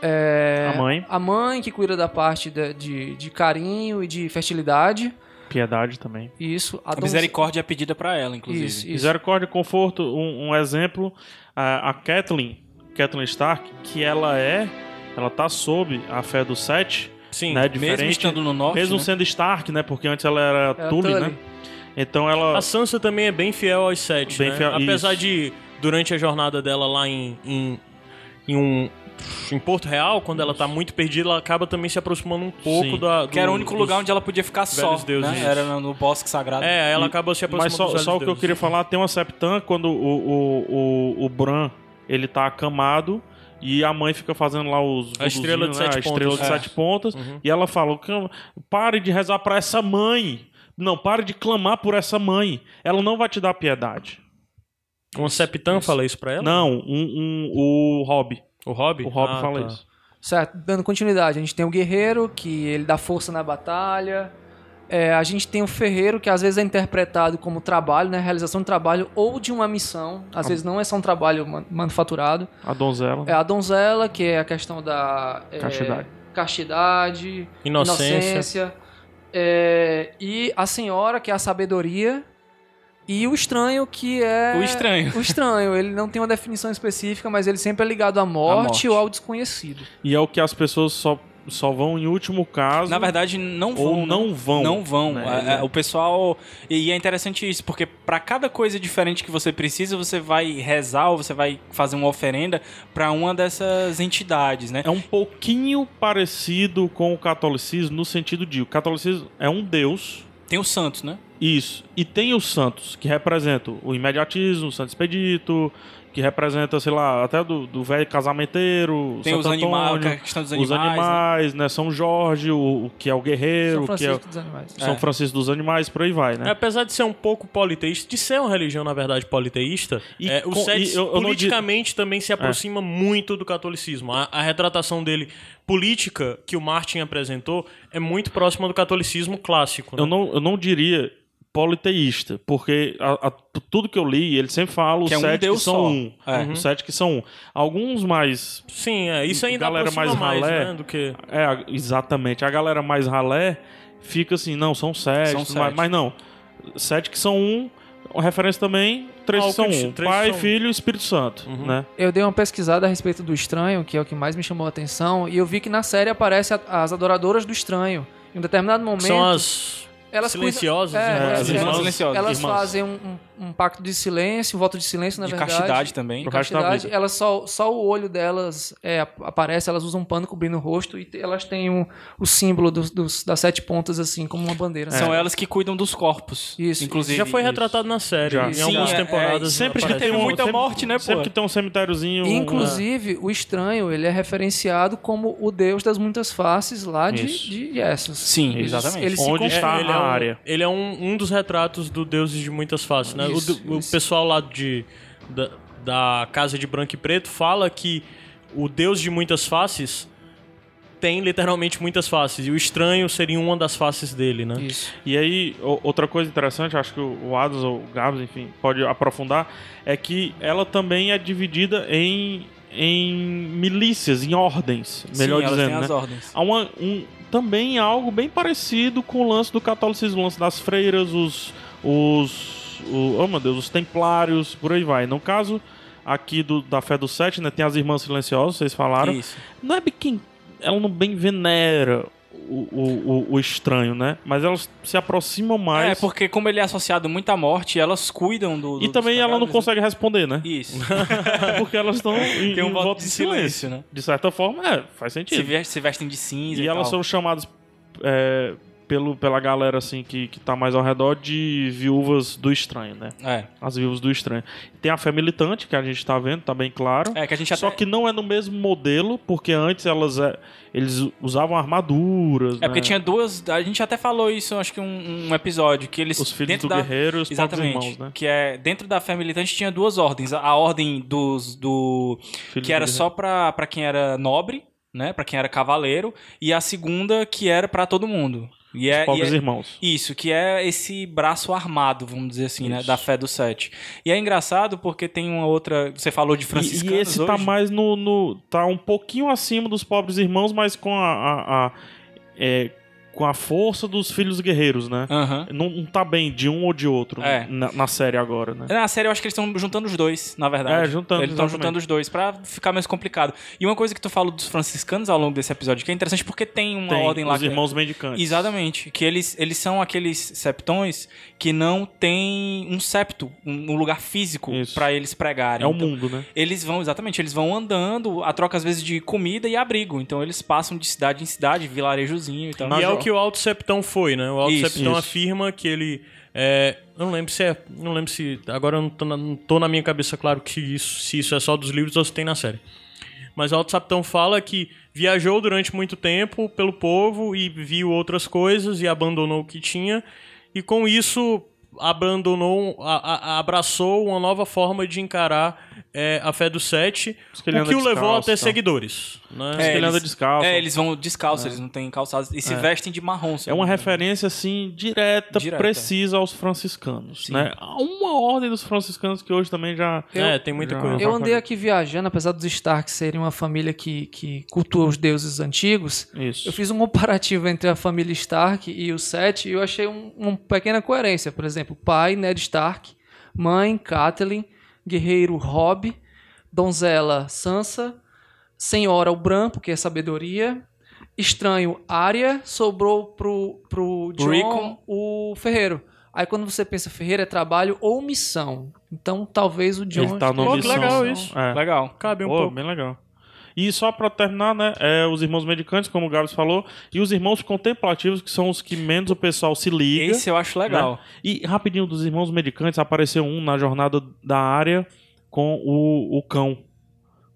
É, A mãe. A mãe que cuida da parte da- de, de carinho e de fertilidade. Piedade também. Isso. A don- misericórdia é pedida pra ela, inclusive. Isso, isso. Misericórdia, conforto, um, um exemplo, a, a Kathleen, Kathleen Stark, que ela é, ela tá sob a fé do Sete, Sim. né, Mesmo diferente, estando no norte, mesmo né? sendo Stark, né, porque antes ela era Era Tully, Tully. né, então ela, A Sansa também é bem fiel aos sete, Bem né? fiel, Apesar isso. de, durante a jornada dela lá em, em, em um... Em Porto Real, quando ela tá muito perdida, ela acaba também se aproximando um pouco Sim. da... Do, que era o único dos- lugar onde ela podia ficar só, velhos deuses, né? isso. Era no bosque sagrado. É, ela acaba se aproximando mas só, dos só o que eu deuses. queria falar, tem uma Septan quando o, o, o, o Bran, ele tá acamado, e a mãe fica fazendo lá os A estrela de vuduzinhos, sete a estrela pontas. de É. sete pontas, e ela fala, "Cam- pare de rezar pra essa mãe, não, pare de clamar por essa mãe, ela não vai te dar piedade. Um Septã fala isso pra ela? Não, um, um- o Hobby. O Rob? O Hobby Ah, fala tá. isso. Certo, dando continuidade, a gente tem o guerreiro, que ele dá força na batalha. É, a gente tem o ferreiro, que às vezes é interpretado como trabalho, né? Realização de trabalho ou de uma missão. Às vezes não é só um trabalho man- manufaturado. A donzela. É a donzela, que é a questão da... é, Castidade. castidade, Inocência. inocência. É, e a senhora, que é a sabedoria. E o estranho, que é... O estranho. O estranho, ele não tem uma definição específica, mas ele sempre é ligado à morte, morte. ou ao desconhecido. E é o que as pessoas só, só vão em último caso. Na verdade, não vão. ou né? não vão. Não vão. né? É, é, O pessoal. E é interessante isso, porque pra cada coisa diferente que você precisa, você vai rezar ou você vai fazer uma oferenda pra uma dessas entidades, né? É um pouquinho parecido com o catolicismo no sentido de o catolicismo é um deus. Tem os santos, né? Isso. E tem os santos, que representam o imediatismo, o santo expedito, que representa, sei lá, até do, do velho casamenteiro, o Tem Santo os animais, Antônio, a questão dos os animais. né? animais, né? São Jorge, o, o que é o guerreiro, São o que é Francisco o dos Animais. São É. Francisco dos Animais, por aí vai, né? Apesar de ser um pouco politeísta, de ser uma religião, na verdade, politeísta, E é, o com- Seth e eu- eu não É. politicamente também se aproxima muito do catolicismo. A, a retratação dele política que o Martin apresentou é muito próxima do catolicismo clássico. né? Eu não, eu não diria politeísta, porque a- a- t- tudo que eu li, ele sempre fala os Que é um sete Deus que são só. um. É. Os sete que são um. Alguns mais. Sim, é, isso ainda Galera aproxima mais mais, ralé. né, do que... É, a- exatamente. A galera mais ralé fica assim, não, são sete. São tudo mais, sete. Mas não. Sete que são um. Referência também, três Ah, que o são que- um. três Pai, são um. Filho e Espírito Santo, Uhum. né? Eu dei uma pesquisada a respeito do estranho, que é o que mais me chamou a atenção, e eu vi que na série aparece a- as adoradoras do estranho. Em um determinado momento, São as elas cuidam- silenciosas, É, né? elas- As elas- irmãs. silenciosas. Elas Irmãs. fazem um, um- um pacto de silêncio, um voto de silêncio, na de verdade. castidade também. De Pro resto da castidade. vida. Elas só, só o olho delas é, ap- aparece, elas usam um pano cobrindo o rosto e te- elas têm um- o símbolo dos, dos- das sete pontas, assim, como uma É. bandeira. São elas que cuidam dos corpos. Isso, Inclusive. Já foi retratado na série, Já. em Sim, algumas é, temporadas. né, é, sempre que aparece. teve um- muita morte, né, pô? Sempre que tem um cemitériozinho. um- Inclusive, o estranho, ele é referenciado como o deus das muitas faces lá de, Isso. de Essos. Sim, Eles- exatamente. eles se Onde confundem. está ele a é um, área? Ele é um, um dos retratos do Deuses de Muitas Faces, né? O Isso, do- o, isso. pessoal lá de, da, da Casa de Branco e Preto fala que o Deus de Muitas Faces tem literalmente muitas faces, e o estranho seria uma das faces dele, né? Isso. E aí, o- outra coisa interessante, acho que o o Adams ou o Gabs, enfim, pode aprofundar, é que ela também é dividida em, em milícias, em ordens, Sim, melhor elas têm dizendo, as né? ordens. Há uma- um, também há algo bem parecido com o lance do catolicismo, o lance das freiras, os... os o- oh, meu Deus, os templários, por aí vai. No caso aqui do, da fé do sete, né, tem as irmãs silenciosas, vocês falaram. Isso. Não é bem quem ela não bem venera o, o, o- o estranho, né? Mas elas se aproximam mais. É, porque como ele é associado muito à morte, elas cuidam do. E do- também dos ela não cadáveres, consegue responder, né? né? Isso. Porque elas estão em, Tem um em voto de silêncio, né? De certa forma, é, faz se, sentido. ve- se vestem de cinza. e E, elas tal. são chamadas é, pelo, pela galera assim que, que tá mais ao redor de viúvas do estranho, né? É. As viúvas do estranho. Tem a fé militante, que a gente tá vendo, tá bem claro. É que a gente até... Só que não é no mesmo modelo, porque antes elas é, eles usavam armaduras. É né? porque tinha duas. A gente até falou isso, acho que um, um episódio, que eles. os filhos dentro do da... guerreiro e os pobres Exatamente. irmãos, né? Que é dentro da fé militante tinha duas ordens. A- A ordem dos do Filhos do que era guerreiro. só pra pra quem era nobre, né? Pra quem era cavaleiro e a segunda que era pra todo mundo. E é, Os pobres e é- irmãos. isso, que é esse braço armado, vamos dizer assim, né? Isso. Da fé do sete. E é engraçado porque tem uma outra. Você falou de E, franciscanos e esse tá hoje. mais no, no- tá um pouquinho acima dos pobres irmãos, mas com a, a- a- é, com a força dos filhos guerreiros, né? Aham. Não, não tá bem de um ou de outro É. na, na série agora, né? Na série eu acho que eles estão juntando os dois, na verdade. É, juntando, Eles estão exatamente. juntando os dois pra ficar menos complicado. E uma coisa que tu falou dos franciscanos ao longo desse episódio, que é interessante porque tem uma Tem ordem lá os que- é irmãos mendicantes. Exatamente, que eles, eles são aqueles septões que não tem um septo, um, um lugar físico Isso. pra eles pregarem. É o Então, mundo, né? eles vão, exatamente, eles vão andando, a troca às vezes de comida e abrigo. Então eles passam de cidade em cidade, vilarejozinho e tal. E é Major. o que o Alto Septão foi, né? O Alto Isso, Septão isso. afirma que ele. É, eu não lembro se é. Não lembro se. Agora eu não tô na, não tô na minha cabeça, claro, que isso, se isso é só dos livros ou se tem na série. Mas o Alto Septão fala que viajou durante muito tempo pelo povo e viu outras coisas e abandonou o que tinha. E com isso abandonou, a- a- a- abraçou uma nova forma de encarar é, a fé do Sete, Diz o que que ele anda o levou a descalço, ter tá? seguidores. Né? que ele anda descalço. É, eles vão descalços, eles não têm calçados. E se vestem de marrom. se É eu não uma me engano. referência, assim, direta, Direta. precisa aos franciscanos, né? Há uma ordem dos franciscanos que hoje também já... É, tem muita já- coisa. Eu andei aqui viajando, apesar dos Stark serem uma família que, que cultua os deuses antigos. Isso. Eu fiz um comparativo entre a família Stark e o Sete e eu achei um- uma pequena coerência. Por exemplo, pai, Ned Stark, mãe, Catelyn, guerreiro, Robb, donzela, Sansa, senhora, o branco, que é sabedoria, estranho, Arya, sobrou pro, pro John, Rickon. o ferreiro. Aí quando você pensa ferreiro é trabalho ou missão. Então talvez o John... um Ele tá no Pô, que missão. legal isso. É. Legal. Cabe um Pô, pouco. bem legal. E só pra terminar, né? É, os irmãos medicantes, como o Gabs falou, e os irmãos contemplativos, que são os que menos o pessoal se liga. Esse eu acho legal. né? E rapidinho, dos irmãos medicantes, apareceu um na jornada da área com o, o cão.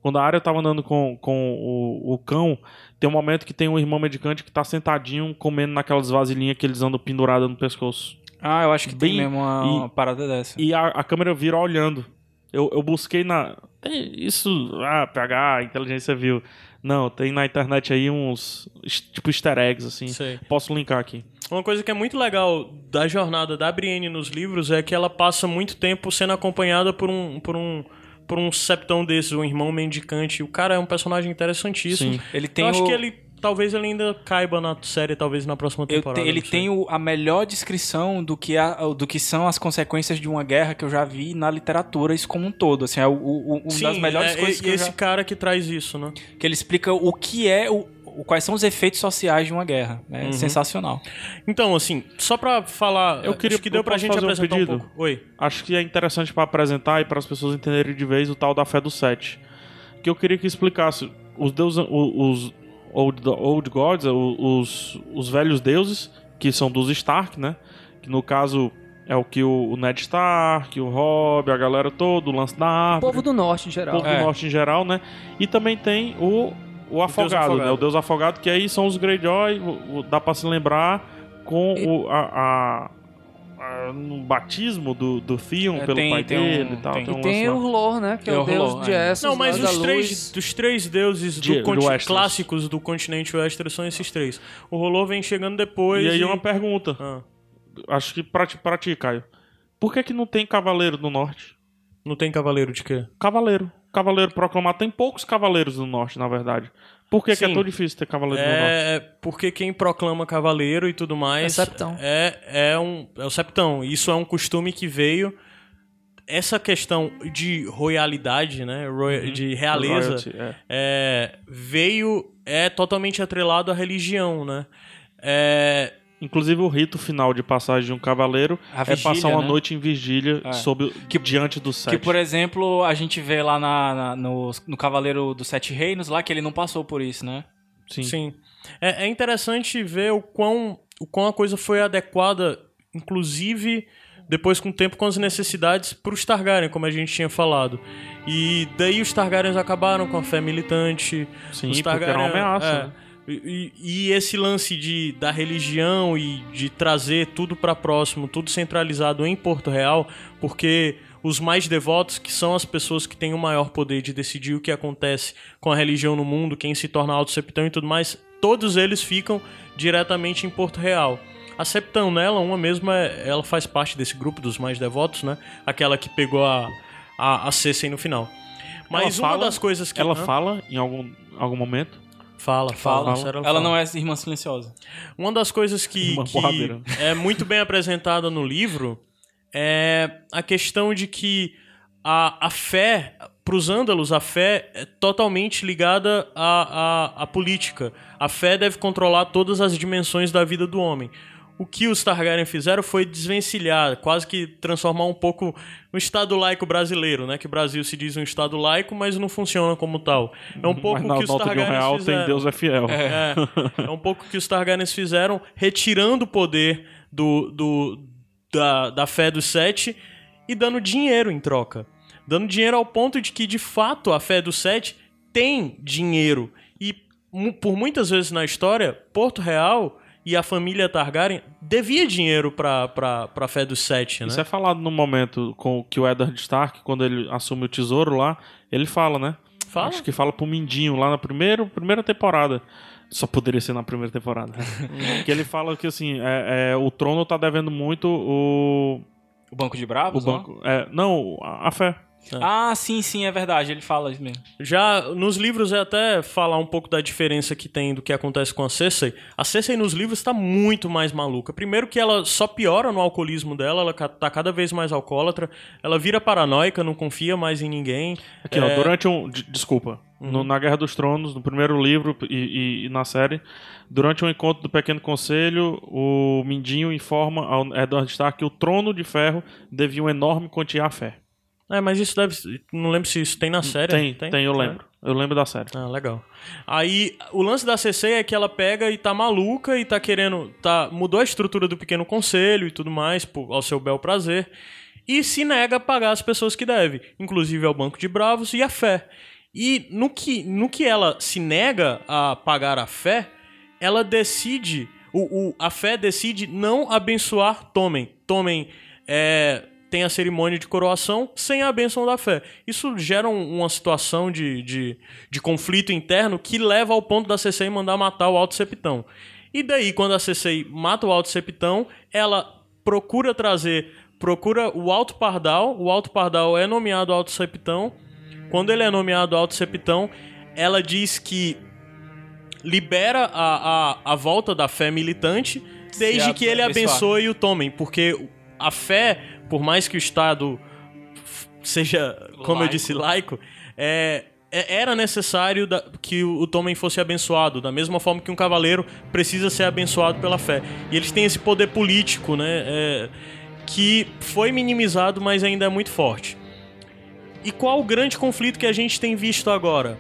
Quando a área tava andando com, com o, o cão, tem um momento que tem um irmão medicante que tá sentadinho comendo naquelas vasilhinhas que eles andam penduradas no pescoço. Ah, eu acho que Bem- tem mesmo uma, e- uma parada dessa. E a, a câmera vira olhando. Eu, eu busquei na. tem Isso. Ah, PH, inteligência viu. Não, tem na internet aí uns. es- Tipo easter eggs, assim. Sei. Posso linkar aqui. Uma coisa que é muito legal da jornada da Brienne nos livros é que ela passa muito tempo sendo acompanhada por um por um por um septão desses, um irmão mendicante. O cara é um personagem interessantíssimo. Sim. Ele tem Eu acho o- que ele talvez ele ainda caiba na série, talvez na próxima eu temporada. te- ele não sei. tem o- a melhor descrição do que, a- do que são as consequências de uma guerra que eu já vi na literatura, isso como um todo. Assim, é o, o- o- uma Sim, das melhores é, coisas e- que, eu esse já- cara que traz isso, né? que ele explica o que é, o, o- quais são os efeitos sociais de uma guerra. É Uhum. sensacional. Então, assim, só pra falar, Eu queria- acho que deu eu pra posso gente fazer um apresentar pedido? pouco. Oi. Acho que é interessante pra apresentar e para as pessoas entenderem de vez o tal da fé do sete. Que eu queria que explicasse. Os deuses. o- Os. Old, old Gods, o- os, os velhos deuses, que são dos Stark, né? Que no caso é o que o, o Ned Stark, o Robb, a galera toda, o lance da O árvore. povo do norte em geral. povo É. do norte em geral, né? E também tem o, o afogado, né? afogado. O deus afogado, que aí são os Greyjoy, o- o- dá pra se lembrar com o, a, a- a- no batismo do, do Theon É, pelo tem- pai tem dele um- e tal. tem. um E É, tem o lance lá. Hlor, né? Que é Tem o o deus Hlor, de é. Essos, Não, mas da os luz. três, dos três deuses do De- do conti- Westeros. clássicos do continente Westeros são esses três. O Rolô vem chegando depois E aí uma pergunta, Ah, acho que pra ti, pra ti, Caio. Por que que não tem cavaleiro no norte? não tem cavaleiro de quê? Cavaleiro. Cavaleiro proclamado. Tem poucos cavaleiros no norte, na verdade. Por que, que é Sim. tão difícil ter cavaleiro no norte? É, porque quem proclama cavaleiro e tudo mais. É septão. É, é um, é o septão. Isso é um costume que veio. Essa questão Uhum. de royalidade, né? roy- De realeza. Royalty, é. é, veio é totalmente atrelado à religião, né? É, Inclusive o rito final de passagem de um cavaleiro A é vigília, passar uma né? noite em vigília É. sob, Que- diante do sete. Que, por exemplo, a gente vê lá na, na- no, no Cavaleiro dos Sete Reinos, lá que ele não passou por isso, né? Sim. Sim. É, é interessante ver o quão, o quão a coisa foi adequada, inclusive depois com o tempo, com as necessidades para os Targaryen, como a gente tinha falado. E daí os Targaryens acabaram com a fé militante. Sim, os porque era uma ameaça, é, né? e, e- e esse lance de, da religião e de trazer tudo para próximo, tudo centralizado em Porto Real, porque os mais devotos, que são as pessoas que têm o maior poder de decidir o que acontece com a religião no mundo, quem se torna auto-septão e tudo mais, todos eles ficam diretamente em Porto Real. A Septão nela, uma mesma, é- ela faz parte desse grupo dos mais devotos, né? Aquela que pegou a, a, a Cessei no final. Mas Ela uma fala- das coisas que Ela Hã? fala em algum, algum momento. Fala, fala. sério, Ela não é irmã silenciosa. Uma das coisas que, Uma que porradeira. é muito bem apresentada no livro é a questão de que a, a fé, para os ândalos, a fé é totalmente ligada à, à, à política. A fé deve controlar todas as dimensões da vida do homem. O que os Targaryen fizeram foi desvencilhar, quase que transformar um pouco o Estado laico brasileiro, né? Que o Brasil se diz um Estado laico, mas não funciona como tal. É um pouco mas o na que os nota de um Targaryens real fizeram. tem Deus é fiel. É, é um pouco o que os Targaryens fizeram, retirando o poder do, do, da, da fé dos sete e dando dinheiro em troca. Dando dinheiro ao ponto de que, de fato, a fé dos sete tem dinheiro. E mu- por muitas vezes na história, Porto Real e a família Targaryen devia dinheiro pra, pra, pra fé dos sete, né? Isso é falado no momento com o que o Eddard Stark, quando ele assume o tesouro lá, ele fala, né? Fala. Acho que fala pro Mindinho lá na primeira, primeira temporada. Só poderia ser na primeira temporada. que ele fala que assim, é, é, o trono tá devendo muito o, O Banco de o Bravos? não? banco. é, não, a, a fé. Ah, sim, sim, é verdade. Ele fala isso mesmo. Já nos livros é até falar um pouco da diferença que tem do que acontece com a Cersei. A Cersei nos livros está muito mais maluca. Primeiro que ela só piora no alcoolismo dela, ela ca- tá cada vez mais alcoólatra, ela vira paranoica, não confia mais em ninguém. Aqui, É. ó, durante um. de- Desculpa. Uhum. No- na Guerra dos Tronos, no primeiro livro e, e- e na série, durante um encontro do Pequeno Conselho, o Mindinho informa ao Eddard Stark que o trono de ferro devia uma enorme quantia à fé. É, mas isso deve. Não lembro se isso tem na série. Hum, Tem, tem, eu lembro. Eu lembro da série. Ah, legal. Aí, o lance da CC é que ela pega e tá maluca e tá querendo. Tá, mudou a estrutura do pequeno conselho e tudo mais, por- ao seu bel prazer. E se nega a pagar as pessoas que deve, inclusive ao Banco de Bravos e à fé. E no que, no que ela se nega a pagar a fé, ela decide. O, o- a fé decide não abençoar Tommen. Tommen é, tem a cerimônia de coroação sem a bênção da fé. Isso gera um- uma situação de, de, de conflito interno que leva ao ponto da CCI mandar matar o Alto Septão. E daí, quando a CCI mata o Alto Septão, ela procura trazer. Procura o Alto Pardal. O Alto Pardal é nomeado Alto Septão. Quando ele é nomeado Alto Septão, ela diz que libera a, a, a volta da fé militante desde a- que ele abençoar. abençoe o Tommen, porque a fé, por mais que o Estado f- seja, como eu Laico. disse, laico, é, é- era necessário da- que o, o Tommen fosse abençoado, da mesma forma que um cavaleiro precisa ser abençoado pela fé. E eles têm esse poder político, né, é, que foi minimizado, mas ainda é muito forte. E qual o grande conflito que a gente tem visto agora?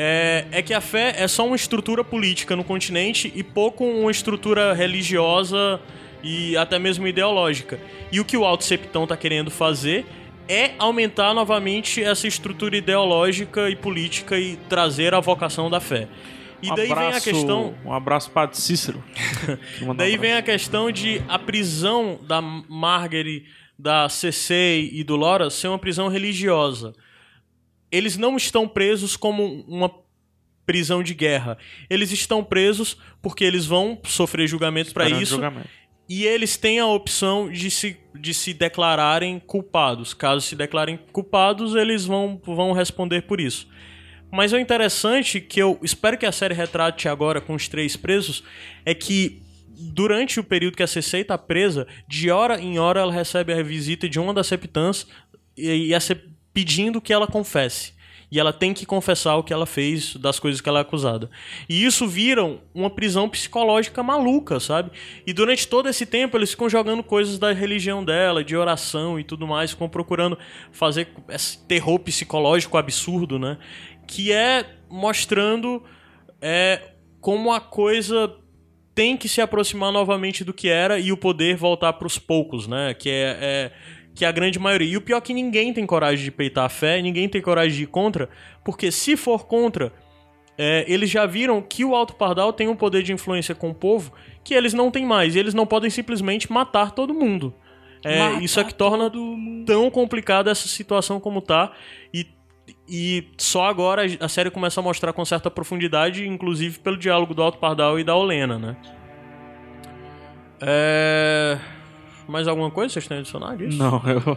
É, é que a fé é só uma estrutura política no continente e pouco uma estrutura religiosa e até mesmo ideológica. E o que o Alto Septão está querendo fazer é aumentar novamente essa estrutura ideológica e política e trazer a vocação da fé. E Um daí vem a abraço- questão. Um abraço para Cícero. que mandou um Daí abraço. vem a questão de a prisão da Margery, da Cersei e do Lora ser uma prisão religiosa. Eles não estão presos como uma prisão de guerra. Eles estão presos porque eles vão sofrer julgamentos para Esperando isso julgamento. e eles têm a opção de se, de se declararem culpados. Caso se declarem culpados, eles vão, vão responder por isso. Mas é o interessante que eu espero que a série retrate agora com os três presos é que durante o período que a CC está presa, de hora em hora ela recebe a visita de uma das septãs e, e a sep- pedindo que ela confesse. e ela tem que confessar o que ela fez das coisas que ela é acusada. E isso viram uma prisão psicológica maluca, sabe? E durante todo esse tempo eles ficam jogando coisas da religião dela, de oração e tudo mais, ficam procurando fazer esse terror psicológico absurdo, né? Que é mostrando é, como a coisa tem que se aproximar novamente do que era e o poder voltar para os poucos, né? Que é, é que é a grande maioria. E o pior é que ninguém tem coragem de peitar a fé, ninguém tem coragem de ir contra, porque se for contra, é, eles já viram que o Alto Pardal tem um poder de influência com o povo que eles não têm mais. E eles não podem simplesmente matar todo mundo. É, Matar isso é que torna tão complicada essa situação como tá. E, e só agora a série começa a mostrar com certa profundidade, inclusive pelo diálogo do Alto Pardal e da Olena, né? É... Mais alguma coisa vocês têm a adicionar disso? Não, eu.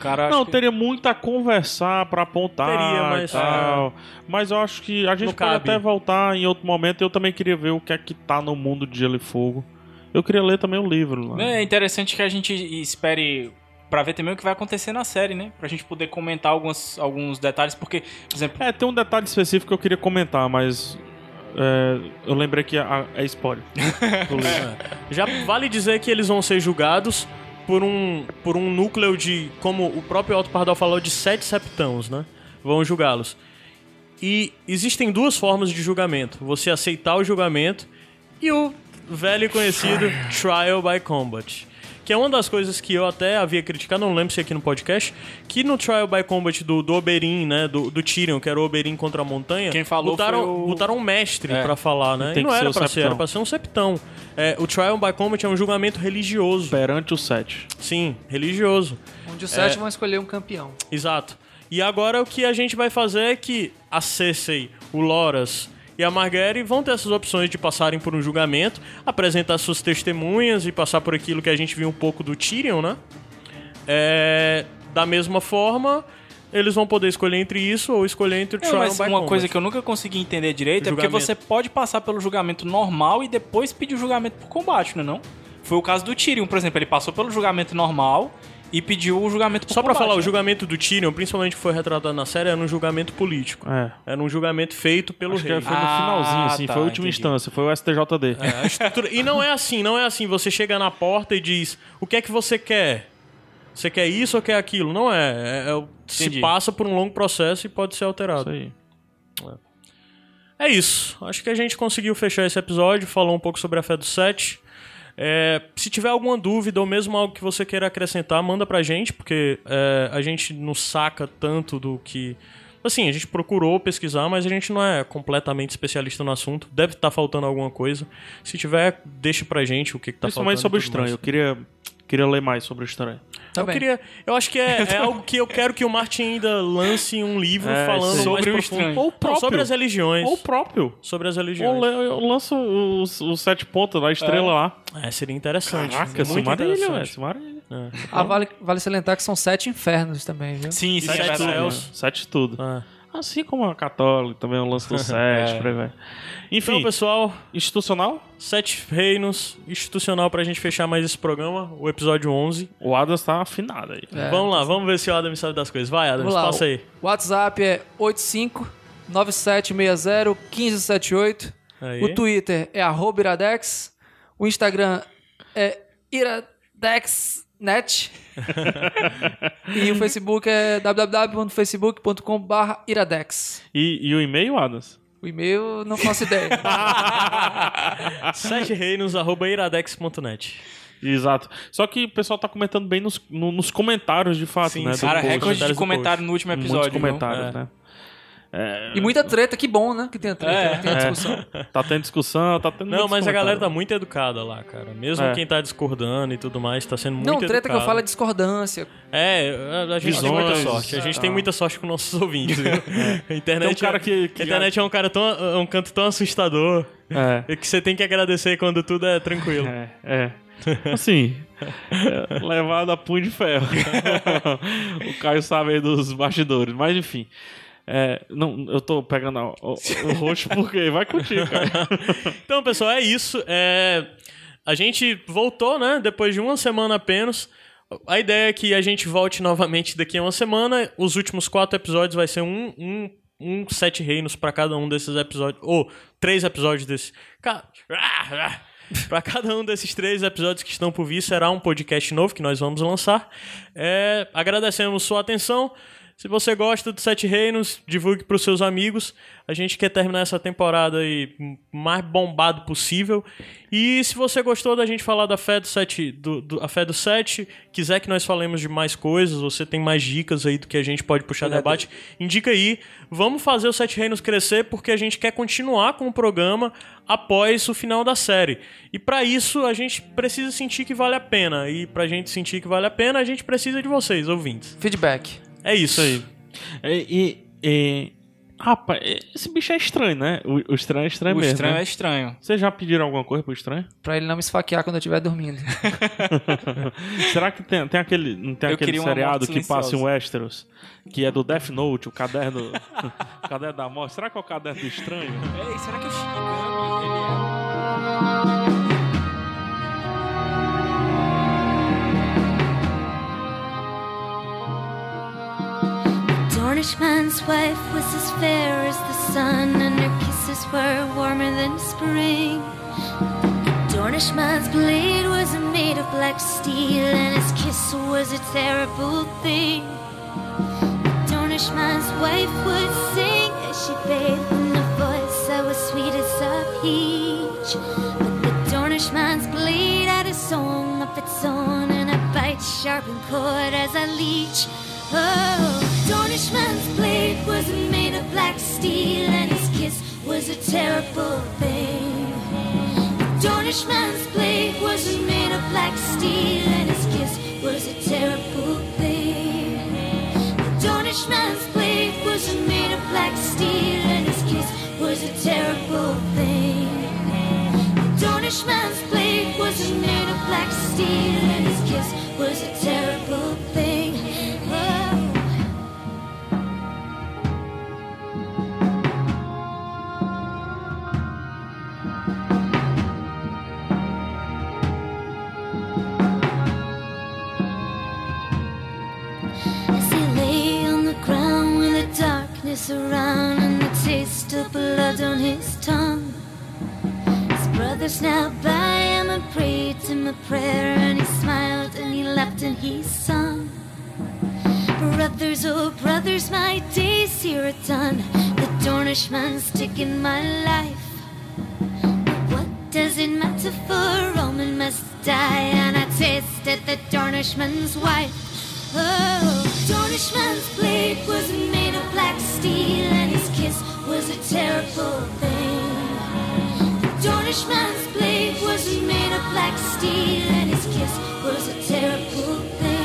Cara, Não, acho que- teria muito a conversar pra apontar Teria, mas- e tal. Mas eu acho que a gente Não pode cabe. até voltar em outro momento. Eu também queria ver o que é que tá no mundo de Gelo e Fogo. Eu queria ler também o livro né? lá. É interessante que a gente espere pra ver também o que vai acontecer na série, né? Pra gente poder comentar algumas, alguns detalhes, porque, por exemplo, É, tem um detalhe específico que eu queria comentar, mas. é, eu lembrei que a- é spoiler. do livro. Já vale dizer que eles vão ser julgados por um, por um núcleo de, como o próprio Alto Pardal falou, de sete septãos, né? Vão julgá-los. E existem duas formas de julgamento. Você aceitar o julgamento e o velho e conhecido Trial by Combat. Que é uma das coisas que eu até havia criticado, não lembro se aqui no podcast, que no Trial by Combat do, do Oberyn, né? Do, do Tyrion, que era o Oberyn contra a montanha. Quem falou botaram, foi o- botaram um mestre É. pra falar, né? Tem E não que ser era o pra ser, era septão. pra ser um septão. É, o trial by combat é um julgamento religioso. Perante o 7. Sim, religioso. Onde os É. sete vão escolher um campeão. Exato. E agora o que a gente vai fazer é que a Cersei, o Loras e a Marguerite vão ter essas opções de passarem por um julgamento, apresentar suas testemunhas e passar por aquilo que a gente viu um pouco do Tyrion, né? É, da mesma forma, eles vão poder escolher entre isso ou escolher entre o É, trial mas by uma combat. coisa que eu nunca consegui entender direito é porque Julgamento. você pode passar pelo julgamento normal e depois pedir o julgamento por combate, não é não? Foi o caso do Tyrion, por exemplo, ele passou pelo julgamento normal e pediu o julgamento por Só pra combate, falar, o né? julgamento do Tyrion, principalmente que foi retratado na série, era um julgamento político. É. Era um julgamento feito pelo Acho rei. que é foi no Ah, finalzinho, assim. tá, foi a última entendi. instância. Foi o STJD. A estrutura- E não é assim, não é assim. Você chega na porta e diz: o que é que você quer? Você quer isso ou quer aquilo? Não é. é- é o- se Entendi. passa por um longo processo e pode ser Isso alterado. aí. É isso. Acho que a gente conseguiu fechar esse episódio, falou um pouco sobre a fé do Sete. É, se tiver alguma dúvida ou mesmo algo que você queira acrescentar, manda pra gente, porque é, a gente não saca tanto do que. Assim, a gente procurou pesquisar, mas a gente não é completamente especialista no assunto. Deve estar faltando alguma coisa. Se tiver, deixa pra gente o que, que tá Principalmente faltando. e sobre o tudo mais. estranho. Eu queria, queria ler mais sobre o estranho. Tá Eu bem. queria. Eu acho que é, é algo que eu quero que o Martin ainda lance um livro É, falando sim. mais Sobre o profundo. estranho. Ou o Não, próprio. sobre as religiões. Ou o próprio. Sobre as religiões. Ou le- eu lanço os, os sete pontos da estrela lá. É, seria interessante. Caraca, muito Sumarilha, velho. interessante. É, Sumarilha. Ah, vale, vale salientar que são sete infernos também, viu? Sim, isso Sete é verdade. céus. Sete tudo. Ah. É. Assim como a católica também, o lance do sete, por aí vai. Enfim, Então, pessoal, institucional, Sete Reinos institucional pra gente fechar mais esse programa, o episódio 11. o Adas tá afinado aí. É. vamos lá, vamos ver se o Adam sabe das coisas. Vai, Adam, Vamos lá. passa aí. O WhatsApp é 85 9760 1578. Aí. O Twitter é arroba iradex. O Instagram é iradexnet. e o Facebook é www.facebook.com.br iradex. E, e o e-mail, Adas? O e-mail não faço ideia. Sete Reinos, arroba iradex.net. Exato. Só que o pessoal tá comentando bem nos, no- nos comentários, de fato, Sim, né? do sim. Cara, post. recorde de Comentários do comentário no último Muitos episódio. viu? comentários, É. né? e muita treta, que bom, né? Que tem a treta, É. né? tem a discussão. Tá tendo discussão, tá tendo Não, muitos mas a galera comentários. tá muito educada lá, cara. Mesmo É. quem tá discordando e tudo mais, tá sendo muito Não, treta que eu educado. falo é discordância. É, a- a gente tem Visões, muita sorte. A gente tá. tem muita sorte com nossos ouvintes, viu? A internet, Tem um cara é- que- que a internet é um cara tão. é um canto tão assustador É. que você tem que agradecer quando tudo é tranquilo. É, é. Assim, é, levado a punho de ferro. o Caio sabe aí dos bastidores, mas enfim. É, não, eu tô pegando a- o, o roxo porque vai contigo, cara. Então, pessoal, é isso. É, A gente voltou, né? Depois de uma semana apenas. A ideia é que a gente volte novamente daqui a uma semana. Os últimos quatro episódios vai ser um, um um sete reinos pra cada um desses episódios. Ou três episódios desse. Ca- Ah, ah. Pra cada um desses três episódios que estão por vir, será um podcast novo que nós vamos lançar. É, agradecemos sua atenção. Se você gosta do Sete Reinos, divulgue para os seus amigos. A gente quer terminar essa temporada aí m- mais bombado possível. E se você gostou da gente falar da fé do Sete, do, do- a fé do Sete, quiser que nós falemos de mais coisas, você tem mais dicas aí do que a gente pode puxar debate, indica aí. Vamos fazer o Sete Reinos crescer porque a gente quer continuar com o programa após o final da série. E para isso a gente precisa sentir que vale a pena. E pra gente sentir que vale a pena, a gente precisa de vocês, ouvintes. Feedback. É isso aí. E, e- e- Rapaz, esse bicho é estranho, né? O, o estranho é estranho o mesmo. estranho né? é estranho. Vocês já pediram alguma coisa pro estranho? Pra ele não me esfaquear quando eu estiver dormindo. Será que tem, tem aquele, não tem Eu aquele queria uma morte seriado que passa em silenciosa. Westeros? Que é do Death Note, o caderno, o caderno da morte. Será que é o caderno do estranho? Ei, será que o Shinigami, ele é... Dornishman's wife was as fair as the sun, and her kisses were warmer than spring. Dornishman's blade was made of black steel, and his kiss was a terrible thing. Dornishman's wife would sing as she bathed in a voice that was sweet as a peach. But the Dornishman's blade had a song of its own, and a bite sharp and cold as a leech. Oh, Dornishman's blade was made of black steel, and his kiss was a terrible thing. Dornishman's blade was made of black steel, and his kiss was a terrible thing. Dornishman's blade was made of black steel, and his kiss was a terrible thing. Dornishman's blade was made of black steel, and his kiss was a terrible thing. Oh. As he lay on the ground with the darkness around and the taste of blood on his tongue. His brother knelt by him and prayed him a prayer, and he smiled and he laughed and he sung. Brothers, oh brothers, my days here are done. The Dornishman's taken my life. What does it matter for Roman must die? And I tasted the Dornishman's wife. Oh, Dornishman's blade was made of black steel, and his kiss was a terrible thing. Dornishman's blade was made of black steel, and his kiss was a terrible thing.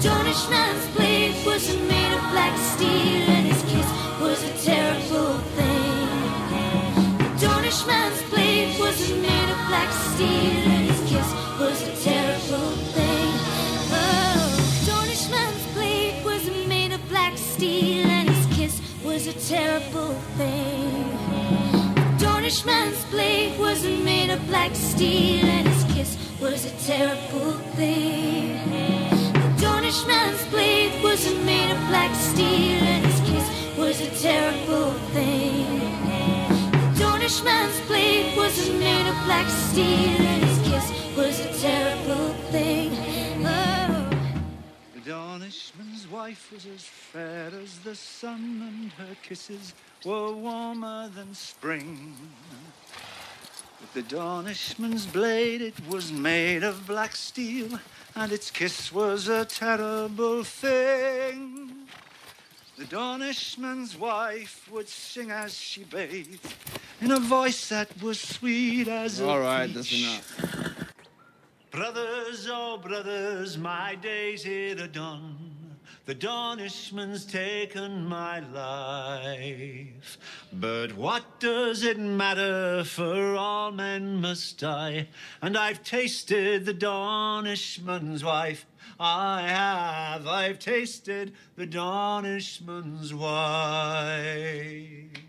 Dornishman's blade was made of black steel, and his kiss was a terrible thing. Dornishman's blade was made of black steel, and his kiss was a terrible thing. Oh, Dornishman's blade was made of black steel, and his kiss was a terrible thing. Dornishman's blade was made of black steel, and his kiss was a terrible thing. Dornishman's blade was made of black steel, and his kiss was a terrible thing. Dornishman's blade was made of black steel, and his kiss was a terrible thing. Oh. The Dornishman's wife was as fair as the sun, and her kisses were warmer than spring. With the Dornishman's blade, it was made of black steel, and its kiss was a terrible thing. The Dornishman's wife would sing as she bathed in a voice that was sweet as a All right, that's peach. enough. Brothers, oh brothers, my days here are done. The Dornishman's taken my life. But what does it matter? For all men must die. And I've tasted the Dornishman's wife. I have, I've tasted the Dornishman's wife.